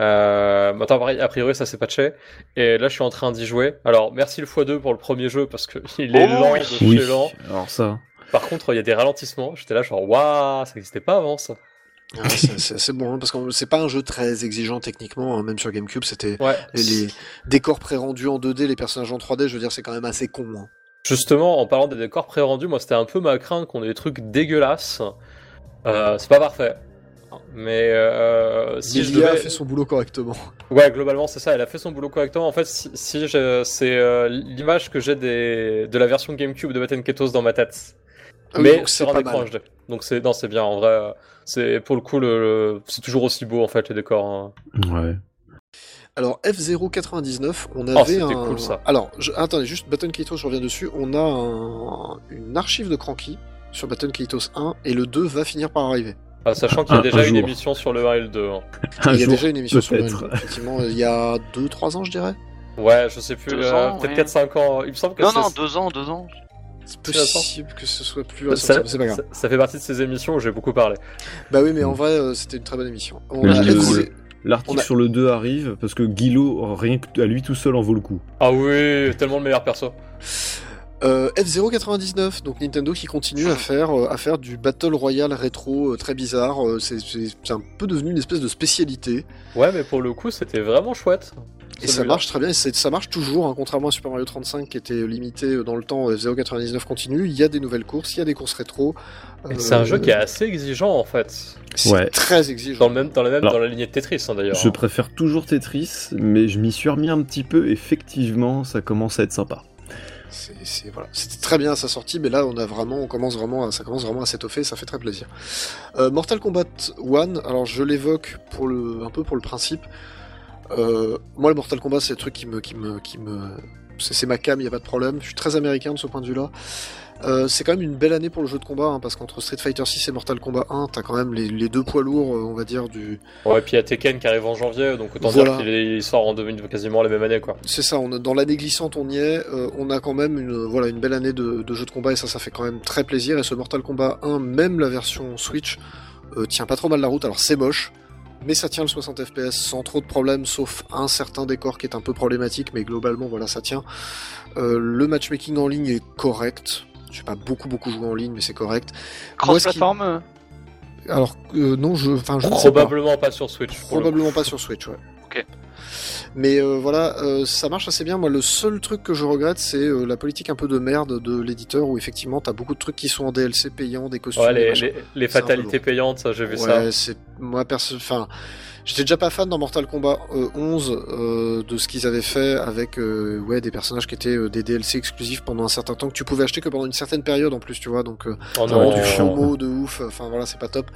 Speaker 2: Euh, maintenant, pareil, a priori, ça s'est patché. Et là, je suis en train d'y jouer. Alors, merci le x2 pour le premier jeu parce que il est
Speaker 5: Oh
Speaker 2: lent,
Speaker 5: oui.
Speaker 2: de chez
Speaker 3: Oui.
Speaker 2: lent.
Speaker 3: Alors ça. hein.
Speaker 2: Par contre, il y a des ralentissements. J'étais là, genre, waouh, ça n'existait pas avant ça.
Speaker 1: Ah, c'est- c'est c'est bon, hein, parce que c'est pas un jeu très exigeant techniquement, hein, même sur GameCube, c'était
Speaker 2: Ouais.
Speaker 1: les, les décors pré-rendus en 2D, les personnages en 3D, je veux dire, c'est quand même assez con. hein.
Speaker 2: Justement, en parlant des décors pré-rendus, moi, c'était un peu ma crainte qu'on ait des trucs dégueulasses. Euh, c'est pas parfait. Mais euh, si
Speaker 1: Mais
Speaker 2: je
Speaker 1: l'IA a
Speaker 2: devais-
Speaker 1: fait son boulot correctement.
Speaker 2: Ouais, globalement, c'est ça. Elle a fait son boulot correctement. En fait, si, si je- c'est euh, l'image que j'ai des, de la version GameCube de Batten Ketos dans ma tête.
Speaker 1: Ah oui,
Speaker 2: Mais
Speaker 1: donc
Speaker 2: sur
Speaker 1: c'est
Speaker 2: un
Speaker 1: pas
Speaker 2: écran
Speaker 1: mal.
Speaker 2: HD. Donc c'est, non, c'est bien. En vrai, euh, c'est pour le coup, le, le- c'est toujours aussi beau en fait les décors. hein.
Speaker 3: Ouais.
Speaker 1: Alors F099, on
Speaker 2: Oh,
Speaker 1: avait
Speaker 2: c'était
Speaker 1: un.
Speaker 2: cool, ça.
Speaker 1: Alors je- attendez, juste Baton Kaitos, je reviens dessus. On a un- une archive de Cranky sur Baton Kaitos 1 et le 2 va finir par arriver.
Speaker 2: Ah, sachant qu'il y a
Speaker 3: Un-
Speaker 2: déjà
Speaker 3: un
Speaker 2: une
Speaker 3: jour.
Speaker 2: émission sur le 1 et le 2. hein.
Speaker 3: Un
Speaker 1: il y a
Speaker 3: jour,
Speaker 1: déjà une émission sur le
Speaker 3: peut-être.
Speaker 1: Mail, effectivement, il y a 2-3 ans, je dirais.
Speaker 2: Ouais, je sais plus.
Speaker 5: Deux
Speaker 2: euh,
Speaker 5: ans,
Speaker 2: peut-être
Speaker 5: ouais.
Speaker 2: 4-5 ans. Il me semble que
Speaker 5: Non,
Speaker 2: c'est-
Speaker 5: non, deux ans, deux ans.
Speaker 1: C'est
Speaker 2: Tu l'attends
Speaker 1: possible que ce soit plus récent,
Speaker 2: ça,
Speaker 1: ça, c'est pas grave.
Speaker 2: ça- ça fait partie de ces émissions où j'ai beaucoup parlé.
Speaker 1: Bah oui, mais en vrai, euh, c'était une très bonne émission. On
Speaker 3: Mais
Speaker 1: a
Speaker 3: je l'ai
Speaker 1: F0-
Speaker 3: L'article
Speaker 1: On a-
Speaker 3: sur le 2 arrive parce que Guillot, rien que à lui tout seul, en vaut le coup.
Speaker 2: Ah oui, tellement le meilleur perso.
Speaker 1: euh, F099, donc Nintendo qui continue à faire, euh, à faire du Battle Royale rétro euh, très bizarre. euh, c'est- C'est c'est un peu devenu une espèce de spécialité.
Speaker 2: Ouais, mais pour le coup, c'était vraiment chouette.
Speaker 1: Et ça
Speaker 2: Celui-là.
Speaker 1: marche très bien, et c'est- ça marche toujours, hein, contrairement à Super Mario 35 qui était limité euh, dans le temps, F099 continue, il y a des nouvelles courses, il y a des courses rétro.
Speaker 2: Et C'est un
Speaker 1: Euh,
Speaker 2: jeu qui est assez exigeant en fait.
Speaker 1: c'est
Speaker 3: Ouais.
Speaker 1: très exigeant.
Speaker 2: Dans, le même, dans, la, même,
Speaker 3: Alors,
Speaker 2: dans la lignée de Tetris hein, d'ailleurs.
Speaker 3: Je préfère toujours Tetris, mais je m'y suis remis un petit peu. Effectivement, ça commence à être sympa.
Speaker 1: C'est- c'est- voilà. C'était très bien à sa sortie, mais là on a vraiment, on commence vraiment, à, ça commence vraiment à s'étoffer, ça fait très plaisir. Euh, Mortal Kombat 1, alors je l'évoque pour le, un peu pour le principe. Euh, moi, le Mortal Kombat, c'est le truc qui me, qui me, qui me, c'est c'est ma cam, il y a pas de problème. Je suis très américain de ce point de vue-là. Euh, c'est quand même une belle année pour le jeu de combat, hein, parce qu'entre Street Fighter 6 et Mortal Kombat 1, t'as quand même les, les deux poids lourds, euh, on va dire du,
Speaker 2: Ouais, puis il y a Tekken qui arrive en janvier, donc autant
Speaker 1: Voilà.
Speaker 2: dire qu'il est- il sort en 2000 quasiment la même année quoi.
Speaker 1: C'est ça, on a, dans l'année glissante on y est, euh, on a quand même une, voilà, une belle année de, de jeux de combat et ça ça fait quand même très plaisir et ce Mortal Kombat 1, même la version Switch, euh, tient pas trop mal la route, alors c'est moche, mais ça tient le 60 fps sans trop de problèmes, sauf un certain décor qui est un peu problématique, mais globalement voilà ça tient. Euh, le matchmaking en ligne est correct, j'ai pas beaucoup beaucoup joué en ligne mais c'est correct. Moi, ce qui-
Speaker 5: Cross-plateforme euh,
Speaker 1: Alors euh, non, je, enfin, je ne sais pas.
Speaker 2: Probablement pas. sur Switch. pour le coup.
Speaker 1: Probablement pas sur Switch, ouais.
Speaker 5: Ok.
Speaker 1: Mais euh, voilà, euh, ça marche assez bien. Moi, le seul truc que je regrette, c'est euh, la politique un peu de merde de l'éditeur où effectivement, t'as beaucoup de trucs qui sont en DLC payants, des costumes.
Speaker 2: Ouais,
Speaker 1: des
Speaker 2: les,
Speaker 1: machins.
Speaker 2: les- les
Speaker 1: C'est un peu
Speaker 2: fatalités
Speaker 1: lourd.
Speaker 2: payantes, ça, j'ai vu ça.
Speaker 1: Ouais, c'est moi perso. Enfin, j'étais déjà pas fan dans Mortal Kombat euh, 11 euh, de ce qu'ils avaient fait avec euh, ouais des personnages qui étaient euh, des DLC exclusifs pendant un certain temps que tu pouvais acheter que pendant une certaine période en plus, tu vois. Donc euh, T'as
Speaker 2: Oh non,
Speaker 1: du
Speaker 3: ouais.
Speaker 1: FOMO de ouf, enfin voilà, c'est pas top.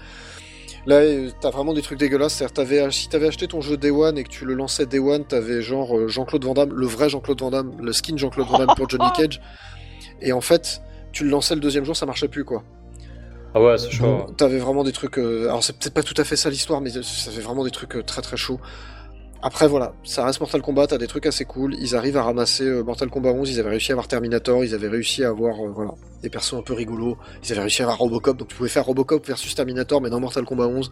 Speaker 1: Là, euh, t'as vraiment des trucs dégueulasses. C'est-à-dire, t'avais- si t'avais acheté ton jeu Day One et que tu le lançais Day One, t'avais genre euh, Jean-Claude Van Damme, le vrai Jean-Claude Van Damme, le skin Jean-Claude Van Damme pour Johnny Cage. Et en fait, tu le lançais le deuxième jour, ça marchait plus quoi.
Speaker 2: Ah ouais, c'est chaud.
Speaker 1: Donc, T'avais vraiment des trucs. euh, alors, c'est peut-être pas tout à fait ça l'histoire, mais ça fait vraiment des trucs euh, très très chauds. Après, voilà, ça reste Mortal Kombat, t'as des trucs assez cool. Ils arrivent à ramasser euh, Mortal Kombat 11, ils avaient réussi à avoir Terminator, ils avaient réussi à avoir euh, voilà, des persos un peu rigolos, ils avaient réussi à avoir Robocop, donc tu pouvais faire Robocop versus Terminator, mais dans Mortal Kombat 11.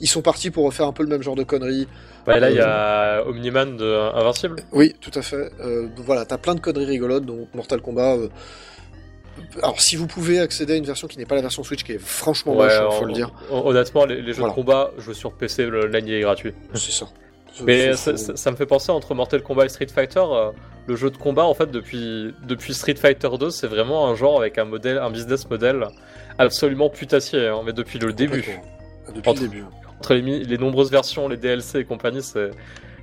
Speaker 1: Ils sont partis pour refaire un peu le même genre de conneries.
Speaker 2: Bah, là, il y a Omniman de Invincible.
Speaker 1: Oui, tout à fait. Euh, voilà, t'as plein de conneries rigolotes, donc Mortal Kombat. euh, Alors, si vous pouvez accéder à une version qui n'est pas la version Switch, qui est franchement moche, hein, faut
Speaker 2: hon-
Speaker 1: le dire.
Speaker 2: hon- Honnêtement, les, les jeux
Speaker 1: Voilà.
Speaker 2: de combat, jouer sur PC, le- l'année est gratuit.
Speaker 1: C'est ça.
Speaker 2: Mais
Speaker 1: Faut-
Speaker 2: ça,
Speaker 1: faut-
Speaker 2: ça- ça me fait penser entre Mortal Kombat et Street Fighter. euh, le jeu de combat, en fait, depuis, depuis Street Fighter 2, c'est vraiment un genre avec un modèle, un business model absolument putassier. hein, mais depuis le début,
Speaker 1: Complètement. Depuis
Speaker 2: Entre-
Speaker 1: le début. hein.
Speaker 2: entre les, mi- les nombreuses versions, les DLC et compagnie, c'est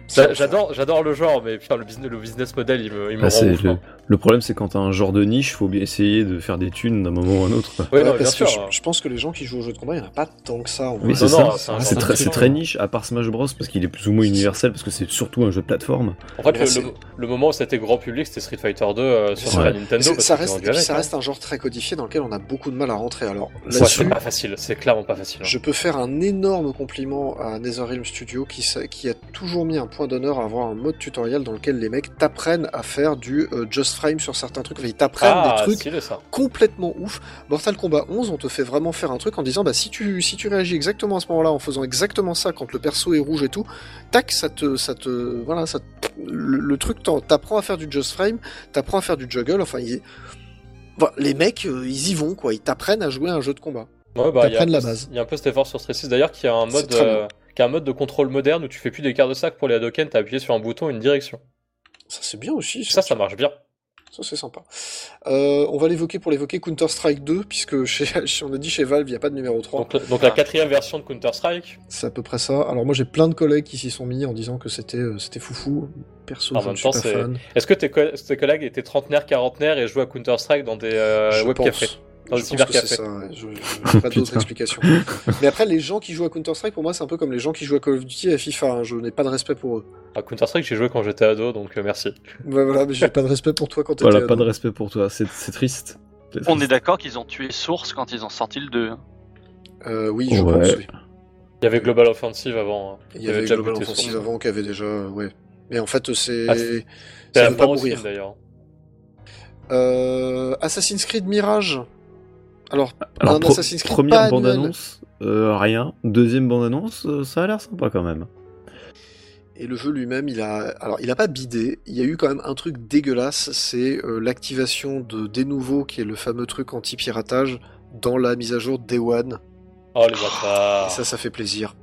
Speaker 1: C'est
Speaker 2: j'a- j'adore, j'adore le genre. Mais putain, le business, le business model, il me, il me
Speaker 3: Ah,
Speaker 2: rend
Speaker 3: c'est
Speaker 2: ouf,
Speaker 3: le,
Speaker 2: hein.
Speaker 3: le problème, c'est quand t'as un genre de niche, faut bien essayer de faire des thunes d'un moment ou un autre. quoi.
Speaker 2: Oui,
Speaker 1: Ouais,
Speaker 2: non, bien
Speaker 1: parce que
Speaker 2: sûr. hein.
Speaker 1: je, je pense que les gens qui jouent aux jeux de combat, il n'y en a pas tant que ça. en vrai.
Speaker 3: Oui, c'est
Speaker 2: Non, non,
Speaker 3: ça.
Speaker 2: c'est un
Speaker 3: C'est
Speaker 2: genre de
Speaker 3: très,
Speaker 2: hein.
Speaker 3: c'est
Speaker 2: niche.
Speaker 3: très niche, à part Smash Bros, parce qu'il est plus ou moins universel, parce que c'est surtout un jeu de plateforme.
Speaker 2: En fait,
Speaker 1: Mais
Speaker 2: le,
Speaker 1: c'est-
Speaker 2: le- le moment où c'était grand public, c'était Street Fighter 2 euh, sur
Speaker 1: C'est-
Speaker 2: la
Speaker 1: Mais
Speaker 2: Nintendo.
Speaker 1: c'est-
Speaker 2: parce
Speaker 1: ça
Speaker 2: que
Speaker 1: reste,
Speaker 2: tu
Speaker 1: et puis
Speaker 2: engueulais,
Speaker 1: ça
Speaker 2: quoi.
Speaker 1: reste un genre très codifié dans lequel on a beaucoup de mal à rentrer. Alors
Speaker 2: Ouais,
Speaker 1: là-dessus,
Speaker 2: c'est pas facile, c'est clairement pas facile. hein.
Speaker 1: je peux faire un énorme compliment à NetherRealm Studio qui, sa- qui a toujours mis un point d'honneur à avoir un mode tutoriel dans lequel les mecs t'apprennent à faire du euh, Just Frame sur certains trucs. Enfin, ils t'apprennent
Speaker 2: Ah,
Speaker 1: des trucs
Speaker 2: stylé, ça.
Speaker 1: complètement ouf. Mortal Kombat 11, on te fait vraiment faire un truc en disant bah si tu si tu réagis exactement à ce moment-là en faisant exactement ça quand le perso est rouge et tout, tac, ça te ça te voilà, ça te- le, le truc t'en- t'apprends à faire du just frame, t'apprends à faire du juggle, enfin il- Bon, les mecs, euh, ils y vont quoi, ils t'apprennent à jouer à un jeu de combat.
Speaker 2: Ouais, bah, il y a un
Speaker 6: T'apprennent la
Speaker 2: peu-
Speaker 6: base.
Speaker 2: Il y a un peu cet effort sur Street 6 d'ailleurs qui a un
Speaker 1: C'est
Speaker 2: mode
Speaker 1: très bien.
Speaker 2: euh, qui a un mode de contrôle moderne où tu fais plus d'écart de sac pour les Hadoken, t'as appuyé sur un bouton, une direction.
Speaker 1: Ça c'est bien aussi.
Speaker 2: Ça, ça marche bien.
Speaker 1: Ça, c'est sympa. Euh, on va l'évoquer pour l'évoquer Counter-Strike 2, puisque chez, on a dit chez Valve, il n'y a pas de numéro 3.
Speaker 2: Donc, la- donc la quatrième version de Counter Strike.
Speaker 6: C'est à peu près ça. Alors moi j'ai plein de collègues qui s'y sont mis en disant que c'était euh, c'était foufou. Perso,
Speaker 2: En
Speaker 6: je
Speaker 2: même
Speaker 6: ne suis
Speaker 2: temps,
Speaker 6: pas
Speaker 2: c'est-
Speaker 6: fan.
Speaker 2: Est-ce que tes, co- tes collègues étaient trentenaires, quarantenaires et jouaient à Counter Strike dans des euh,
Speaker 1: Je pense.
Speaker 2: webcafés Dans le
Speaker 1: je pense que c'est
Speaker 2: cybercafé.
Speaker 1: ça, ouais. je, je- j'ai pas d'autres
Speaker 3: Putain.
Speaker 1: explications. Mais après, les gens qui jouent à Counter-Strike, pour moi, c'est un peu comme les gens qui jouent à Call of Duty et à FIFA. hein. Je n'ai pas de respect pour eux.
Speaker 2: À Counter Strike, j'ai joué quand j'étais ado, donc euh, merci.
Speaker 1: Bah, voilà, mais j'ai pas de respect pour toi quand t'étais
Speaker 3: Voilà,
Speaker 1: ado.
Speaker 3: pas de respect pour toi, c'est c'est triste. C'est
Speaker 5: On est
Speaker 3: triste.
Speaker 5: d'accord qu'ils ont tué Source quand ils ont sorti le hein. 2.
Speaker 1: Euh, oui, je
Speaker 3: Ouais.
Speaker 1: pense. oui.
Speaker 2: Il y avait Global Offensive avant. hein.
Speaker 1: Il y avait
Speaker 2: déjà
Speaker 1: Global
Speaker 2: goûté
Speaker 1: Offensive
Speaker 2: sur-
Speaker 1: avant qui avait déjà. euh, Ouais. Mais en fait, c'est.
Speaker 2: Ah, c'est-
Speaker 1: ça
Speaker 2: C'était la
Speaker 1: veut pas
Speaker 2: part au film,
Speaker 1: mourir.
Speaker 2: d'ailleurs.
Speaker 1: Euh, Assassin's Creed Mirage. Alors, un
Speaker 3: Alors, pro-
Speaker 1: Assassin's Creed pas
Speaker 3: première
Speaker 1: annuel.
Speaker 3: bande-annonce, euh, rien. Deuxième bande-annonce, euh, ça a l'air sympa quand même.
Speaker 1: Et le jeu lui-même, il a, alors il a pas bidé. Il y a eu quand même un truc dégueulasse, c'est euh, l'activation de des nouveaux, qui est le fameux truc anti-piratage, dans la mise à jour Day One.
Speaker 2: Oh les
Speaker 1: Et
Speaker 2: bâtards.
Speaker 1: ça, ça fait plaisir.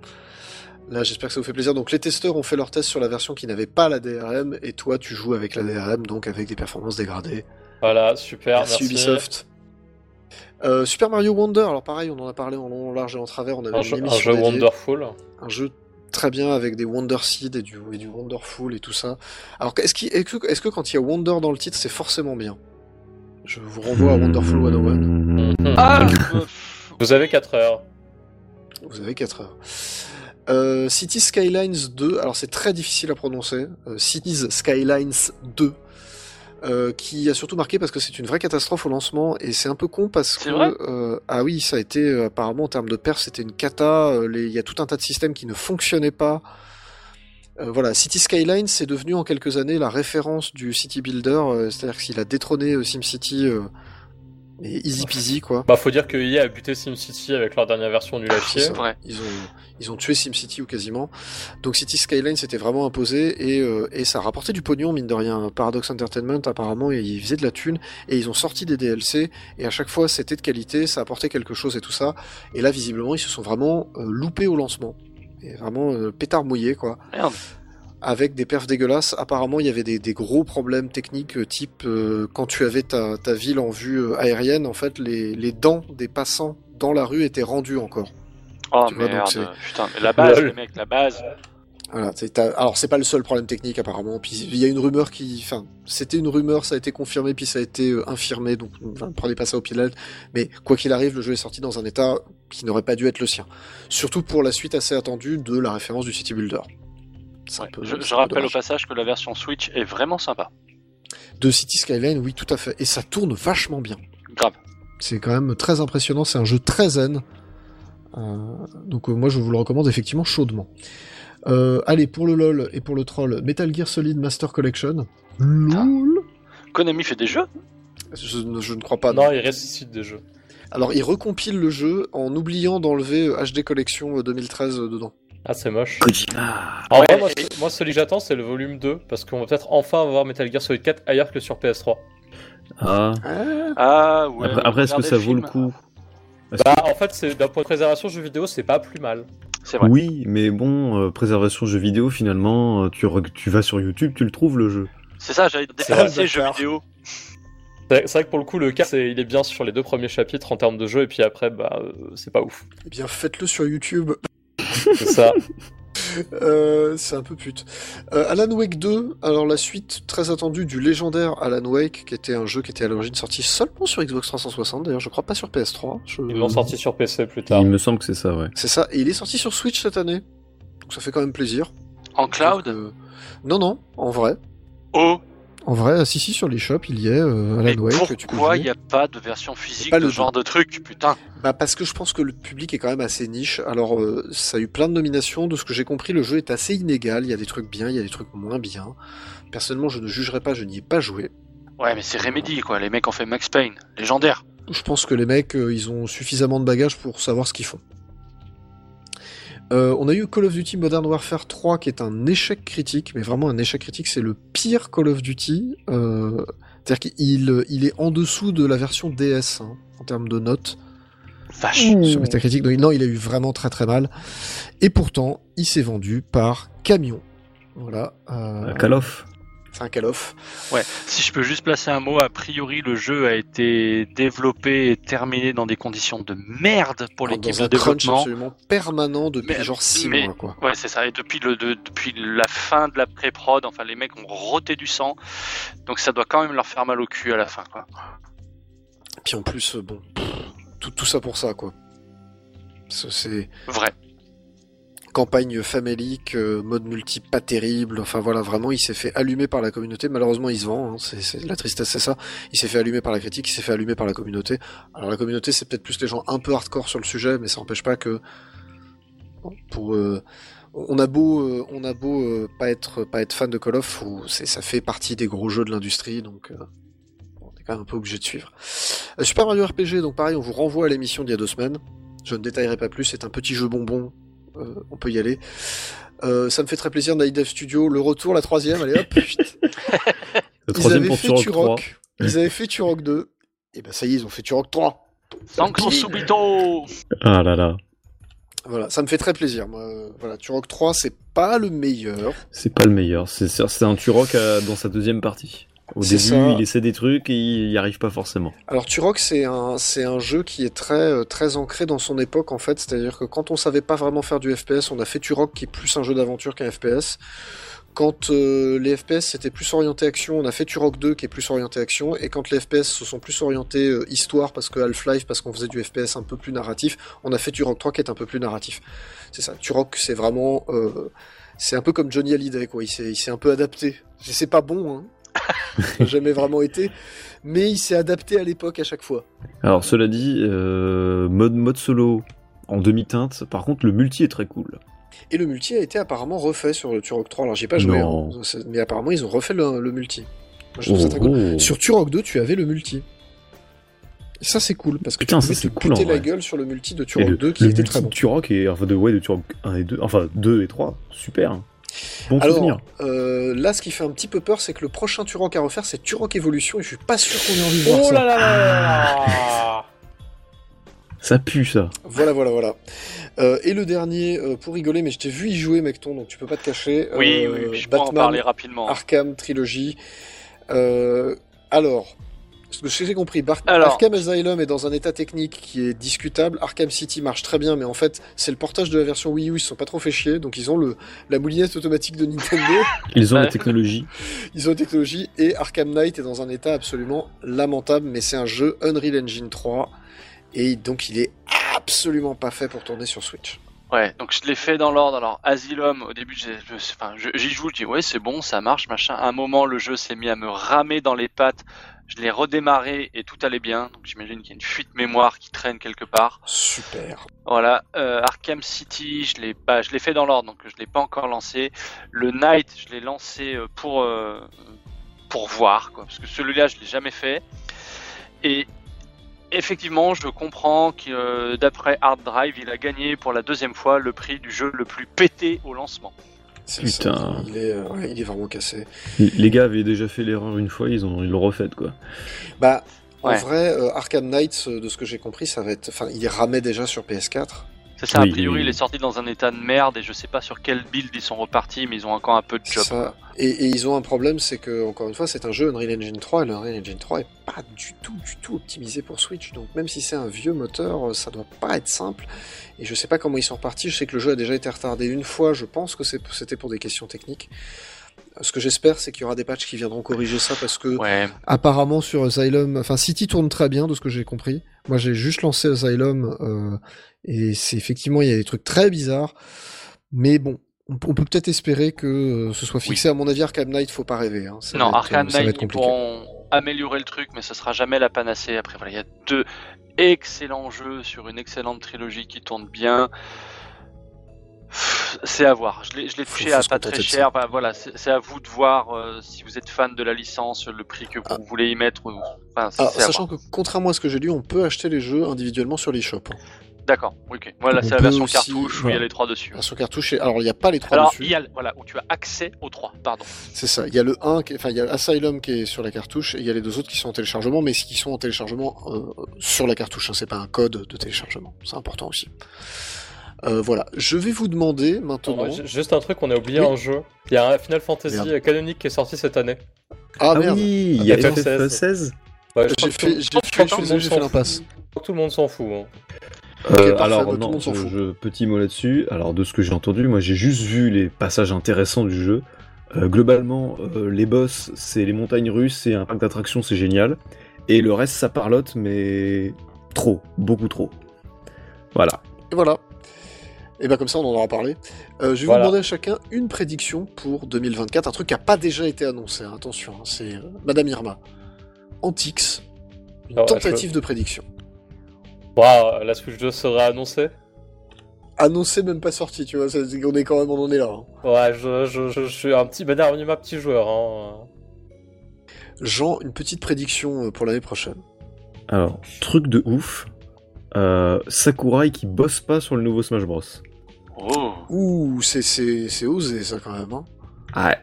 Speaker 1: Là, j'espère que ça vous fait plaisir. Donc, les testeurs ont fait leur test sur la version qui n'avait pas la DRM, et toi, tu joues avec la DRM, donc avec des performances dégradées.
Speaker 2: Voilà, super,
Speaker 1: Merci,
Speaker 2: merci.
Speaker 1: Ubisoft. Euh, Super Mario Wonder, alors pareil, on en a parlé en long, en large et en travers. On avait
Speaker 2: Un
Speaker 1: une
Speaker 2: jeu, un
Speaker 1: émission
Speaker 2: jeu
Speaker 1: dédiée
Speaker 2: wonderful.
Speaker 1: un jeu très bien avec des Wonder Seed et du, et du Wonderful et tout ça. Alors, est-ce qu'il- est-ce que, est-ce que quand il y a Wonder dans le titre, c'est forcément bien Je vous renvoie à
Speaker 3: Hmm.
Speaker 1: Wonderful 101.
Speaker 3: Mm-hmm.
Speaker 5: Ah
Speaker 2: Vous avez 4 heures.
Speaker 1: Vous avez 4 heures. Euh, Cities Skylines 2, alors c'est très difficile à prononcer. euh, Cities Skylines 2. euh, qui a surtout marqué parce que c'est une vraie catastrophe au lancement et c'est un peu con parce
Speaker 5: C'est
Speaker 1: que
Speaker 5: vrai
Speaker 1: euh, ah oui ça a été euh, apparemment en termes de pertes c'était une cata euh, les- il y a tout un tas de systèmes qui ne fonctionnaient pas Euh, voilà, City Skylines c'est devenu en quelques années la référence du city builder, euh, c'est-à-dire qu'il a détrôné euh, SimCity euh, et easy peasy quoi.
Speaker 2: Bah faut dire que EA a buté SimCity avec leur dernière version du
Speaker 1: C'est
Speaker 2: lâcher.
Speaker 1: ça.
Speaker 5: vrai.
Speaker 1: Ils ont, ils ont tué SimCity ou quasiment. Donc City Skyline s'était vraiment imposé et, euh, et ça rapportait du pognon, mine de rien. Paradox Entertainment, apparemment, ils faisaient de la thune et ils ont sorti des DLC et à chaque fois c'était de qualité, ça apportait quelque chose et tout ça. Et là, visiblement, ils se sont vraiment euh, loupés au lancement. Et vraiment euh, pétard mouillé, quoi.
Speaker 5: Merde.
Speaker 1: avec des perfs dégueulasses. Apparemment, il y avait des, des gros problèmes techniques, euh, type euh, quand tu avais ta, ta ville en vue euh, aérienne, en fait, les, les dents des passants dans la rue étaient rendues encore.
Speaker 5: Oh
Speaker 1: Tu vois, donc
Speaker 5: merde,
Speaker 1: c'est-
Speaker 5: putain, mais la base,
Speaker 2: Lol.
Speaker 5: les mecs, la base.
Speaker 1: Voilà, c'est- t'as- alors c'est pas le seul problème technique apparemment. Puis il y a une rumeur qui, enfin, c'était une rumeur, ça a été confirmé puis ça a été euh, infirmé, donc enfin, prenez pas ça au pied de la lettre. Mais quoi qu'il arrive, le jeu est sorti dans un état qui n'aurait pas dû être le sien. Surtout pour la suite assez attendue de la référence du City Builder. C'est un
Speaker 5: Ouais.
Speaker 1: peu-
Speaker 5: je,
Speaker 1: c'est
Speaker 5: je
Speaker 1: un peu
Speaker 5: rappelle au
Speaker 1: dommage.
Speaker 5: passage que la version Switch est vraiment sympa.
Speaker 1: de City Skyline, oui, tout à fait, et ça tourne vachement bien.
Speaker 5: Grave.
Speaker 6: C'est quand même très impressionnant, c'est un jeu très zen. Euh, donc euh, moi je vous le recommande effectivement chaudement. Euh, allez, pour le LOL et pour le troll, Metal Gear Solid Master Collection. LOL
Speaker 5: Konami fait des jeux
Speaker 1: Je, ne- je ne crois pas.
Speaker 2: non, il ressuscite des jeux.
Speaker 1: Alors il recompile le jeu en oubliant d'enlever euh, HD Collection euh, 2013 dedans.
Speaker 2: Ah, c'est moche.
Speaker 3: Kojima
Speaker 2: En
Speaker 5: Ouais,
Speaker 2: vrai, moi,
Speaker 5: et-
Speaker 2: ce- moi, celui que j'attends, c'est le volume 2, parce qu'on va peut-être enfin avoir Metal Gear Solid 4 ailleurs que sur PS3.
Speaker 3: Ah.
Speaker 5: Ah ouais.
Speaker 3: après, après, est-ce que
Speaker 5: regardez
Speaker 3: ça vaut le
Speaker 5: film.
Speaker 3: coup
Speaker 2: Bah, en fait, c'est- d'un point de préservation jeux vidéo, c'est pas plus mal.
Speaker 5: C'est vrai.
Speaker 3: Oui, mais bon, euh, préservation jeux vidéo, finalement, euh, tu, re- tu vas sur YouTube, tu le trouves le jeu.
Speaker 5: C'est ça, j'allais
Speaker 2: C'est vrai,
Speaker 5: dépenser jeux vidéo.
Speaker 2: C'est c'est vrai que pour le coup, le 4, c'est- il est bien sur les deux premiers chapitres en termes de jeu, et puis après, bah, euh, c'est pas ouf.
Speaker 1: Eh bien, faites-le sur YouTube.
Speaker 2: C'est ça.
Speaker 1: Euh, c'est un peu pute. Euh, Alan Wake 2, alors la suite très attendue du légendaire Alan Wake, qui était un jeu qui était à l'origine sorti seulement sur Xbox 360, d'ailleurs je crois pas sur PS3. Je-
Speaker 2: Ils l'ont sorti sur PC plus tard.
Speaker 3: Il me semble que c'est ça, ouais.
Speaker 1: C'est ça, et il est sorti sur Switch cette année. Donc ça fait quand même plaisir.
Speaker 5: En cloud
Speaker 1: Euh, Non, non, en vrai.
Speaker 5: Oh
Speaker 6: En vrai, si si sur l'eShop il y est, euh, Alan
Speaker 5: Mais
Speaker 6: Wake, tu peux
Speaker 5: pourquoi
Speaker 6: jouer.
Speaker 5: il n'y a pas de version physique
Speaker 1: pas
Speaker 5: de
Speaker 1: le
Speaker 5: ce genre de truc Putain.
Speaker 1: Bah parce que je pense que le public est quand même assez niche. Alors euh, ça a eu plein de nominations. De ce que j'ai compris, le jeu est assez inégal. Il y a des trucs bien, il y a des trucs moins bien. Personnellement, je ne jugerai pas, je n'y ai pas joué.
Speaker 5: Ouais, mais c'est Remedy quoi. Les mecs ont fait Max Payne, légendaire.
Speaker 1: je pense que les mecs, euh, ils ont suffisamment de bagages pour savoir ce qu'ils font. Euh, on a eu Call of Duty Modern Warfare 3 qui est un échec critique, mais vraiment un échec critique, c'est le pire Call of Duty. euh, C'est-à-dire qu'il il est en dessous de la version DS hein, en termes de notes
Speaker 5: Vache.
Speaker 6: Ouh.
Speaker 1: sur Metacritic. Donc, non, il a eu vraiment très très mal. Et pourtant, il s'est vendu par camion. Voilà. euh,
Speaker 3: Ah, Call of.
Speaker 1: c'est un call-off.
Speaker 5: Ouais. Si je peux juste placer un mot, a priori le jeu a été développé et terminé dans des conditions de merde pour l'équipe
Speaker 1: Dans
Speaker 5: de
Speaker 1: un crunch
Speaker 5: développement.
Speaker 1: absolument permanent depuis
Speaker 5: Mais-
Speaker 1: genre 6
Speaker 5: mais-
Speaker 1: mois. Quoi.
Speaker 5: Ouais, c'est ça. Et depuis, le, de- depuis la fin de la pré-prod, enfin, les mecs ont roté du sang. Donc ça doit quand même leur faire mal au cul à la fin. Quoi.
Speaker 1: Puis en plus, euh, bon, pff, tout, tout ça pour ça, quoi. Ça, C'est
Speaker 5: Vrai.
Speaker 1: campagne famélique, euh, mode multi pas terrible, enfin voilà, vraiment, il s'est fait allumer par la communauté. Malheureusement, il se vend, hein, c'est- c'est- la tristesse, c'est ça. Il s'est fait allumer par la critique, il s'est fait allumer par la communauté. Alors la communauté, c'est peut-être plus les gens un peu hardcore sur le sujet, mais ça n'empêche pas que bon, pour euh, on a beau, euh, on a beau euh, pas être pas être fan de Call of, faut- c'est- ça fait partie des gros jeux de l'industrie, donc euh, on est quand même un peu obligé de suivre. Euh, Super Mario RPG, donc pareil, on vous renvoie à l'émission d'il y a deux semaines. Je ne détaillerai pas plus, c'est un petit jeu bonbon. euh, on peut y aller. Euh, ça me fait très plaisir, Night Dive Studio, le retour, la troisième, allez hop, chut.
Speaker 3: Le
Speaker 1: ils
Speaker 3: troisième
Speaker 1: avaient
Speaker 3: pour
Speaker 1: fait
Speaker 3: Turok 3.
Speaker 1: Turok, ils avaient fait Turok 2, et ben ça y est, ils ont fait Turok 3.
Speaker 5: Donc son subito
Speaker 3: Ah là là.
Speaker 1: Voilà, ça me fait très plaisir. Moi, euh, voilà, Turok 3, c'est pas le meilleur.
Speaker 3: C'est pas le meilleur. C'est c'est un Turok à- dans sa deuxième partie. Au
Speaker 1: C'est
Speaker 3: début,
Speaker 1: ça.
Speaker 3: il essaie des trucs et il y arrive pas forcément.
Speaker 1: Alors Turok, c'est un, c'est un jeu qui est très, euh, très ancré dans son époque en fait, c'est-à-dire que quand on savait pas vraiment faire du FPS, on a fait Turok qui est plus un jeu d'aventure qu'un FPS. Quand euh, les FPS c'était plus orienté action, on a fait Turok 2 qui est plus orienté action, et quand les FPS se sont plus orientés euh, histoire parce que Half-Life, parce qu'on faisait du FPS un peu plus narratif, on a fait Turok 3 qui est un peu plus narratif. C'est ça, Turok c'est vraiment... euh, c'est un peu comme Johnny Hallyday, quoi. Il s'est, il s'est un peu adapté. C'est pas bon, hein. Ça n'a jamais vraiment été mais il s'est adapté à l'époque à chaque fois.
Speaker 3: Alors cela dit, euh, mode mode solo en demi-teinte. Par contre, le multi est très cool.
Speaker 1: Et le multi a été apparemment refait sur le Turok 3. Alors j'ai pas joué,
Speaker 3: Non.
Speaker 1: hein. C'est- mais apparemment ils ont refait le, le multi. Moi, je trouve ça
Speaker 3: Oh,
Speaker 1: très cool.
Speaker 3: oh.
Speaker 1: Sur Turok 2, tu avais le multi. Et ça c'est cool parce que
Speaker 3: Putain,
Speaker 1: tu
Speaker 3: ça,
Speaker 1: pouvais
Speaker 3: c'est
Speaker 1: te
Speaker 3: cool,
Speaker 1: péter
Speaker 3: en
Speaker 1: la
Speaker 3: vrai.
Speaker 1: gueule sur le multi de
Speaker 3: Et
Speaker 1: Turok
Speaker 3: le,
Speaker 1: 2 qui
Speaker 3: le
Speaker 1: était
Speaker 3: multi
Speaker 1: très
Speaker 3: de
Speaker 1: bon.
Speaker 3: Turok et enfin de ouais de Turok 1 et 2, enfin 2 et 3, super. hein. Bon
Speaker 1: Alors
Speaker 3: souvenir.
Speaker 1: euh, là, ce qui fait un petit peu peur, c'est que le prochain Turok à refaire,
Speaker 3: Oh
Speaker 2: Oh
Speaker 1: c'est Turok Evolution et je suis pas sûr qu'on ait envie de voir ça.
Speaker 2: là là là
Speaker 3: Ça pue, ça.
Speaker 1: Voilà, voilà, voilà. Euh, et le dernier, euh, pour rigoler, mais je t'ai vu y jouer, Mecton, donc tu peux pas te cacher.
Speaker 5: Oui,
Speaker 1: euh,
Speaker 5: oui, oui, je peux en
Speaker 1: Batman, Ah.
Speaker 5: parler rapidement.
Speaker 1: Arkham Trilogy. Euh, alors, ce que j'ai compris, Bar-
Speaker 5: Alors.
Speaker 1: Arkham Asylum est dans un état technique qui est discutable. Arkham City marche très bien, mais en fait, c'est le portage de la version Wii U. Ils se sont pas trop fait chier, donc ils ont le la moulinette automatique de Nintendo.
Speaker 3: Ils ont
Speaker 5: Ouais.
Speaker 3: la technologie.
Speaker 1: Ils ont la technologie et Arkham Knight est dans un état absolument lamentable, mais c'est un jeu Unreal Engine 3 et donc il est absolument pas fait pour tourner sur Switch.
Speaker 5: Ouais, donc je l'ai fait dans l'ordre. Alors, Asylum, au début, j'ai- je- enfin, je- j'y joue, je dis ouais, c'est bon, ça marche, machin. À un moment, le jeu s'est mis à me ramer dans les pattes. Je l'ai redémarré et tout allait bien. Donc j'imagine qu'il y a une fuite mémoire qui traîne quelque part.
Speaker 1: Super.
Speaker 5: Voilà, euh, Arkham City, je l'ai pas, je l'ai fait dans l'ordre, donc je l'ai pas encore lancé. Le Night, je l'ai lancé euh, pour euh, pour voir, quoi, parce que celui-là, je l'ai jamais fait. Et effectivement, je comprends que euh, d'après Hard Drive, il a gagné pour la deuxième fois le prix du jeu le plus pété au lancement.
Speaker 1: C'est
Speaker 3: Putain.
Speaker 1: ça. Il est, euh, ouais, il est vraiment cassé.
Speaker 3: Les gars avaient déjà fait l'erreur une fois, ils ont, ils l'ont refaite, quoi.
Speaker 1: Bah, en
Speaker 5: Ouais.
Speaker 1: vrai, euh, Arkham Knight, euh, de ce que j'ai compris, ça va être. Enfin, il ramait déjà sur PS4.
Speaker 5: C'est ça,
Speaker 3: Oui,
Speaker 5: a priori,
Speaker 3: oui.
Speaker 5: il est sorti dans un état de merde et je sais pas sur quel build ils sont repartis, mais ils ont encore un peu de job.
Speaker 1: Ça. Et, et ils ont un problème, c'est que, encore une fois, c'est un jeu Unreal Engine 3 et l'Unreal Engine 3 est pas du tout, du tout optimisé pour Switch. Donc, même si c'est un vieux moteur, euh, ça doit pas être simple. Et je sais pas comment ils sont repartis. Je sais que le jeu a déjà été retardé une fois. Je pense que c'est- c'était pour des questions techniques. Euh, Ce que j'espère, c'est qu'il y aura des patchs qui viendront corriger ça parce que
Speaker 5: Ouais,
Speaker 6: Apparemment sur Asylum, enfin City tourne très bien de ce que j'ai compris. Moi j'ai juste lancé Asylum euh, et c'est effectivement il y a des trucs très bizarres. Mais bon, on, peut- on peut peut-être espérer que euh, ce soit fixé. À mon avis Arkham Knight, faut pas rêver. hein. Ça
Speaker 5: non,
Speaker 6: va être,
Speaker 5: Arkham
Speaker 6: euh, ça va
Speaker 5: Knight,
Speaker 6: être
Speaker 5: ils
Speaker 6: compliqué.
Speaker 5: pourront améliorer le truc, mais ça sera jamais la panacée. Après, voilà, il y a deux excellents jeux sur une excellente trilogie qui tourne bien. Pff, C'est à voir. Je l'ai je l'ai
Speaker 1: Faut-
Speaker 5: touché
Speaker 1: faut
Speaker 5: à
Speaker 1: se
Speaker 5: pas
Speaker 1: contenter
Speaker 5: très
Speaker 1: de
Speaker 5: cher. Enfin, voilà, c'est c'est à vous de voir euh, si vous êtes fan de la licence, le prix que vous voulez y mettre. ou- Enfin,
Speaker 6: Ah,
Speaker 5: c'est
Speaker 1: Alors,
Speaker 5: c'est à
Speaker 1: Ah. sachant que, contrairement à ce que j'ai lu, on peut acheter les jeux individuellement sur l'eShop. hein.
Speaker 5: voir. D'accord. Ok. Voilà,
Speaker 1: On
Speaker 5: c'est la
Speaker 1: peut
Speaker 5: version
Speaker 1: aussi-
Speaker 5: cartouche où il y
Speaker 1: voilà.
Speaker 5: a les trois dessus.
Speaker 1: Version cartouche. et- Alors, il n'y a pas les trois
Speaker 5: Alors,
Speaker 1: dessus.
Speaker 5: il y a le- voilà où tu as accès aux trois. Pardon.
Speaker 1: C'est ça. Il y a le 1, qui est- enfin, il y a Asylum qui est sur la cartouche, et il y a les deux autres qui sont en téléchargement, mais qui sont en téléchargement euh, sur la cartouche. hein. C'est pas un code de téléchargement. C'est important aussi. Euh, voilà. Je vais vous demander maintenant.
Speaker 2: Attends, ju- Juste un truc, on a oublié
Speaker 1: Oui.
Speaker 2: un jeu. Il y a un Final Fantasy
Speaker 1: Merde.
Speaker 2: canonique qui est sorti cette année.
Speaker 1: Ah, merde.
Speaker 3: oui, il y a E
Speaker 2: Attends,
Speaker 3: FF16
Speaker 2: Ouais, je
Speaker 1: J'ai
Speaker 2: crois que
Speaker 1: fait,
Speaker 2: tout-
Speaker 1: j'ai fait,
Speaker 2: je crois que
Speaker 1: je suis
Speaker 2: tout le
Speaker 1: désolé,
Speaker 2: monde
Speaker 1: j'ai fait
Speaker 2: s'en fout.
Speaker 1: l'impasse.
Speaker 2: Je crois que Tout le monde s'en fout. hein.
Speaker 1: Ok,
Speaker 3: Euh,
Speaker 1: parfait, bah,
Speaker 3: alors
Speaker 1: tout le
Speaker 3: non,
Speaker 1: monde s'en
Speaker 3: je,
Speaker 1: fout.
Speaker 3: je- petit mot là-dessus. Alors de ce que j'ai entendu, moi j'ai juste vu les passages intéressants du jeu. Euh, globalement, euh, les boss, c'est les montagnes russes, c'est un parc d'attractions, c'est génial. Et le reste, ça parlote, mais trop, beaucoup trop. Voilà.
Speaker 1: Et voilà. Et ben comme ça, on en aura parlé. Euh, je vais
Speaker 2: Voilà.
Speaker 1: vous demander à chacun une prédiction pour 2024, un truc qui n'a pas déjà été annoncé. hein. Attention, hein, c'est euh, Madame Irma. Antix, une
Speaker 2: Ah ouais,
Speaker 1: tentative de prédiction.
Speaker 2: Waouh, la Switch 2 sera annoncée
Speaker 1: Annoncée, même pas sortie, tu vois. ça- On est quand même, on en est là. hein.
Speaker 2: Ouais, je, je, je, je suis un petit banard, on est ma petit joueur. Hein.
Speaker 1: Jean, une petite prédiction euh, pour l'année prochaine.
Speaker 3: Alors, truc de ouf. Euh, Sakurai qui bosse pas sur le nouveau Smash Bros.
Speaker 5: Oh.
Speaker 1: Ouh, c'est- c'est c'est osé ça quand même. Hein.
Speaker 3: Ouais.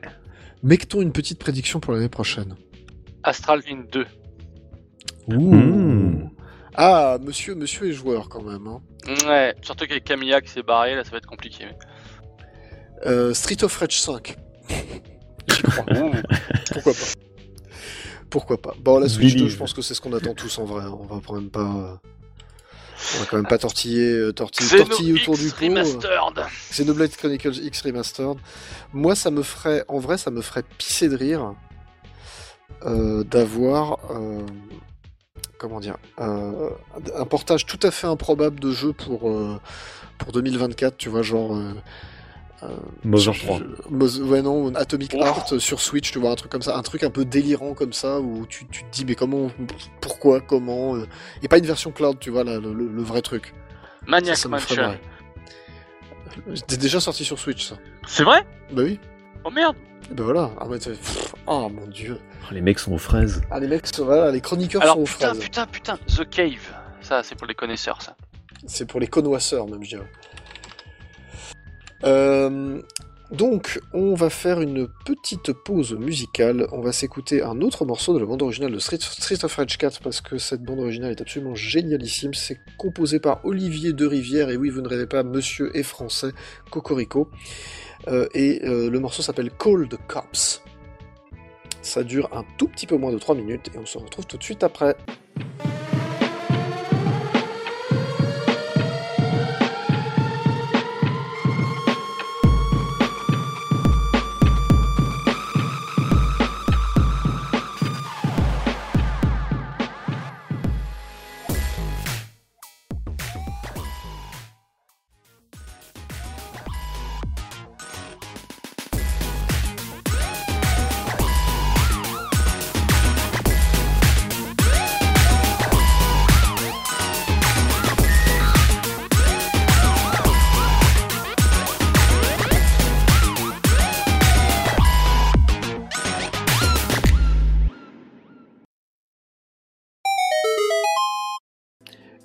Speaker 6: Mecton une petite prédiction pour l'année prochaine.
Speaker 5: Astral Chain 2.
Speaker 6: Ouh.
Speaker 3: Mmh.
Speaker 1: Ah, monsieur, monsieur est joueur quand même. Hein.
Speaker 5: Ouais. Surtout qu'avec Camilla qui s'est barrée, là, ça va être compliqué.
Speaker 1: Euh, Street of Rage 5. J'y crois. Pourquoi pas Pourquoi pas Bon, la Switch 2,
Speaker 3: Believe.
Speaker 1: je pense que c'est ce qu'on attend tous en vrai. hein. On va quand même pas. On va quand même pas tortiller, euh, tortiller, tortiller autour du pot. euh.
Speaker 5: Remastered.
Speaker 1: Xenoblade Chronicles X Remastered. Moi, ça me ferait, en vrai, ça me ferait pisser de rire euh, d'avoir, euh, comment dire, euh, un portage tout à fait improbable de jeu pour euh, pour 2024. Tu vois, genre. euh,
Speaker 3: Mother
Speaker 1: je-
Speaker 3: 3.
Speaker 1: je- Moz- ouais, non, ou Atomic
Speaker 5: Oh.
Speaker 1: Heart sur Switch, tu vois, un truc comme ça, un truc un peu délirant comme ça, où tu, tu te dis, mais comment, pourquoi, comment, euh, et pas une version cloud, tu vois, là, le, le- le vrai truc. Ça,
Speaker 5: Maniac
Speaker 1: ça me ferait
Speaker 5: Mansion.
Speaker 1: marrer. C'était déjà sorti sur Switch, ça.
Speaker 5: C'est vrai
Speaker 1: Bah oui,
Speaker 5: Oh merde
Speaker 1: Et ben voilà. Ah, mais t'as- pff, ah, mon dieu.
Speaker 3: Oh, les mecs sont aux fraises.
Speaker 1: Ah, les mecs, sont- voilà, les chroniqueurs
Speaker 5: Alors
Speaker 1: sont aux
Speaker 5: putain,
Speaker 1: fraises.
Speaker 5: putain, putain, The Cave. Ça, c'est pour les connaisseurs, ça.
Speaker 1: C'est pour les connoisseurs, même, je dirais. Euh, Donc, on va faire une petite pause musicale. On va s'écouter un autre morceau de la bande originale de Street, Street of Rage 4 parce que cette bande originale est absolument génialissime. C'est composé par Olivier de Rivière et oui, vous ne rêvez pas, Monsieur est français, Cocorico. Euh, et euh, le morceau s'appelle Cold Cops. Ça dure un tout petit peu moins de 3 minutes et on se retrouve tout de suite après.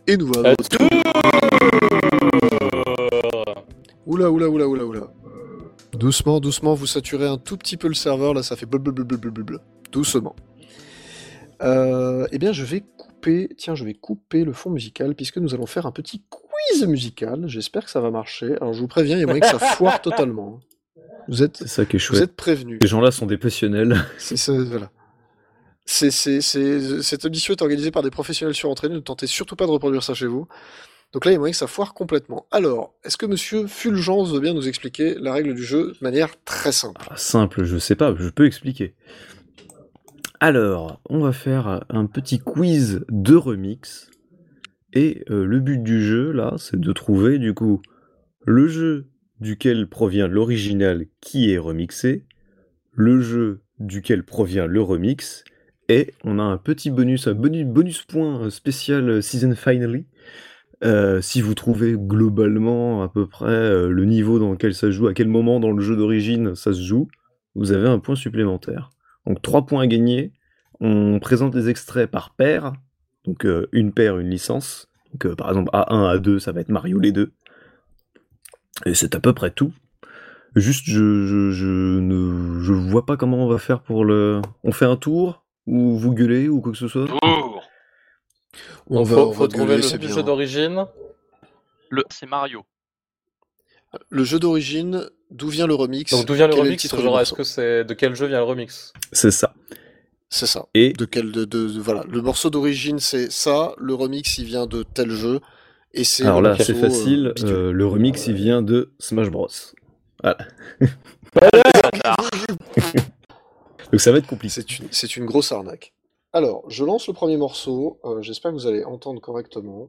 Speaker 1: Et nous voilà. de retour. Oula, oula, oula, oula, oula. Doucement, doucement, vous saturez un tout petit peu le serveur, là ça fait blablabla. Doucement. Euh, eh bien, je vais couper, tiens, je vais couper le fond musical puisque nous allons faire un petit quiz musical. J'espère que ça va marcher. Alors, je vous préviens, il y a moyen que ça foire totalement. hein. Vous êtes,
Speaker 3: C'est ça qui est
Speaker 1: vous
Speaker 3: chouette.
Speaker 1: êtes prévenus.
Speaker 3: Ces gens-là sont des passionnels.
Speaker 1: C'est ça, voilà. C'est- c'est- c'est- cette émission est organisée par des professionnels surentraînés, ne tentez surtout pas de reproduire ça chez vous. Donc là, il y a moyen que ça foire complètement. Alors, est-ce que monsieur Fulgence veut bien nous expliquer la règle du jeu de manière très simple
Speaker 3: Ah, simple, je sais pas, je peux expliquer. Alors, on va faire un petit quiz de remix. Et euh, le but du jeu, là, c'est de trouver, du coup, le jeu duquel provient l'original qui est remixé, le jeu duquel provient le remix, et on a un petit bonus, un bonus, bonus point spécial euh, Season Finally. Euh, si vous trouvez globalement à peu près euh, le niveau dans lequel ça se joue, à quel moment dans le jeu d'origine ça se joue, vous avez un point supplémentaire. Donc trois points à gagner. On présente les extraits par paire, donc euh, une paire, une licence. Donc, euh, par exemple A1, A2, ça va être Mario les deux. Et c'est à peu près tout. Juste, je, je, je ne je vois pas comment on va faire pour le. On fait un tour ou vous gueulez ou quoi que ce soit.
Speaker 5: Pour
Speaker 1: On va,
Speaker 2: faut,
Speaker 1: on va
Speaker 2: faut trouver
Speaker 1: gueuler,
Speaker 2: le
Speaker 1: c'est
Speaker 2: du
Speaker 1: bien. hein.
Speaker 2: jeu d'origine.
Speaker 5: le, c'est Mario.
Speaker 1: Le jeu d'origine, d'où vient le remix
Speaker 2: Donc d'où vient le
Speaker 1: Quel est
Speaker 2: remix
Speaker 1: titre du
Speaker 2: Genre, est-ce
Speaker 1: morceau
Speaker 2: que c'est de quel jeu vient le remix
Speaker 3: C'est ça.
Speaker 1: C'est ça.
Speaker 3: Et
Speaker 1: De quel, de, de- de- voilà. Le morceau d'origine, c'est ça. Le remix, il vient de tel jeu. Et c'est
Speaker 3: Alors
Speaker 1: le
Speaker 3: là,
Speaker 1: morceau,
Speaker 3: c'est facile.
Speaker 1: euh, bidule.
Speaker 3: euh, le remix, il vient de Smash Bros. Voilà. Donc ça va être compliqué.
Speaker 1: C'est une, c'est une grosse arnaque. Alors, je lance le premier morceau. euh, J'espère que vous allez entendre correctement.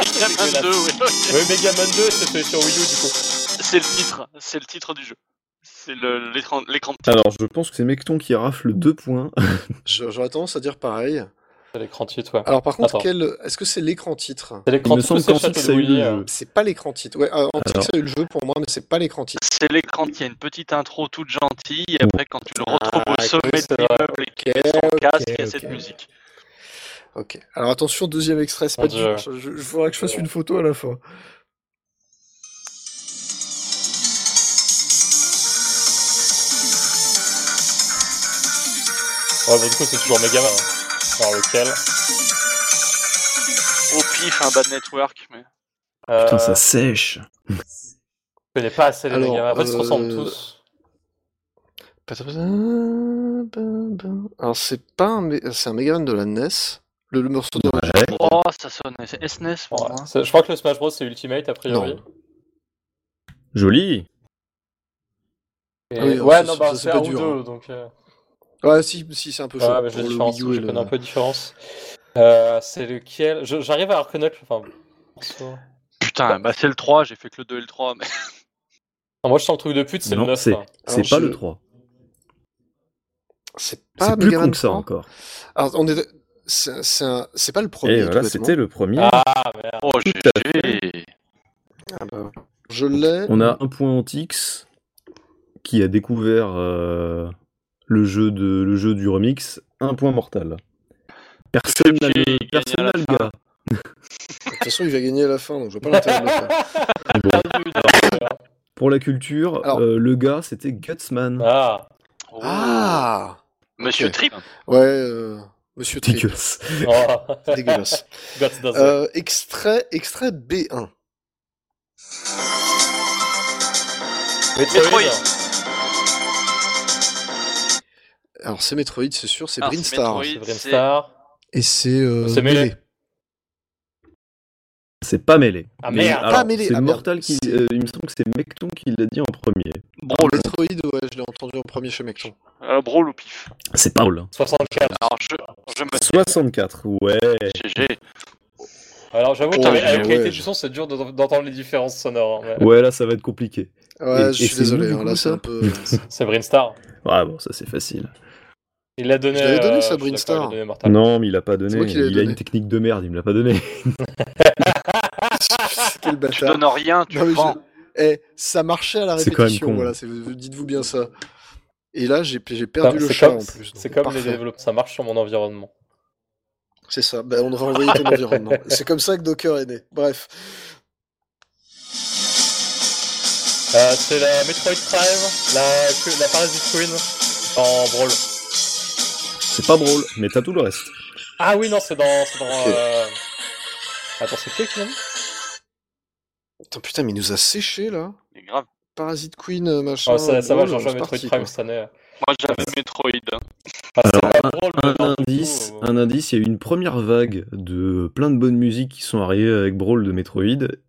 Speaker 5: Megaman 2, oui.
Speaker 2: Oui, Megaman 2, c'était sur Wii U du coup.
Speaker 5: C'est le titre, c'est le titre du jeu. C'est le- l'écran, l'écran de titre.
Speaker 3: Alors, je pense que c'est Mecton qui rafle deux points.
Speaker 1: Je- J'aurais tendance à dire pareil.
Speaker 2: C'est l'écran titre, ouais.
Speaker 1: Alors, par contre,
Speaker 2: Attends.
Speaker 1: quel... est-ce que c'est l'écran titre
Speaker 2: C'est
Speaker 3: Il
Speaker 2: l'écran
Speaker 3: me
Speaker 2: titre,
Speaker 3: semble
Speaker 2: c'est
Speaker 3: qu'en
Speaker 2: le
Speaker 3: fait,
Speaker 2: château
Speaker 3: ça a
Speaker 2: de
Speaker 3: eu
Speaker 2: Wii.
Speaker 3: le
Speaker 2: euh.
Speaker 3: jeu.
Speaker 1: C'est pas l'écran titre. Ouais, euh, en titre,
Speaker 3: Alors.
Speaker 1: ça a eu le jeu pour moi, mais c'est pas l'écran titre.
Speaker 5: C'est l'écran qui a une petite intro toute gentille, et après, quand tu le retrouves au sommet
Speaker 2: oui,
Speaker 5: de
Speaker 2: c'est
Speaker 5: l'immeuble et qu'il est sans casque, il y a
Speaker 1: ok.
Speaker 5: cette musique.
Speaker 1: Ok. Alors, attention, deuxième extrait, c'est
Speaker 2: Mon
Speaker 1: pas du
Speaker 2: Dieu.
Speaker 1: Je, je- je faudra que je fasse une photo à la fois.
Speaker 2: Ouais, bah, du coup, c'est toujours Megaman. hein. Alors lequel
Speaker 5: Au pif, un bad network, mais.
Speaker 2: euh,
Speaker 3: Putain, ça sèche.
Speaker 2: Je connais pas assez les
Speaker 1: Alors,
Speaker 2: Megaman. En fait, ils se
Speaker 1: euh,
Speaker 2: ressemblent tous.
Speaker 1: Alors, c'est pas un, mé- c'est un Megaman de la NES. Le, le morceau de
Speaker 5: Oh, ça sonne. C'est SNES pour
Speaker 2: Ouais.
Speaker 5: moi.
Speaker 2: C'est- Je crois que le Smash Bros c'est Ultimate a priori.
Speaker 1: Non.
Speaker 3: Joli.
Speaker 2: Et-
Speaker 1: Ah oui,
Speaker 2: ouais,
Speaker 1: ça,
Speaker 2: non,
Speaker 1: ça,
Speaker 2: bah
Speaker 1: ça,
Speaker 2: c'est
Speaker 1: c'est pas
Speaker 2: un ou
Speaker 1: dur, hein.
Speaker 2: deux, donc. euh,
Speaker 1: Ouais, si, si c'est un peu chaud.
Speaker 2: Ouais, mais
Speaker 1: pour
Speaker 2: j'ai
Speaker 1: le
Speaker 2: différence,
Speaker 1: Wii U et
Speaker 2: je
Speaker 1: le-
Speaker 2: connais un peu la différence. Euh, c'est lequel Je- J'arrive à reconnaître. Enfin, perso.
Speaker 5: Putain, bah c'est le 3, j'ai fait que le 2 et le 3. Mais...
Speaker 2: Non, moi je sens le truc de pute, c'est le
Speaker 3: Non,
Speaker 2: 9.
Speaker 3: c'est
Speaker 2: hein.
Speaker 3: c'est pas
Speaker 1: je- Ah,
Speaker 3: le 3.
Speaker 1: C'est pas
Speaker 3: C'est plus
Speaker 1: Megaman
Speaker 3: con que ça hein.
Speaker 1: 3.
Speaker 3: encore.
Speaker 1: Alors, on est... c'est, c'est un- c'est pas le premier.
Speaker 3: Et
Speaker 1: tout
Speaker 3: voilà,
Speaker 1: bêtement.
Speaker 3: c'était le premier.
Speaker 2: Ah,
Speaker 5: Oh, GG.
Speaker 1: Ah bah, Je l'ai.
Speaker 3: On a un point Antix qui a découvert euh, le, jeu de, le jeu du remix. Un point mortal. Personne n'a
Speaker 5: Celui qui gagne
Speaker 3: le,
Speaker 5: à
Speaker 3: personne
Speaker 5: la
Speaker 3: n'a le gars.
Speaker 1: toute façon, il va gagner à la fin, donc je vois pas l'intérêt de le faire. Ah,
Speaker 3: Pour la culture,
Speaker 1: Alors-
Speaker 3: euh, le gars, c'était Gutsman.
Speaker 2: Ah,
Speaker 1: Ah
Speaker 5: Monsieur
Speaker 1: oh, ok.
Speaker 5: Trip
Speaker 1: Ouais, euh, Monsieur Trip,
Speaker 3: Dégueulasse.
Speaker 2: oh.
Speaker 1: dégueulasse.
Speaker 2: Guts does it.
Speaker 1: Euh, extrait, extrait B1.
Speaker 2: Metroid.
Speaker 5: Metroid.
Speaker 1: Alors c'est Metroid, c'est sûr, c'est
Speaker 5: Ah, c'est
Speaker 1: Brinstar.
Speaker 5: Metroid.
Speaker 2: C'est Dream
Speaker 5: C'est-
Speaker 2: Star.
Speaker 6: Et c'est. euh,
Speaker 2: C'est mêlé.
Speaker 6: mêlé.
Speaker 3: C'est pas mêlé.
Speaker 2: Ah, merde.
Speaker 3: alors,
Speaker 1: Pas mêlé,
Speaker 3: C'est
Speaker 1: ah, merde.
Speaker 3: Mortal qui. euh, il me semble que c'est Mekton qui l'a dit en premier.
Speaker 1: Alors, Metroid, ouais, je l'ai entendu en premier chez Mecton.
Speaker 5: Euh, Brawl ou pif
Speaker 3: C'est pas
Speaker 2: hein.
Speaker 3: Paul.
Speaker 2: 64.
Speaker 5: Alors je, je me
Speaker 3: 64, ouais.
Speaker 5: GG.
Speaker 2: Alors j'avoue,
Speaker 1: Oh,
Speaker 2: que avec la
Speaker 1: ouais.
Speaker 2: qualité du son, c'est dur de- d'entendre les différences sonores. hein, ouais.
Speaker 3: Ouais, là, ça va être compliqué.
Speaker 1: Ouais,
Speaker 3: Et-
Speaker 1: je
Speaker 3: et
Speaker 1: suis
Speaker 3: c'est
Speaker 1: désolé,
Speaker 3: où, du
Speaker 1: hein,
Speaker 3: coup,
Speaker 1: là c'est
Speaker 3: ça
Speaker 1: un peu...
Speaker 2: C'est Brinstar.
Speaker 3: Ah bon, ça c'est facile.
Speaker 2: Il l'a donné.
Speaker 1: Je l'avais donné,
Speaker 2: euh,
Speaker 1: ça,
Speaker 2: je suis
Speaker 1: Brinstar.
Speaker 2: d'accord, il l'a donné, Martin.
Speaker 3: Non, mais il a pas
Speaker 1: C'est
Speaker 3: donné.
Speaker 1: moi qui l'ai
Speaker 3: Il a
Speaker 1: donné.
Speaker 3: une technique de merde, il me l'a pas donné.
Speaker 1: Quel
Speaker 5: Tu
Speaker 1: bâtard.
Speaker 5: donnes rien, tu
Speaker 1: Non, mais je-
Speaker 5: prends.
Speaker 1: Eh, ça marchait à la
Speaker 3: C'est quand même
Speaker 1: répétition,
Speaker 3: con.
Speaker 1: voilà, c'est- dites-vous bien ça. Et là, j'ai j'ai
Speaker 2: Ça,
Speaker 1: perdu le
Speaker 2: C'est
Speaker 1: chat
Speaker 2: comme,
Speaker 1: en plus.
Speaker 2: c'est
Speaker 1: donc
Speaker 2: comme les
Speaker 1: parfait.
Speaker 2: développeurs, ça marche sur mon environnement.
Speaker 1: C'est ça, ben, on devrait envoyer ton environnement. C'est comme ça que Docker est né. Bref.
Speaker 2: Euh, c'est la Metroid Prime, la, que- la Parasite Queen en Brawl.
Speaker 3: C'est pas drôle, mais t'as tout le reste.
Speaker 2: Ah oui, non, c'est dans. C'est dans
Speaker 1: Ok.
Speaker 2: euh, Attends, c'est qui qui l'a dit
Speaker 1: Attends, putain, mais il nous a séché là.
Speaker 5: Mais grave.
Speaker 1: Parasite Queen, euh, machin.
Speaker 2: Ah, Ça ça va,
Speaker 1: drôle,
Speaker 2: j'ai rejoint
Speaker 1: c'est
Speaker 2: Metroid
Speaker 1: parti,
Speaker 2: Prime
Speaker 1: quoi.
Speaker 2: cette année. hein.
Speaker 5: Moi j'avais Metroid. hein.
Speaker 2: Ah, c'est pas Brawl, mais
Speaker 3: Un
Speaker 2: dans tout,
Speaker 3: indice,
Speaker 2: euh,
Speaker 3: un indice, il y a eu une première vague de plein de bonnes musiques qui sont arrivées avec Brawl de Metroid,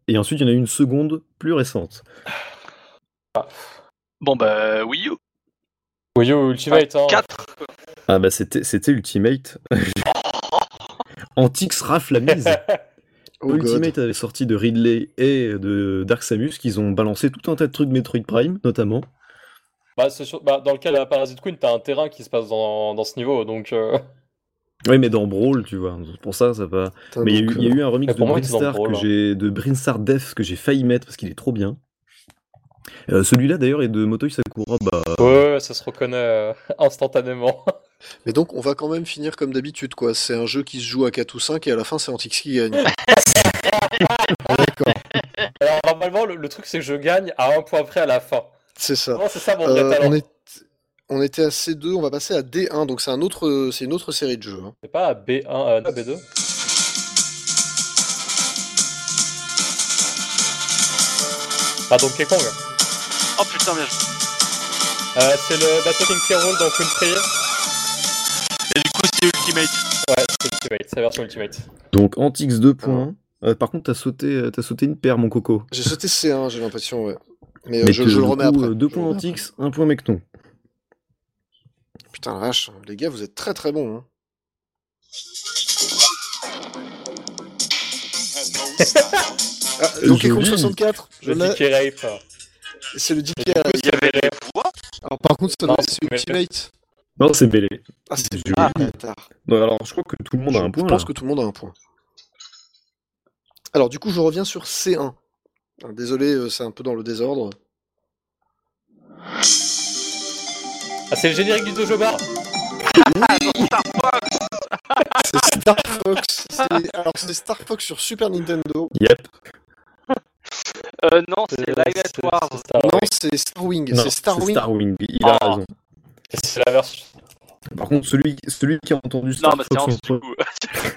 Speaker 3: et ensuite il y en a eu une seconde plus récente.
Speaker 5: Bon bah Wii U.
Speaker 2: Wii U Ultimate, hein.
Speaker 5: 4
Speaker 3: Ah bah c'était c'était Ultimate. Antix rafle la mise.
Speaker 1: Oh, God.
Speaker 3: Ultimate avait sorti de Ridley et de Dark Samus qu'ils ont balancé tout un tas de trucs Metroid Prime notamment.
Speaker 2: Bah, c'est sûr- bah, dans le cas de la Parasite Queen, t'as un terrain qui se passe dans, dans ce niveau, donc. euh,
Speaker 3: Oui mais dans Brawl tu vois, pour ça ça va.
Speaker 1: Putain,
Speaker 3: Mais il y a eu-
Speaker 1: donc,
Speaker 3: il y, a eu un remix
Speaker 2: Mais
Speaker 3: de
Speaker 2: pour moi, ils sont
Speaker 3: Brinstar,
Speaker 2: drôles,
Speaker 3: que
Speaker 2: hein.
Speaker 3: j'ai, de Brinstar Death que j'ai failli mettre parce qu'il est trop bien. Euh, Celui-là d'ailleurs est de Motoi Sakura. Bah,
Speaker 1: Euh.
Speaker 2: Ouais, ça se reconnaît euh, instantanément.
Speaker 3: euh,
Speaker 1: Mais donc, on va quand même finir comme d'habitude, quoi. C'est un jeu qui se joue à 4 ou 5 et à la fin, c'est Antix qui gagne. D'accord,
Speaker 2: Alors, normalement, le, le truc, c'est que je gagne à un point près à la fin.
Speaker 1: c'est ça.
Speaker 2: Non, c'est ça mon vrai
Speaker 1: Euh,
Speaker 2: talent.
Speaker 1: on, est... on était à C2, on va passer à D1, donc c'est un autre... c'est une autre série de jeux. hein.
Speaker 2: C'est pas à B1, euh, non, B2 Ah, Donkey Kong.
Speaker 5: Oh putain mais je-
Speaker 2: Euh, c'est le Battle King Roll dans Country.
Speaker 5: Et du coup c'est Ultimate.
Speaker 2: Ouais, c'est Ultimate, c'est la version Ultimate.
Speaker 3: donc Antix
Speaker 1: Ah.
Speaker 3: 2 points. Euh, par contre, t'as sauté, t'as sauté une paire, mon coco.
Speaker 1: J'ai sauté C1, j'ai l'impression, ouais. Mais, euh,
Speaker 3: Mais
Speaker 1: je,
Speaker 3: que,
Speaker 1: je le
Speaker 3: du
Speaker 1: remets
Speaker 3: coup,
Speaker 1: après.
Speaker 3: euh, Deux
Speaker 1: Je le
Speaker 3: points
Speaker 1: remets après.
Speaker 3: Antix, un point Mecton.
Speaker 1: Putain, la vache, les gars, vous êtes très très bons. hein. Ah, Donkey Kong
Speaker 3: Joli.
Speaker 1: 64, je
Speaker 2: Le
Speaker 1: l'ai,
Speaker 2: DK Rape.
Speaker 1: c'est le DK.
Speaker 5: Il y avait les voix.
Speaker 1: Alors par contre, ça
Speaker 2: Non,
Speaker 1: doit être
Speaker 2: c'est
Speaker 1: Ultimate.
Speaker 3: Non, c'est mêlé.
Speaker 1: Ah, c'est
Speaker 3: Joli.
Speaker 1: ah, bâtard.
Speaker 3: Non, alors, je crois que tout le monde a un
Speaker 1: Je
Speaker 3: point.
Speaker 1: pense
Speaker 3: là.
Speaker 1: que tout le monde a un point. Alors du coup, je reviens sur C1. Ah, Désolé, euh, c'est un peu dans le désordre.
Speaker 2: Ah, c'est le générique du Dojo Bar
Speaker 1: C'est Star Fox. c'est- Alors c'est Star Fox sur Super Nintendo.
Speaker 3: Yep.
Speaker 5: Euh, non c'est Live at War.
Speaker 2: c'est Star-
Speaker 1: Non, c'est Starwing.
Speaker 3: Non,
Speaker 1: C'est Starwing.
Speaker 3: Starwing. Il a
Speaker 5: Ah.
Speaker 3: raison.
Speaker 2: C'est la version.
Speaker 3: Par contre, celui, celui qui a entendu Star
Speaker 5: Non mais c'est en
Speaker 3: Fox
Speaker 5: dessous,
Speaker 3: en
Speaker 5: du coup.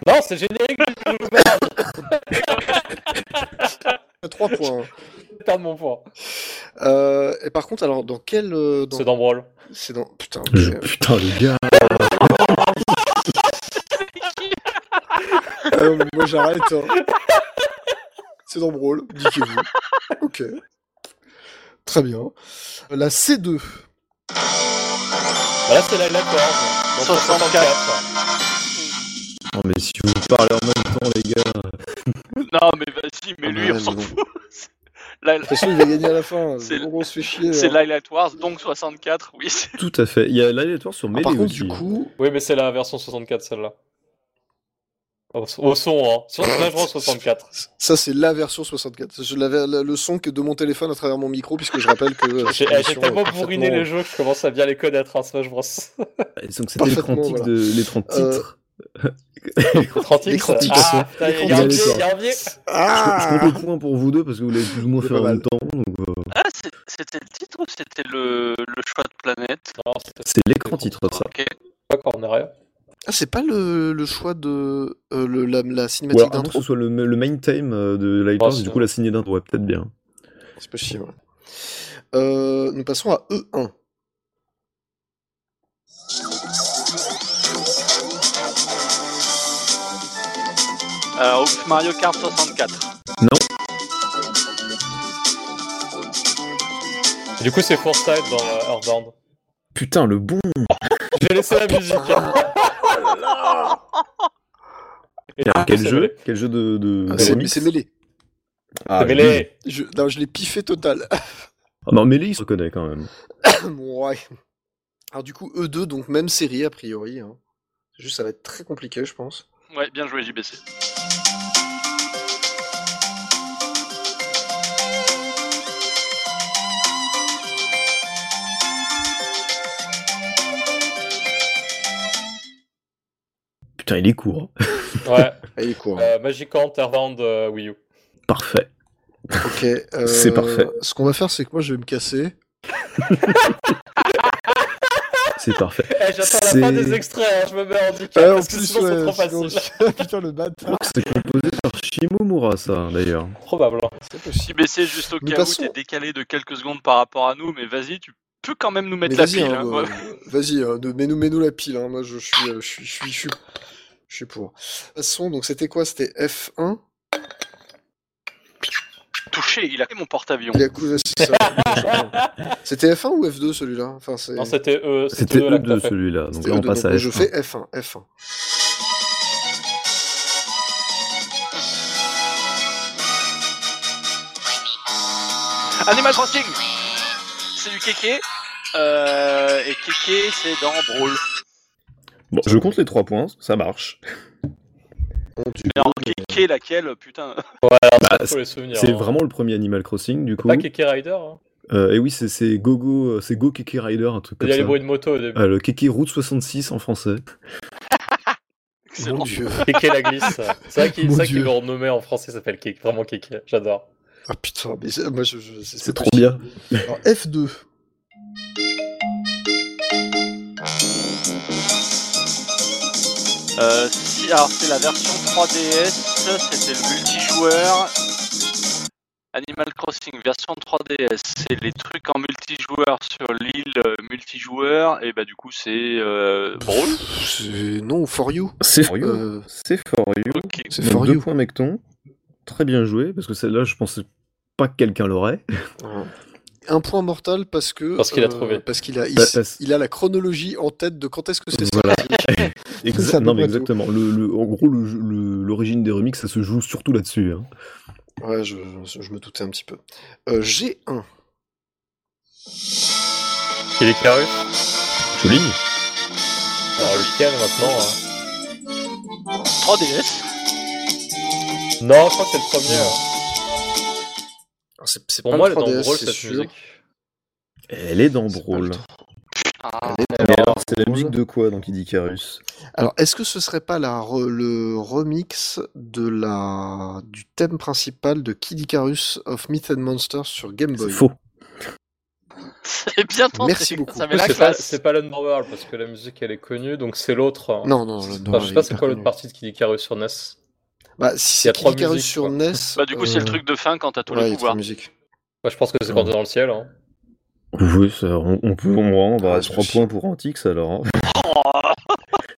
Speaker 2: Non, c'est le générique du Dojo Bar
Speaker 1: Trois points. hein.
Speaker 2: Je perds mon point.
Speaker 1: Euh, et par contre, alors dans quel euh, dans-
Speaker 2: C'est dans Brawl.
Speaker 1: C'est dans. Putain. ok.
Speaker 3: Je- Putain, le gars.
Speaker 1: Euh, moi j'arrête. hein. C'est dans Brawl, niquez-vous. Ok. Très bien. La C2.
Speaker 2: Bah, là, c'est la Live at War. Donc, 64.
Speaker 3: Non, mais si vous parlez en même temps, les gars.
Speaker 5: Non mais vas-y mais
Speaker 1: Ah,
Speaker 5: lui
Speaker 1: mais
Speaker 5: on s'en
Speaker 1: bon.
Speaker 5: fout. Là,
Speaker 1: De toute façon, il va gagner à la fin.
Speaker 5: C'est-
Speaker 1: Donc, on se fait chier. hein.
Speaker 5: C'est
Speaker 1: là.
Speaker 5: Live at Wars donc 64 oui. c'est-
Speaker 3: Tout à fait. Il y a l'aléatoire sur
Speaker 1: Ah,
Speaker 3: mêlé
Speaker 1: par contre,
Speaker 3: aussi.
Speaker 1: du coup.
Speaker 2: Oui, mais c'est la version 64, celle-là. Au, au son, hein. Sur la 64.
Speaker 1: Ça, c'est la version 64. Je l'avais la- le son que de mon téléphone à travers mon micro, puisque je rappelle que. euh,
Speaker 2: J'ai
Speaker 1: cette
Speaker 2: j'ai
Speaker 1: émission
Speaker 2: tellement
Speaker 1: est
Speaker 2: bourriné les
Speaker 1: parfaitement-
Speaker 2: jeux que je commence à bien les connaître, hein, Smash Bros.
Speaker 3: Donc c'était les 30
Speaker 1: Parfaitement,
Speaker 3: titres,
Speaker 1: voilà.
Speaker 3: de- les 30
Speaker 1: Euh,
Speaker 3: titres.
Speaker 2: 30 x
Speaker 1: L'écran-tix.
Speaker 2: Ah, putain, il y a un
Speaker 3: L'écran-tix.
Speaker 2: biais, il y a un biais.
Speaker 3: Je compte les points pour vous deux parce que vous l'avez plus ou moins
Speaker 1: ah. C'est
Speaker 3: fait
Speaker 1: pas
Speaker 3: en
Speaker 1: mal.
Speaker 3: même temps. donc, euh,
Speaker 5: Ah, c'est- c'était le titre ou c'était le, le choix de planète
Speaker 2: Non, c'était
Speaker 3: C'est l'écran titre, ça.
Speaker 5: Ok.
Speaker 2: pas Corneria.
Speaker 1: Ah, c'est pas le, le choix de euh, le- la, la
Speaker 3: Ou
Speaker 1: cinématique
Speaker 3: alors, avant que
Speaker 1: d'intro
Speaker 3: ce soit le, le main theme euh, de
Speaker 2: Oh,
Speaker 3: Lighthouse,
Speaker 2: c'est
Speaker 3: du coup, la signée d'intro, ouais, peut-être bien.
Speaker 1: C'est possible. ouais. Euh, nous passons à E1.
Speaker 5: Alors, Ouf, Euh, Mario Kart 64.
Speaker 2: Et Du coup, c'est Foresight dans euh, Earthbound.
Speaker 3: Putain, le bon
Speaker 2: J'ai laissé la musique. hein. Et du coup,
Speaker 3: Quel
Speaker 2: c'est
Speaker 3: jeu Quel jeu de. de-
Speaker 1: Ah,
Speaker 3: de
Speaker 1: c'est,
Speaker 3: Bah, remix
Speaker 1: c'est mêlé.
Speaker 3: Ah,
Speaker 2: mêlé.
Speaker 3: oui.
Speaker 2: Mêlé.
Speaker 1: Je, non, je l'ai piffé total.
Speaker 3: Ah, non, mêlé, il se reconnaît quand même.
Speaker 1: ouais. Alors du coup, E2, donc même série a priori. hein. C'est Juste, ça va être très compliqué, je pense.
Speaker 5: Ouais, bien joué, JBC.
Speaker 3: Putain, il est court. hein.
Speaker 2: Ouais,
Speaker 1: Allez, court.
Speaker 2: euh, Magicant, Earthbound, euh, Wii U.
Speaker 3: Parfait.
Speaker 1: Ok. euh,
Speaker 3: C'est parfait.
Speaker 1: Ce qu'on va faire, c'est que moi, je vais me casser.
Speaker 3: C'est parfait.
Speaker 2: Eh, j'attends la
Speaker 3: C'est-
Speaker 2: fin des extraits, hein, je me mets en handicap
Speaker 1: Ah,
Speaker 2: parce que sinon c'est trop
Speaker 1: sinon,
Speaker 2: facile.
Speaker 1: Putain, le bad.
Speaker 3: Je crois que Ah, c'est composé par Shimomura, ça, d'ailleurs.
Speaker 2: Probable. hein.
Speaker 1: Ah, C'est possible.
Speaker 5: JBC, juste au
Speaker 1: Nous
Speaker 5: cas
Speaker 1: passons-
Speaker 5: où, t'es décalé de quelques secondes par rapport à nous, mais vas-y, tu peux quand même nous
Speaker 1: Mais
Speaker 5: mettre la
Speaker 1: vas-y,
Speaker 5: pile.
Speaker 1: hein,
Speaker 5: hein.
Speaker 1: euh, vas-y, hein, de- mets-nous mets-nous la pile. hein, Moi, je suis, euh, je suis, je suis, je suis, je suis pour. Passons. Donc, c'était quoi C'était F1.
Speaker 5: Touché, il a pris mon porte-avions.
Speaker 1: Yakuza 6. C'était F1 ou F2 celui-là Enfin, c'est.
Speaker 2: Non, c'était euh,
Speaker 3: C'était
Speaker 2: eux là que
Speaker 3: E2,
Speaker 2: t'as fait.
Speaker 3: celui-là. Donc
Speaker 1: c'était
Speaker 3: là, on
Speaker 1: E2,
Speaker 3: passe
Speaker 1: donc
Speaker 3: à
Speaker 1: Je
Speaker 3: F1.
Speaker 1: fais F1, F1.
Speaker 5: Animal Crossing C'est du kéké. euh, et kéké, c'est dans Brawl.
Speaker 3: Bon, je compte les trois points, ça marche.
Speaker 5: Mais en kéké, laquelle Putain.
Speaker 2: Ah,
Speaker 3: Bah,
Speaker 2: faut les souvenirs.
Speaker 3: C'est
Speaker 2: hein.
Speaker 3: vraiment le premier Animal Crossing, du coup.
Speaker 2: Pas Keke Rider. Hein.
Speaker 3: Euh, et oui, c'est- c'est Go Go, euh, c'est Go Keke Rider, un truc
Speaker 2: Il
Speaker 3: comme
Speaker 2: y a les
Speaker 3: ça.
Speaker 2: bruits de moto au début.
Speaker 3: Euh, le Keke Route 66 en français.
Speaker 1: Mon
Speaker 5: Excellent.
Speaker 1: dieu.
Speaker 2: Keke la glisse. C'est vrai qu'ils
Speaker 1: Mon
Speaker 2: ça qu'ils
Speaker 1: Dieu.
Speaker 2: l'ont renommé en français, ça s'appelle Keke. Vraiment Keke, j'adore.
Speaker 1: Ah putain, mais ça, moi, je, je-
Speaker 3: C'est trop bien.
Speaker 1: Alors, F2.
Speaker 5: Euh, si- alors c'est la version 3DS, c'était le multijoueur. Animal Crossing version 3DS, c'est les trucs en multijoueur sur l'île euh, multijoueur, et bah du coup c'est euh, Brawl.
Speaker 1: C'est- Non, For You.
Speaker 3: C'est for you.
Speaker 1: Euh,
Speaker 3: C'est for you.
Speaker 5: Ok.
Speaker 1: c'est
Speaker 3: Donc,
Speaker 1: For
Speaker 3: deux
Speaker 1: You.
Speaker 3: points, Mecton. Très bien joué, parce que celle-là, je pensais pas que quelqu'un l'aurait.
Speaker 1: Ouais. Un point mortal parce que. euh,
Speaker 2: Parce qu'il a trouvé.
Speaker 1: Parce qu'il a, il,
Speaker 3: Bah, parce-
Speaker 1: il a la chronologie en tête de quand est-ce que c'est
Speaker 3: Voilà.
Speaker 1: sorti.
Speaker 3: Exa-
Speaker 1: C'est à peu
Speaker 3: non, mais
Speaker 1: près tout.
Speaker 3: exactement. Le, le- en gros, le- le- l'origine des remix, ça se joue surtout là-dessus. hein.
Speaker 1: Ouais, je, je- je me doutais un petit peu. Euh, G1.
Speaker 2: Il est carré.
Speaker 3: Joli.
Speaker 2: Alors lequel maintenant hein.
Speaker 5: 3DS.
Speaker 2: Non, je crois que c'est le premier. hein.
Speaker 1: Alors, C'est c'est
Speaker 2: Pour
Speaker 1: pas
Speaker 2: moi,
Speaker 1: le
Speaker 2: elle est dans
Speaker 1: 3DS,
Speaker 2: Brawl
Speaker 1: c'est
Speaker 2: cette
Speaker 1: sûr.
Speaker 2: musique.
Speaker 3: Elle est dans
Speaker 1: C'est pas
Speaker 3: Brawl.
Speaker 1: le temps.
Speaker 5: Ah,
Speaker 1: Elle est dans
Speaker 3: Mais
Speaker 1: Brawl.
Speaker 3: alors, c'est la musique de quoi dans Kid Icarus
Speaker 1: Alors, est-ce que ce serait pas la re- le remix de la du thème principal de Kid Icarus of Myth and Monsters sur Game
Speaker 3: C'est
Speaker 1: Boy
Speaker 3: faux.
Speaker 5: c'est bien tenté.
Speaker 1: Merci beaucoup.
Speaker 5: Ça met
Speaker 2: Du coup,
Speaker 5: la
Speaker 2: C'est pas,
Speaker 5: classe.
Speaker 2: c'est pas l'Underworld parce que la musique elle est connue, donc c'est l'autre. hein.
Speaker 1: Non, non,
Speaker 2: Enfin,
Speaker 1: le
Speaker 2: je sais
Speaker 1: Noir
Speaker 2: pas
Speaker 1: est
Speaker 2: c'est
Speaker 1: hyper
Speaker 2: quoi l'autre
Speaker 1: connu.
Speaker 2: partie de Kid Icarus sur E NES.
Speaker 1: Bah, si
Speaker 2: Il y a
Speaker 1: c'est Kid
Speaker 2: trois
Speaker 1: Icarus
Speaker 2: musiques,
Speaker 1: sur
Speaker 2: quoi.
Speaker 1: NES.
Speaker 5: Bah du coup c'est
Speaker 1: euh,
Speaker 5: le truc de fin quand t'as tous
Speaker 1: ouais, il
Speaker 5: les
Speaker 1: y a trois
Speaker 5: pouvoirs.
Speaker 1: musiques.
Speaker 2: Moi, je pense que c'est quand t'es dans le ciel. Hein.
Speaker 3: Oui, ça, on, on peut on, on va
Speaker 1: Ah,
Speaker 3: à
Speaker 1: c'est
Speaker 3: 3
Speaker 1: possible.
Speaker 3: points pour Antix alors. hein.
Speaker 5: Oh,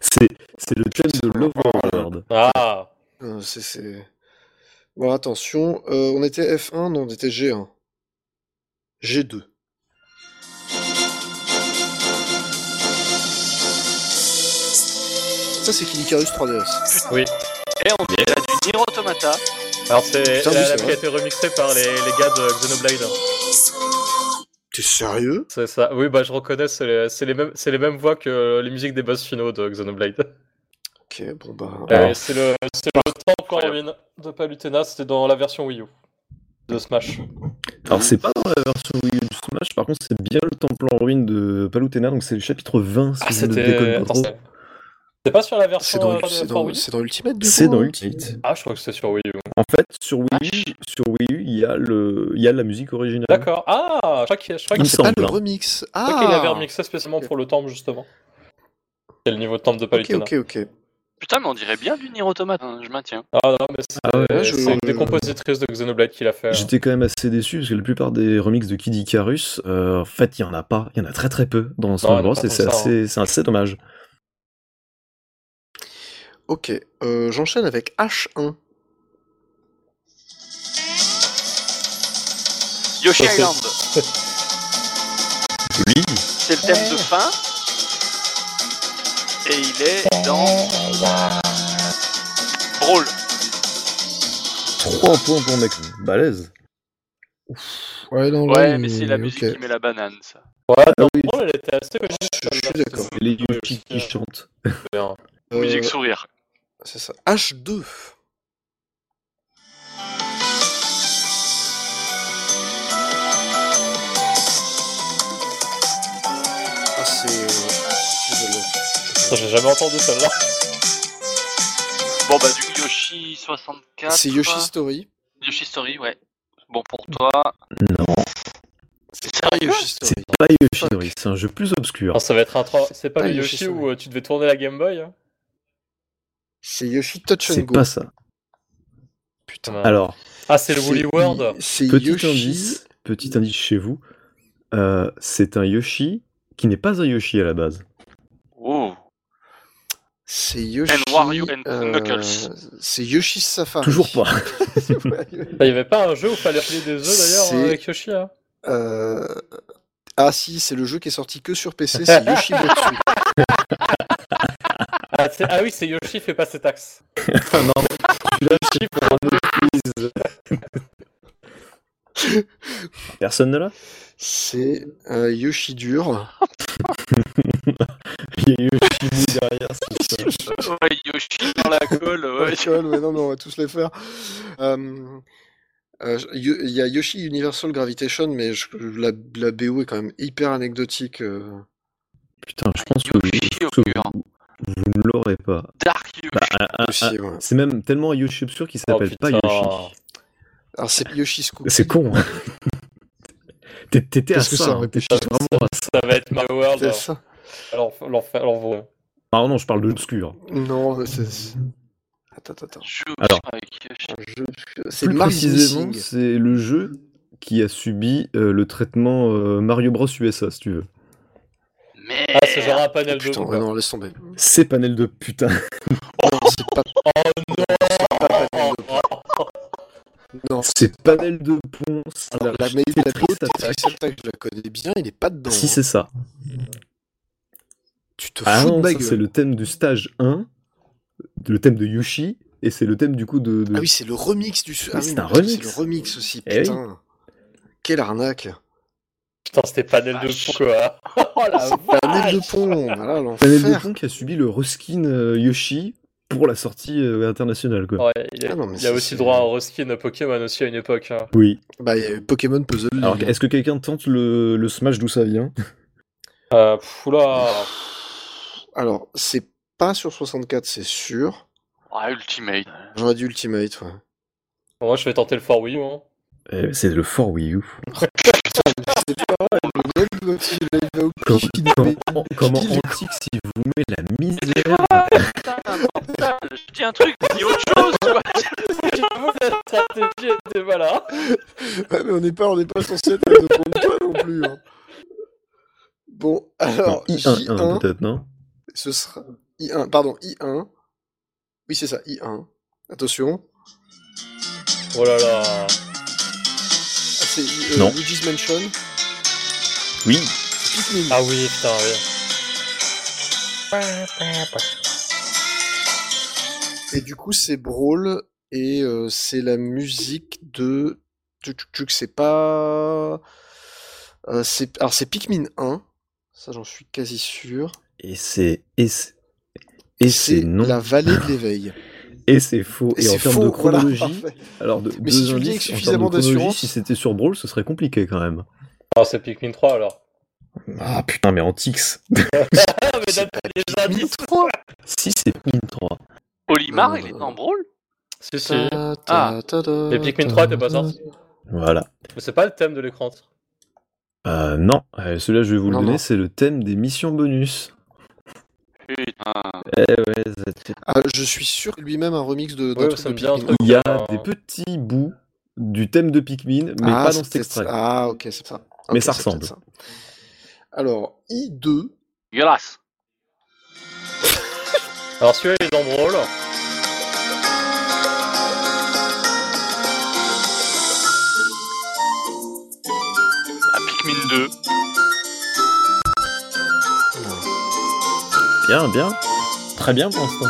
Speaker 3: C'est c'est le thème de l'Overlord.
Speaker 2: Ah,
Speaker 1: Euh, c'est- c'est- Bon, attention, euh, on était F1, non, on était G1. G2. Ça, c'est Kid Icarus 3DS.
Speaker 2: oui.
Speaker 5: et on est là du Nier Automata.
Speaker 2: Alors c'est
Speaker 1: Putain,
Speaker 2: elle
Speaker 1: oui,
Speaker 2: a-
Speaker 1: c'est
Speaker 2: qui
Speaker 1: vrai.
Speaker 2: a été remixée par les, les gars de Xenoblade.
Speaker 1: T'es sérieux
Speaker 2: C'est ça. Oui, bah je reconnais, c'est les, c'est les, mêmes, c'est les mêmes voix que les musiques des boss finaux de Xenoblade.
Speaker 1: Ok, bon, bah.
Speaker 3: Ah.
Speaker 2: Et C'est le, c'est le temple en ruine de Palutena, c'était dans la version Wii U de Smash.
Speaker 1: Ah,
Speaker 3: Alors c'est pas dans la version Wii U du Smash, par contre c'est bien le temple en ruine de Palutena, donc c'est le chapitre 20 si
Speaker 2: Ah,
Speaker 3: je ne déconne
Speaker 2: c'était.
Speaker 3: pas
Speaker 2: attends,
Speaker 3: trop.
Speaker 2: c'est- C'est pas sur la version
Speaker 1: C'est dans,
Speaker 2: euh, pas de-
Speaker 1: c'est
Speaker 2: pour
Speaker 1: dans-
Speaker 2: Wii U
Speaker 1: c'est dans Ultimate du
Speaker 3: C'est
Speaker 1: coup,
Speaker 3: dans
Speaker 1: hein
Speaker 3: Ultimate.
Speaker 2: Ah, je crois que c'est sur Wii U.
Speaker 3: En fait, sur Wii U, sur Wii U, il y a le, il y a la musique originale.
Speaker 2: D'accord. Ah, je crois qu'il je crois
Speaker 3: Il
Speaker 2: qu'il-
Speaker 3: me
Speaker 2: je
Speaker 1: Ah,
Speaker 3: semble.
Speaker 1: le
Speaker 3: hein.
Speaker 1: remix
Speaker 2: crois qu'il avait
Speaker 1: Ah
Speaker 2: remixé spécialement
Speaker 1: Ok.
Speaker 2: pour le temple, justement. C'est le niveau de temple de
Speaker 1: Ok,
Speaker 2: Palitana.
Speaker 1: ok, ok.
Speaker 5: Putain, mais on dirait bien du Nier Automata, hein, je maintiens.
Speaker 2: Ah non, mais c'est
Speaker 3: Ah ouais.
Speaker 1: Ouais, je-
Speaker 2: c'est une des compositrices de Xenoblade qui l'a fait. hein.
Speaker 3: J'étais quand même assez déçu parce que la plupart des remixes de Kid Icarus, euh, en fait, il y en a pas. Il y en a très très peu
Speaker 2: il
Speaker 3: dans
Speaker 2: y en a
Speaker 3: Smash Bros.
Speaker 2: pas
Speaker 3: Et
Speaker 2: tant
Speaker 3: c'est
Speaker 2: que ça,
Speaker 3: assez, c'est assez dommage.
Speaker 1: Ok, euh, j'enchaîne avec H1.
Speaker 5: Yoshi
Speaker 2: Ça, c'est-
Speaker 5: Island,
Speaker 3: Oui.
Speaker 5: c'est le thème de fin. Et il est dans. Brawl.
Speaker 3: 3 points pour mec. Balèze.
Speaker 6: Ouais, non, là,
Speaker 5: Ouais,
Speaker 6: il-
Speaker 5: mais c'est la musique
Speaker 6: ok.
Speaker 5: qui met la banane, ça.
Speaker 2: Ouais, dans
Speaker 3: oui.
Speaker 2: Brawl, Oh, elle était assez connue.
Speaker 1: Je suis
Speaker 2: celle-là.
Speaker 1: d'accord.
Speaker 3: Les
Speaker 2: Oui,
Speaker 3: Yoshi
Speaker 2: aussi,
Speaker 3: qui chantent.
Speaker 2: euh, bien.
Speaker 1: Euh,
Speaker 5: Musique sourire.
Speaker 1: c'est ça. H2. Ah, c'est. euh, je l'ai.
Speaker 2: Ça, J'ai jamais entendu celle-là.
Speaker 5: Bon, bah, du Yoshi 64.
Speaker 1: C'est Yoshi Story.
Speaker 5: Yoshi Story, ouais. Bon, pour toi.
Speaker 3: Non,
Speaker 1: C'est pas Yoshi Story.
Speaker 3: pas Yoshi Doris. C'est un jeu plus obscur.
Speaker 2: Non, ça va être un tra- C'est pas
Speaker 1: Ah,
Speaker 2: le
Speaker 1: Yoshi,
Speaker 2: Yoshi
Speaker 1: ça,
Speaker 2: où euh, tu devais tourner la Game Boy hein
Speaker 1: C'est Yoshi Touch and
Speaker 3: C'est
Speaker 1: Go.
Speaker 3: pas ça.
Speaker 1: Putain.
Speaker 3: Alors,
Speaker 2: Ah, c'est le Woolly World.
Speaker 1: C'est
Speaker 3: petit
Speaker 1: Yoshi.
Speaker 3: indice, petit indice chez vous. euh, c'est un Yoshi qui n'est pas un Yoshi à la base.
Speaker 5: Oh.
Speaker 1: C'est Yoshi. euh,
Speaker 5: And Wario and Knuckles.
Speaker 1: C'est Yoshi Safari.
Speaker 3: Toujours pas.
Speaker 2: Bah, Il y avait pas un jeu où fallait filer des œufs d'ailleurs
Speaker 1: C'est-
Speaker 2: euh, avec Yoshi. hein
Speaker 1: Euh, Ah si, c'est le jeu qui est sorti que sur PC, c'est Yoshi Botsu.
Speaker 2: ah, c'est- ah oui, c'est Yoshi fait pas ses taxes.
Speaker 3: Personne ne l'a
Speaker 1: C'est euh, Yoshi Dur.
Speaker 3: Il y a Yoshi Mou derrière. c'est ça.
Speaker 5: Ouais, Yoshi dans la colle, ouais.
Speaker 1: Alcool, ouais, non mais on va tous les faire. Euh, euh, Yo- Il y a Yoshi Universal Gravitation, mais je- la, la BO est quand même hyper anecdotique. euh.
Speaker 3: Putain, je pense que
Speaker 5: Yoshi
Speaker 3: je pense que
Speaker 5: obscur.
Speaker 3: vous, vous ne l'aurez pas.
Speaker 5: Dark Yoshi.
Speaker 3: Ah, ah,
Speaker 1: aussi, ouais.
Speaker 3: c'est même tellement un Yoshi obscur qui
Speaker 2: Oh,
Speaker 3: s'appelle pas
Speaker 2: putain.
Speaker 3: Yoshi.
Speaker 1: Alors c'est Yoshi Scoop.
Speaker 3: C'est con. hein. T'é- T'étais à
Speaker 6: Qu'est-ce
Speaker 3: ça.
Speaker 6: que ça
Speaker 3: hein.
Speaker 6: aurait pu
Speaker 3: T'étais vraiment à ça.
Speaker 2: Ça va être Mario World.
Speaker 1: C'est
Speaker 2: alors.
Speaker 1: ça.
Speaker 2: Alors, l'enfer, l'enfer.
Speaker 3: Ah non, je parle de l'obscur.
Speaker 1: Non, c'est... c'est- Attends, attends, attends.
Speaker 5: Yoshi
Speaker 3: Alors.
Speaker 5: avec Yoshi.
Speaker 1: C'est
Speaker 3: Plus
Speaker 1: Mario
Speaker 3: précisément,
Speaker 1: Missing.
Speaker 3: c'est le jeu qui a subi euh, le traitement euh, Mario Bros USA, si tu veux.
Speaker 5: Mais.
Speaker 2: Ah, c'est genre un panel de.
Speaker 1: Putain,
Speaker 2: jeux,
Speaker 1: ouais,
Speaker 2: quoi.
Speaker 1: non, laisse tomber.
Speaker 3: C'est panel de putain.
Speaker 1: Non, c'est pas... Oh non Non,
Speaker 3: C'est panel de pont. c'est
Speaker 1: Alors, la,
Speaker 3: archi-
Speaker 1: mais la BO de
Speaker 3: attaque.
Speaker 1: Tetris Attack, je la connais bien, il est pas dedans.
Speaker 3: Si
Speaker 1: hein.
Speaker 3: c'est ça.
Speaker 1: Tu te
Speaker 3: Ah
Speaker 1: fous de
Speaker 3: non,
Speaker 1: ma
Speaker 3: ça, c'est
Speaker 1: gueule.
Speaker 3: le thème du stage 1, le thème de Yoshi, et c'est le thème du coup de. de-
Speaker 1: Ah oui, c'est le remix du. Ah
Speaker 3: Oui, Mm. c'est
Speaker 1: oui,
Speaker 3: un
Speaker 1: parce que
Speaker 3: remix.
Speaker 1: C'est le remix aussi,
Speaker 3: Eh oui.
Speaker 1: putain. Quelle arnaque.
Speaker 2: Putain, c'était panel de
Speaker 5: Vache.
Speaker 2: pou, quoi. Oh la
Speaker 1: Panel
Speaker 2: vache.
Speaker 1: de pont, voilà
Speaker 3: Panel de
Speaker 1: l'enfer.
Speaker 3: pont qui a subi le reskin euh, Yoshi pour la sortie euh, internationale, quoi.
Speaker 2: Ouais, il y a,
Speaker 1: Ah non, mais
Speaker 2: il y a
Speaker 1: ça,
Speaker 2: aussi
Speaker 1: c'est-
Speaker 2: droit à un reskin à Pokémon aussi à une époque. hein.
Speaker 3: Oui.
Speaker 1: Bah, il y a eu Pokémon Puzzle.
Speaker 3: Alors,
Speaker 1: League.
Speaker 3: est-ce que quelqu'un tente le, le Smash d'où ça vient
Speaker 2: Euh, pff, oula.
Speaker 1: Oh. Alors, c'est pas sur 64, c'est sûr.
Speaker 5: Ah, Ultimate.
Speaker 1: J'aurais dit Ultimate, ouais.
Speaker 2: Bon, Moi, je vais tenter le Fort Wii U. hein.
Speaker 3: Euh, C'est le fort Wii U. Comme- Comment, comment antique si vous met la
Speaker 1: Eh
Speaker 3: misère
Speaker 5: Putain, je dis un truc, je dis autre chose, quoi.
Speaker 2: J'avoue que la stratégie était malade.
Speaker 1: Ouais, mais on n'est pas, on n'est pas censé être de pont toi non plus. hein. Bon, alors,
Speaker 3: I1,
Speaker 1: J1,
Speaker 3: peut-être, non
Speaker 1: ce sera. I1, pardon, I1. Oui, c'est ça, I1. Attention.
Speaker 2: Oh là là.
Speaker 1: Ah, c'est euh,
Speaker 3: Non.
Speaker 1: Luigi's Mansion.
Speaker 3: Oui.
Speaker 1: Pikmin.
Speaker 2: Ah oui, putain, oui.
Speaker 1: Et du coup, c'est Brawl et euh, c'est la musique de. Tu, tu, tu- que c'est pas. Euh, c'est... Alors, c'est Pikmin 1. Ça, j'en suis quasi sûr.
Speaker 3: Et c'est. Et c'est. Et c'est non,
Speaker 1: La vallée de l'éveil.
Speaker 3: et c'est faux. Et, en
Speaker 1: c'est
Speaker 3: termes
Speaker 1: faux,
Speaker 3: de
Speaker 1: voilà,
Speaker 3: chronologie,
Speaker 1: parfait.
Speaker 3: alors de,
Speaker 1: Mais
Speaker 3: deux
Speaker 1: si tu le dis
Speaker 3: indices,
Speaker 1: avec
Speaker 3: en
Speaker 1: suffisamment
Speaker 3: termes de chronologie,
Speaker 1: d'assurance-
Speaker 3: si c'était sur Brawl, ce serait compliqué quand même.
Speaker 2: Ah, c'est Pikmin 3 alors.
Speaker 3: Ah putain, mais Antix.
Speaker 2: Ah, mais
Speaker 1: C'est
Speaker 2: date déjà dit.
Speaker 3: Si, c'est Pikmin 3.
Speaker 5: Olimar,
Speaker 1: Euh,
Speaker 5: il est en brawl
Speaker 2: Si, si.
Speaker 1: Ta,
Speaker 5: Ah.
Speaker 1: ta, ta, ta,
Speaker 2: Mais Pikmin
Speaker 1: ta,
Speaker 2: 3 t'es pas
Speaker 1: ta.
Speaker 2: sorti.
Speaker 3: Voilà.
Speaker 2: Mais c'est pas le thème de l'écran.
Speaker 3: Euh, non, Euh, celui-là, je vais vous
Speaker 1: Non,
Speaker 3: le donner,
Speaker 1: non.
Speaker 3: c'est le thème des missions bonus.
Speaker 5: Putain.
Speaker 3: Ouais, ça te fait-
Speaker 1: Ah, je suis sûr que lui-même un remix de. d'un
Speaker 2: Ouais,
Speaker 1: truc
Speaker 2: ça
Speaker 1: de
Speaker 2: me dit un
Speaker 1: Pikmin.
Speaker 2: truc.
Speaker 3: Il y a
Speaker 2: Ah.
Speaker 3: des petits bouts du thème de Pikmin, mais
Speaker 1: Ah,
Speaker 3: pas
Speaker 1: c'est
Speaker 3: dans cet
Speaker 1: peut-être
Speaker 3: extrait.
Speaker 1: ça. Ah, ok, c'est ça.
Speaker 3: Mais
Speaker 1: Ok,
Speaker 3: ça
Speaker 1: c'est peut-être
Speaker 3: ressemble.
Speaker 1: ça. Alors, I2.
Speaker 5: Dégueulasse.
Speaker 2: Alors celui-là il est dans Brawl.
Speaker 5: Ah, Pikmin 2.
Speaker 3: Bien, bien. Très bien pour l'instant.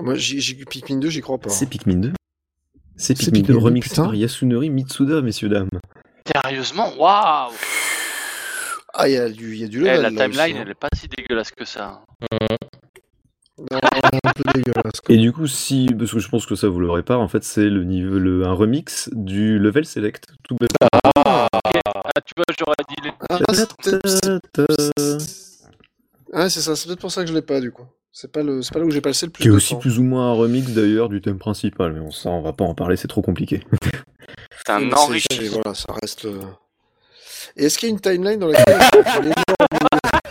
Speaker 1: Moi, j'ai j'ai eu Pikmin 2, j'y crois pas.
Speaker 3: C'est Pikmin 2. C'est
Speaker 6: C'est
Speaker 3: Pikmin 2
Speaker 6: Pikmin 2,
Speaker 3: remixé
Speaker 6: putain.
Speaker 3: par Yasunori Mitsuda, messieurs dames.
Speaker 5: Sérieusement, waouh
Speaker 1: Ah, il y a du, il y a du
Speaker 5: Eh,
Speaker 1: level.
Speaker 5: La
Speaker 1: là,
Speaker 5: timeline,
Speaker 1: aussi,
Speaker 5: elle
Speaker 1: hein.
Speaker 5: est pas si dégueulasse que ça. hein.
Speaker 1: Non,
Speaker 6: un peu dégueulasse. quoi.
Speaker 3: Et du coup, si, parce que je pense que ça vous le répare, en fait, c'est le niveau, le, un remix du level select. Tout bête.
Speaker 5: Ah, tu vois, j'aurais dit les...
Speaker 1: Ah, c'est peut-être- c'est- ah, c'est ça, c'est peut-être pour ça que je l'ai pas du coup. C'est pas, le... c'est pas là où j'ai passé le plus
Speaker 3: Qui est
Speaker 1: de
Speaker 3: aussi
Speaker 1: temps.
Speaker 3: plus ou moins un remix d'ailleurs du thème principal, mais bon, ça, on va pas en parler, c'est trop compliqué.
Speaker 5: C'est un
Speaker 1: C'est- c'est-
Speaker 5: enrichissement.
Speaker 1: Voilà, ça reste. euh, Et est-ce qu'il y a une timeline dans laquelle. les normes-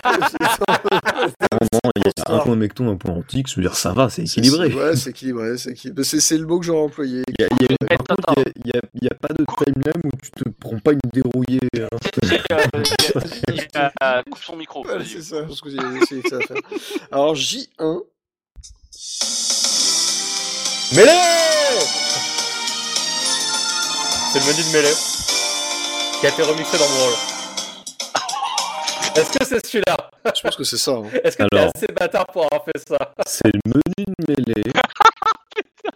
Speaker 3: Vraiment, il y a un
Speaker 1: ça.
Speaker 3: point mecton, un point antique, je veux dire, ça va, c'est équilibré.
Speaker 1: C'est- Ouais, c'est équilibré. C'est équilibré. C'est- c'est le mot que j'aurais employé.
Speaker 3: Il y a- il y a-
Speaker 5: Eh,
Speaker 3: par contre,
Speaker 5: attends,
Speaker 3: il n'y a, il y a pas de timeline où tu te prends pas une dérouillée. hein.
Speaker 5: euh, il y a- il y a- coupe son micro.
Speaker 1: Ouais,
Speaker 5: vas-y.
Speaker 1: c'est ça, je pense que j'ai essayé que ça à faire. Alors, J1.
Speaker 2: Melee C'est le menu de Melee qui a été remixé dans Brawl. Est-ce que c'est celui-là
Speaker 1: Je pense que c'est ça. hein.
Speaker 2: Est-ce que t'es
Speaker 3: Alors.
Speaker 2: assez bâtard pour avoir fait ça
Speaker 3: C'est le menu de mêlée,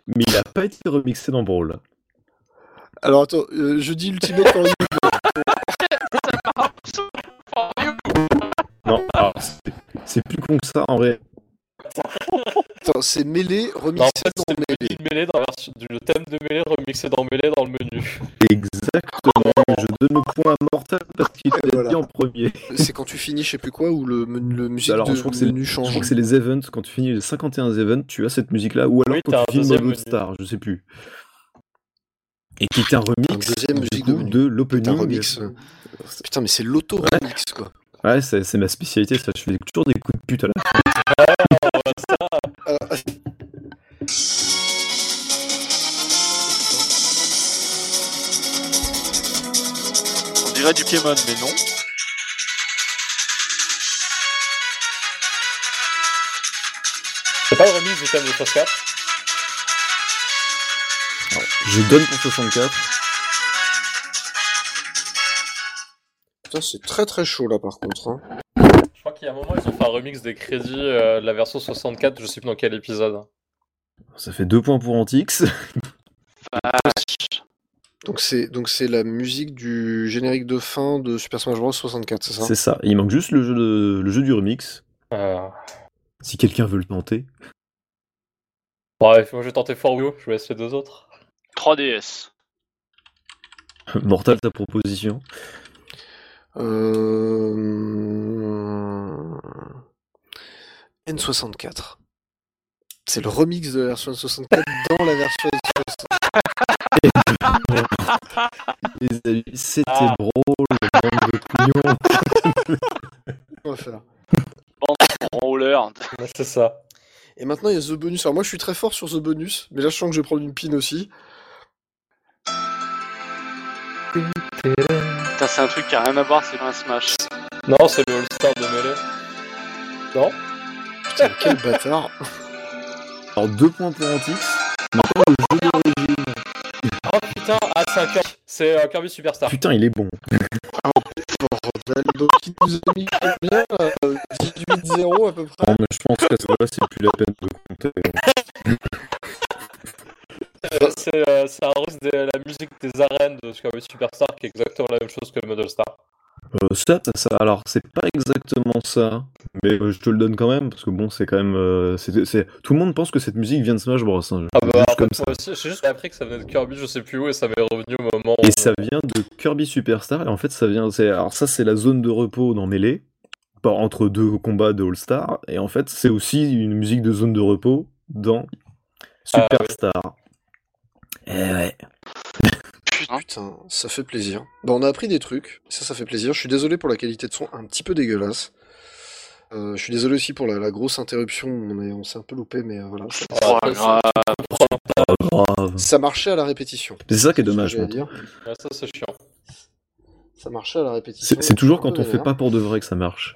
Speaker 3: mais il a pas été remixé dans Brawl.
Speaker 1: Alors, attends, euh, je dis Ultimate en ligne.
Speaker 3: Non,
Speaker 1: Ah.
Speaker 3: alors, c'est- c'est plus con que ça en vrai.
Speaker 1: Attends, c'est mêlé, remixé
Speaker 2: Non, en fait,
Speaker 1: dans
Speaker 2: c'est le menu de Melee dans la version- du- le thème de Melee remixé dans Melee dans le menu.
Speaker 3: Exactement. Je donne le point à Mortal parce qu'il l'a
Speaker 1: Oh. Voilà.
Speaker 3: dit en premier.
Speaker 1: mêlé. C'est quand tu finis, je sais plus quoi, ou le, men- le musique
Speaker 3: Alors,
Speaker 1: de
Speaker 3: je crois que c'est-
Speaker 1: menu
Speaker 3: Je
Speaker 1: change.
Speaker 3: crois que c'est les events. Quand tu finis les 51 events, tu as cette musique-là. Ou alors
Speaker 2: Oui, t'as
Speaker 3: quand
Speaker 2: un
Speaker 3: tu finis
Speaker 2: deuxième
Speaker 3: Mode
Speaker 2: menu.
Speaker 3: Star, je sais plus. Et qui est un
Speaker 1: Un
Speaker 3: remix
Speaker 1: deuxième
Speaker 3: du
Speaker 1: musique
Speaker 3: coup,
Speaker 1: de menu.
Speaker 3: de l'opening.
Speaker 1: Putain, remix. euh, Putain, mais c'est l'auto-remix, quoi.
Speaker 3: Ouais, c'est c'est ma spécialité. Ça, je fais toujours des coups de pute à la
Speaker 1: Ah,
Speaker 5: On dirait du Pokémon, mais non.
Speaker 2: C'est pas le remix du thème de Tosca
Speaker 3: Alors, Je donne pour 64.
Speaker 1: putain, c'est très très chaud, là, par contre. hein.
Speaker 2: Je crois qu'il y a un moment, ils ont fait un remix des crédits euh, de la version 64, je sais plus dans quel épisode. hein.
Speaker 3: Ça fait deux points pour Antix.
Speaker 1: Donc, c'est donc c'est la musique du générique de fin de Super Smash Bros. 64, c'est ça
Speaker 3: C'est ça. Il manque juste le jeu, de- le jeu du remix.
Speaker 2: Euh...
Speaker 3: Si quelqu'un veut le tenter.
Speaker 2: Bref, moi j'ai tenté For You, je vous laisse les deux autres.
Speaker 5: 3DS.
Speaker 3: Mortal, ta proposition.
Speaker 1: Euh, N64. C'est le remix de la version N64 dans la version N64.
Speaker 3: Les amis, c'était
Speaker 5: Ah.
Speaker 3: Brawl, bande de couillons.
Speaker 1: On va faire.
Speaker 5: Roller.
Speaker 2: Ouais, C'est ça.
Speaker 1: Et maintenant, il y a The Bonus. Alors, moi, je suis très fort sur The Bonus, mais là, je sens que je vais prendre une pin aussi.
Speaker 5: Putain, c'est un truc qui a rien à voir, c'est pas un Smash.
Speaker 2: Non, c'est le All-Star de Melee. Non
Speaker 1: Putain, quel bâtard.
Speaker 3: Alors, deux points pour Antix. Maintenant, le jeu d'origine.
Speaker 2: Oh putain, ah c'est un Kirby, c'est un Kirby Superstar.
Speaker 3: Putain, il est bon.
Speaker 1: Bordel. Donc, il nous a mis combien là 18-0 à peu près.
Speaker 3: Non, mais je pense que ça va, c'est plus la peine de compter.
Speaker 2: Euh, C'est euh, c'est un russe de la musique des arènes de Kirby Superstar qui est exactement la même chose que le Model Star.
Speaker 3: Euh, ça, ça, ça, alors, c'est pas exactement ça. Mais euh, je te le donne quand même, parce que bon, c'est quand même. euh, c'est- c'est- Tout le monde pense que cette musique vient de Smash Bros. hein, je-
Speaker 2: Ah bah,
Speaker 3: juste comme ça.
Speaker 2: moi aussi, j'ai juste appris que ça venait de Kirby, je sais plus où, et ça m'est revenu au moment où...
Speaker 3: Et ça vient de Kirby Superstar, et en fait, ça vient. c'est- Alors, ça, c'est la zone de repos dans Melee, par- entre deux combats de All-Star, et en fait, c'est aussi une musique de zone de repos dans
Speaker 2: Ah,
Speaker 3: Superstar. Eh ouais.
Speaker 5: Putain.
Speaker 1: Putain, ça fait plaisir. Bah, on a appris des trucs, ça, ça fait plaisir. Je suis désolé pour la qualité de son un petit peu dégueulasse. Euh, je suis désolé aussi pour la, la grosse interruption, on, est- on s'est un peu loupé, mais euh, voilà. Ça,
Speaker 5: Oh,
Speaker 2: après,
Speaker 5: grave.
Speaker 3: Pas grave.
Speaker 1: ça marchait à la répétition.
Speaker 3: C'est ça qui est
Speaker 1: ce que
Speaker 3: dommage.
Speaker 1: j'allais
Speaker 3: moi.
Speaker 1: dire.
Speaker 2: Ah, ça c'est chiant.
Speaker 1: Ça marchait à la répétition.
Speaker 3: C'est c'est toujours
Speaker 1: Un
Speaker 3: quand
Speaker 1: peu
Speaker 3: on fait
Speaker 1: vénère.
Speaker 3: pas pour de vrai que ça marche.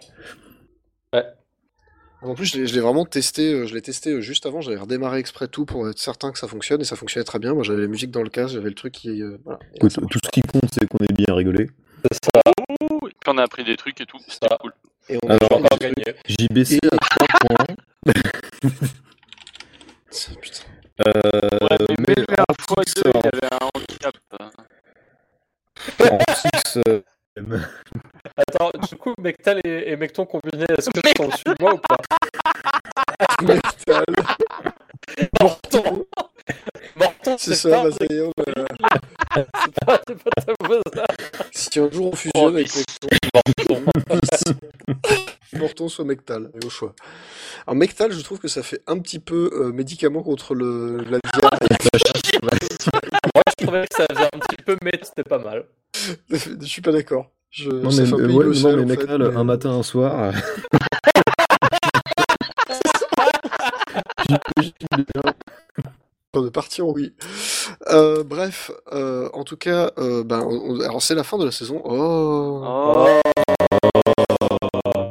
Speaker 1: En plus, je l'ai je l'ai vraiment testé, euh, je l'ai testé euh, juste avant, j'avais redémarré exprès tout pour être certain que ça fonctionne, et ça fonctionnait très bien. Moi, j'avais la musique dans le casque, j'avais le truc qui. euh, voilà. Et là,
Speaker 3: Écoute,
Speaker 1: ça marche.
Speaker 3: tout ce qui compte, c'est qu'on ait bien rigolé.
Speaker 5: Ouh, et puis on a appris des trucs et tout. C'était
Speaker 2: Ça.
Speaker 5: cool.
Speaker 1: Et on a
Speaker 3: Alors,
Speaker 1: fait des
Speaker 2: J'ai encore
Speaker 1: trucs.
Speaker 2: gagné.
Speaker 3: JBC
Speaker 1: Et-
Speaker 3: à 3 points.
Speaker 1: Ça, putain.
Speaker 5: Ouais, mais
Speaker 3: mais
Speaker 5: même la fois
Speaker 3: six,
Speaker 5: deux, il
Speaker 3: en-
Speaker 5: y avait un handicap. euh.
Speaker 3: En six, euh,
Speaker 2: Attends, du coup, Mectal et, et Mecton combinés, est-ce que tu t'en suis moi ou pas
Speaker 1: Mectal.
Speaker 2: Morton Morton,
Speaker 1: C'est ça,
Speaker 2: c'est pas,
Speaker 1: bah, ça y est, on a-
Speaker 2: c'est pas, c'est pas ta mauvaise
Speaker 1: Si un jour on
Speaker 5: Oh,
Speaker 1: fusionne avec
Speaker 5: mais-
Speaker 2: Morton.
Speaker 1: Morton, soit Mectal, et au choix. Alors, Mectal, je trouve que ça fait un petit peu euh, médicament contre le, la
Speaker 2: Moi, je trouvais que ça faisait un petit peu, mais c'était pas mal.
Speaker 1: diarrhée. je suis pas d'accord. Je...
Speaker 3: Non,
Speaker 1: ça
Speaker 3: mais,
Speaker 1: fait un peu
Speaker 3: euh, ouais, non,
Speaker 1: imbécile,
Speaker 3: mais
Speaker 1: en
Speaker 3: mec,
Speaker 1: fait, euh,
Speaker 3: là, le-
Speaker 1: mais-
Speaker 3: un matin, un soir. euh,
Speaker 1: Enfin, de partir, oui. Euh, bref, euh, en tout cas, euh, ben, on- on- alors c'est la fin de la saison. Oh.
Speaker 5: Oh,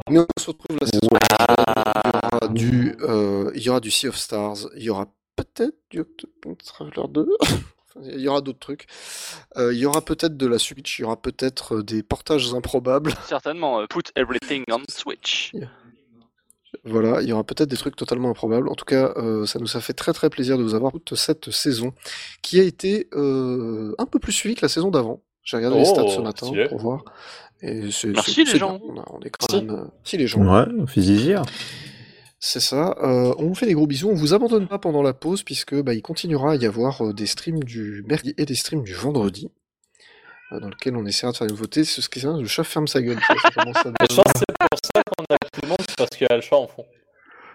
Speaker 1: Mais on se retrouve la saison prochaine. Il y aura du, euh, il y aura du Sea of Stars, il y aura peut-être du Octopus Traveler 2. Enfin, Il y aura d'autres trucs. Euh, il y aura peut-être de la Switch, il y aura peut-être euh, des portages improbables.
Speaker 5: certainement. euh, Put everything on Switch.
Speaker 1: Voilà, il y aura peut-être des trucs totalement improbables. En tout cas, euh, ça nous a fait très très plaisir de vous avoir toute cette saison qui a été euh, un peu plus suivie que la saison d'avant. J'ai regardé les
Speaker 2: Oh,
Speaker 1: stats ce matin
Speaker 2: stylé.
Speaker 1: pour voir. Et c'est-
Speaker 5: Merci,
Speaker 1: c'est-
Speaker 5: les
Speaker 1: c'est
Speaker 5: gens.
Speaker 1: bien. On, a- on est quand même. euh, si les gens.
Speaker 3: ouais, physisire.
Speaker 1: C'est ça. Euh, on vous fait des gros bisous. On vous abandonne pas pendant la pause puisque bah, il continuera à y avoir euh, des streams du mercredi et des streams du vendredi euh, dans lequel on essaiera de faire des nouveautés. C'est ce qui est ça, le chat ferme sa gueule. ça, ça commence à-
Speaker 2: Et je pense que c'est pour ça qu'on a tout le monde, c'est parce qu'il y a le chat en fond.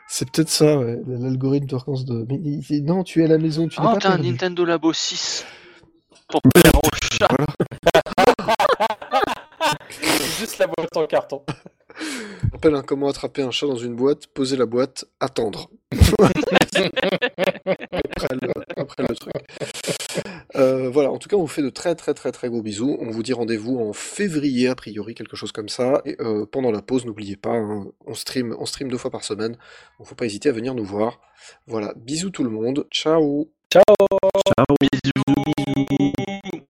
Speaker 1: C'est peut-être ça, ouais, l'algorithme de vacances de. Mais il- il- non, tu es à la maison, tu n'es
Speaker 5: Oh,
Speaker 1: pas
Speaker 5: t'as un
Speaker 1: perdu.
Speaker 5: Nintendo Labo 6 pour plaire au chat.
Speaker 2: Juste la boîte en carton.
Speaker 1: Je rappelle hein, comment attraper un chat dans une boîte, poser la boîte, attendre. après, le, après le truc. Euh, voilà, en tout cas, on vous fait de très très très très gros bisous. On vous dit rendez-vous en février, a priori, quelque chose comme ça. Et euh, pendant la pause, n'oubliez pas, hein, on, stream, on stream deux fois par semaine. Donc faut pas hésiter à venir nous voir. Voilà, bisous tout le monde. Ciao
Speaker 5: Bisous.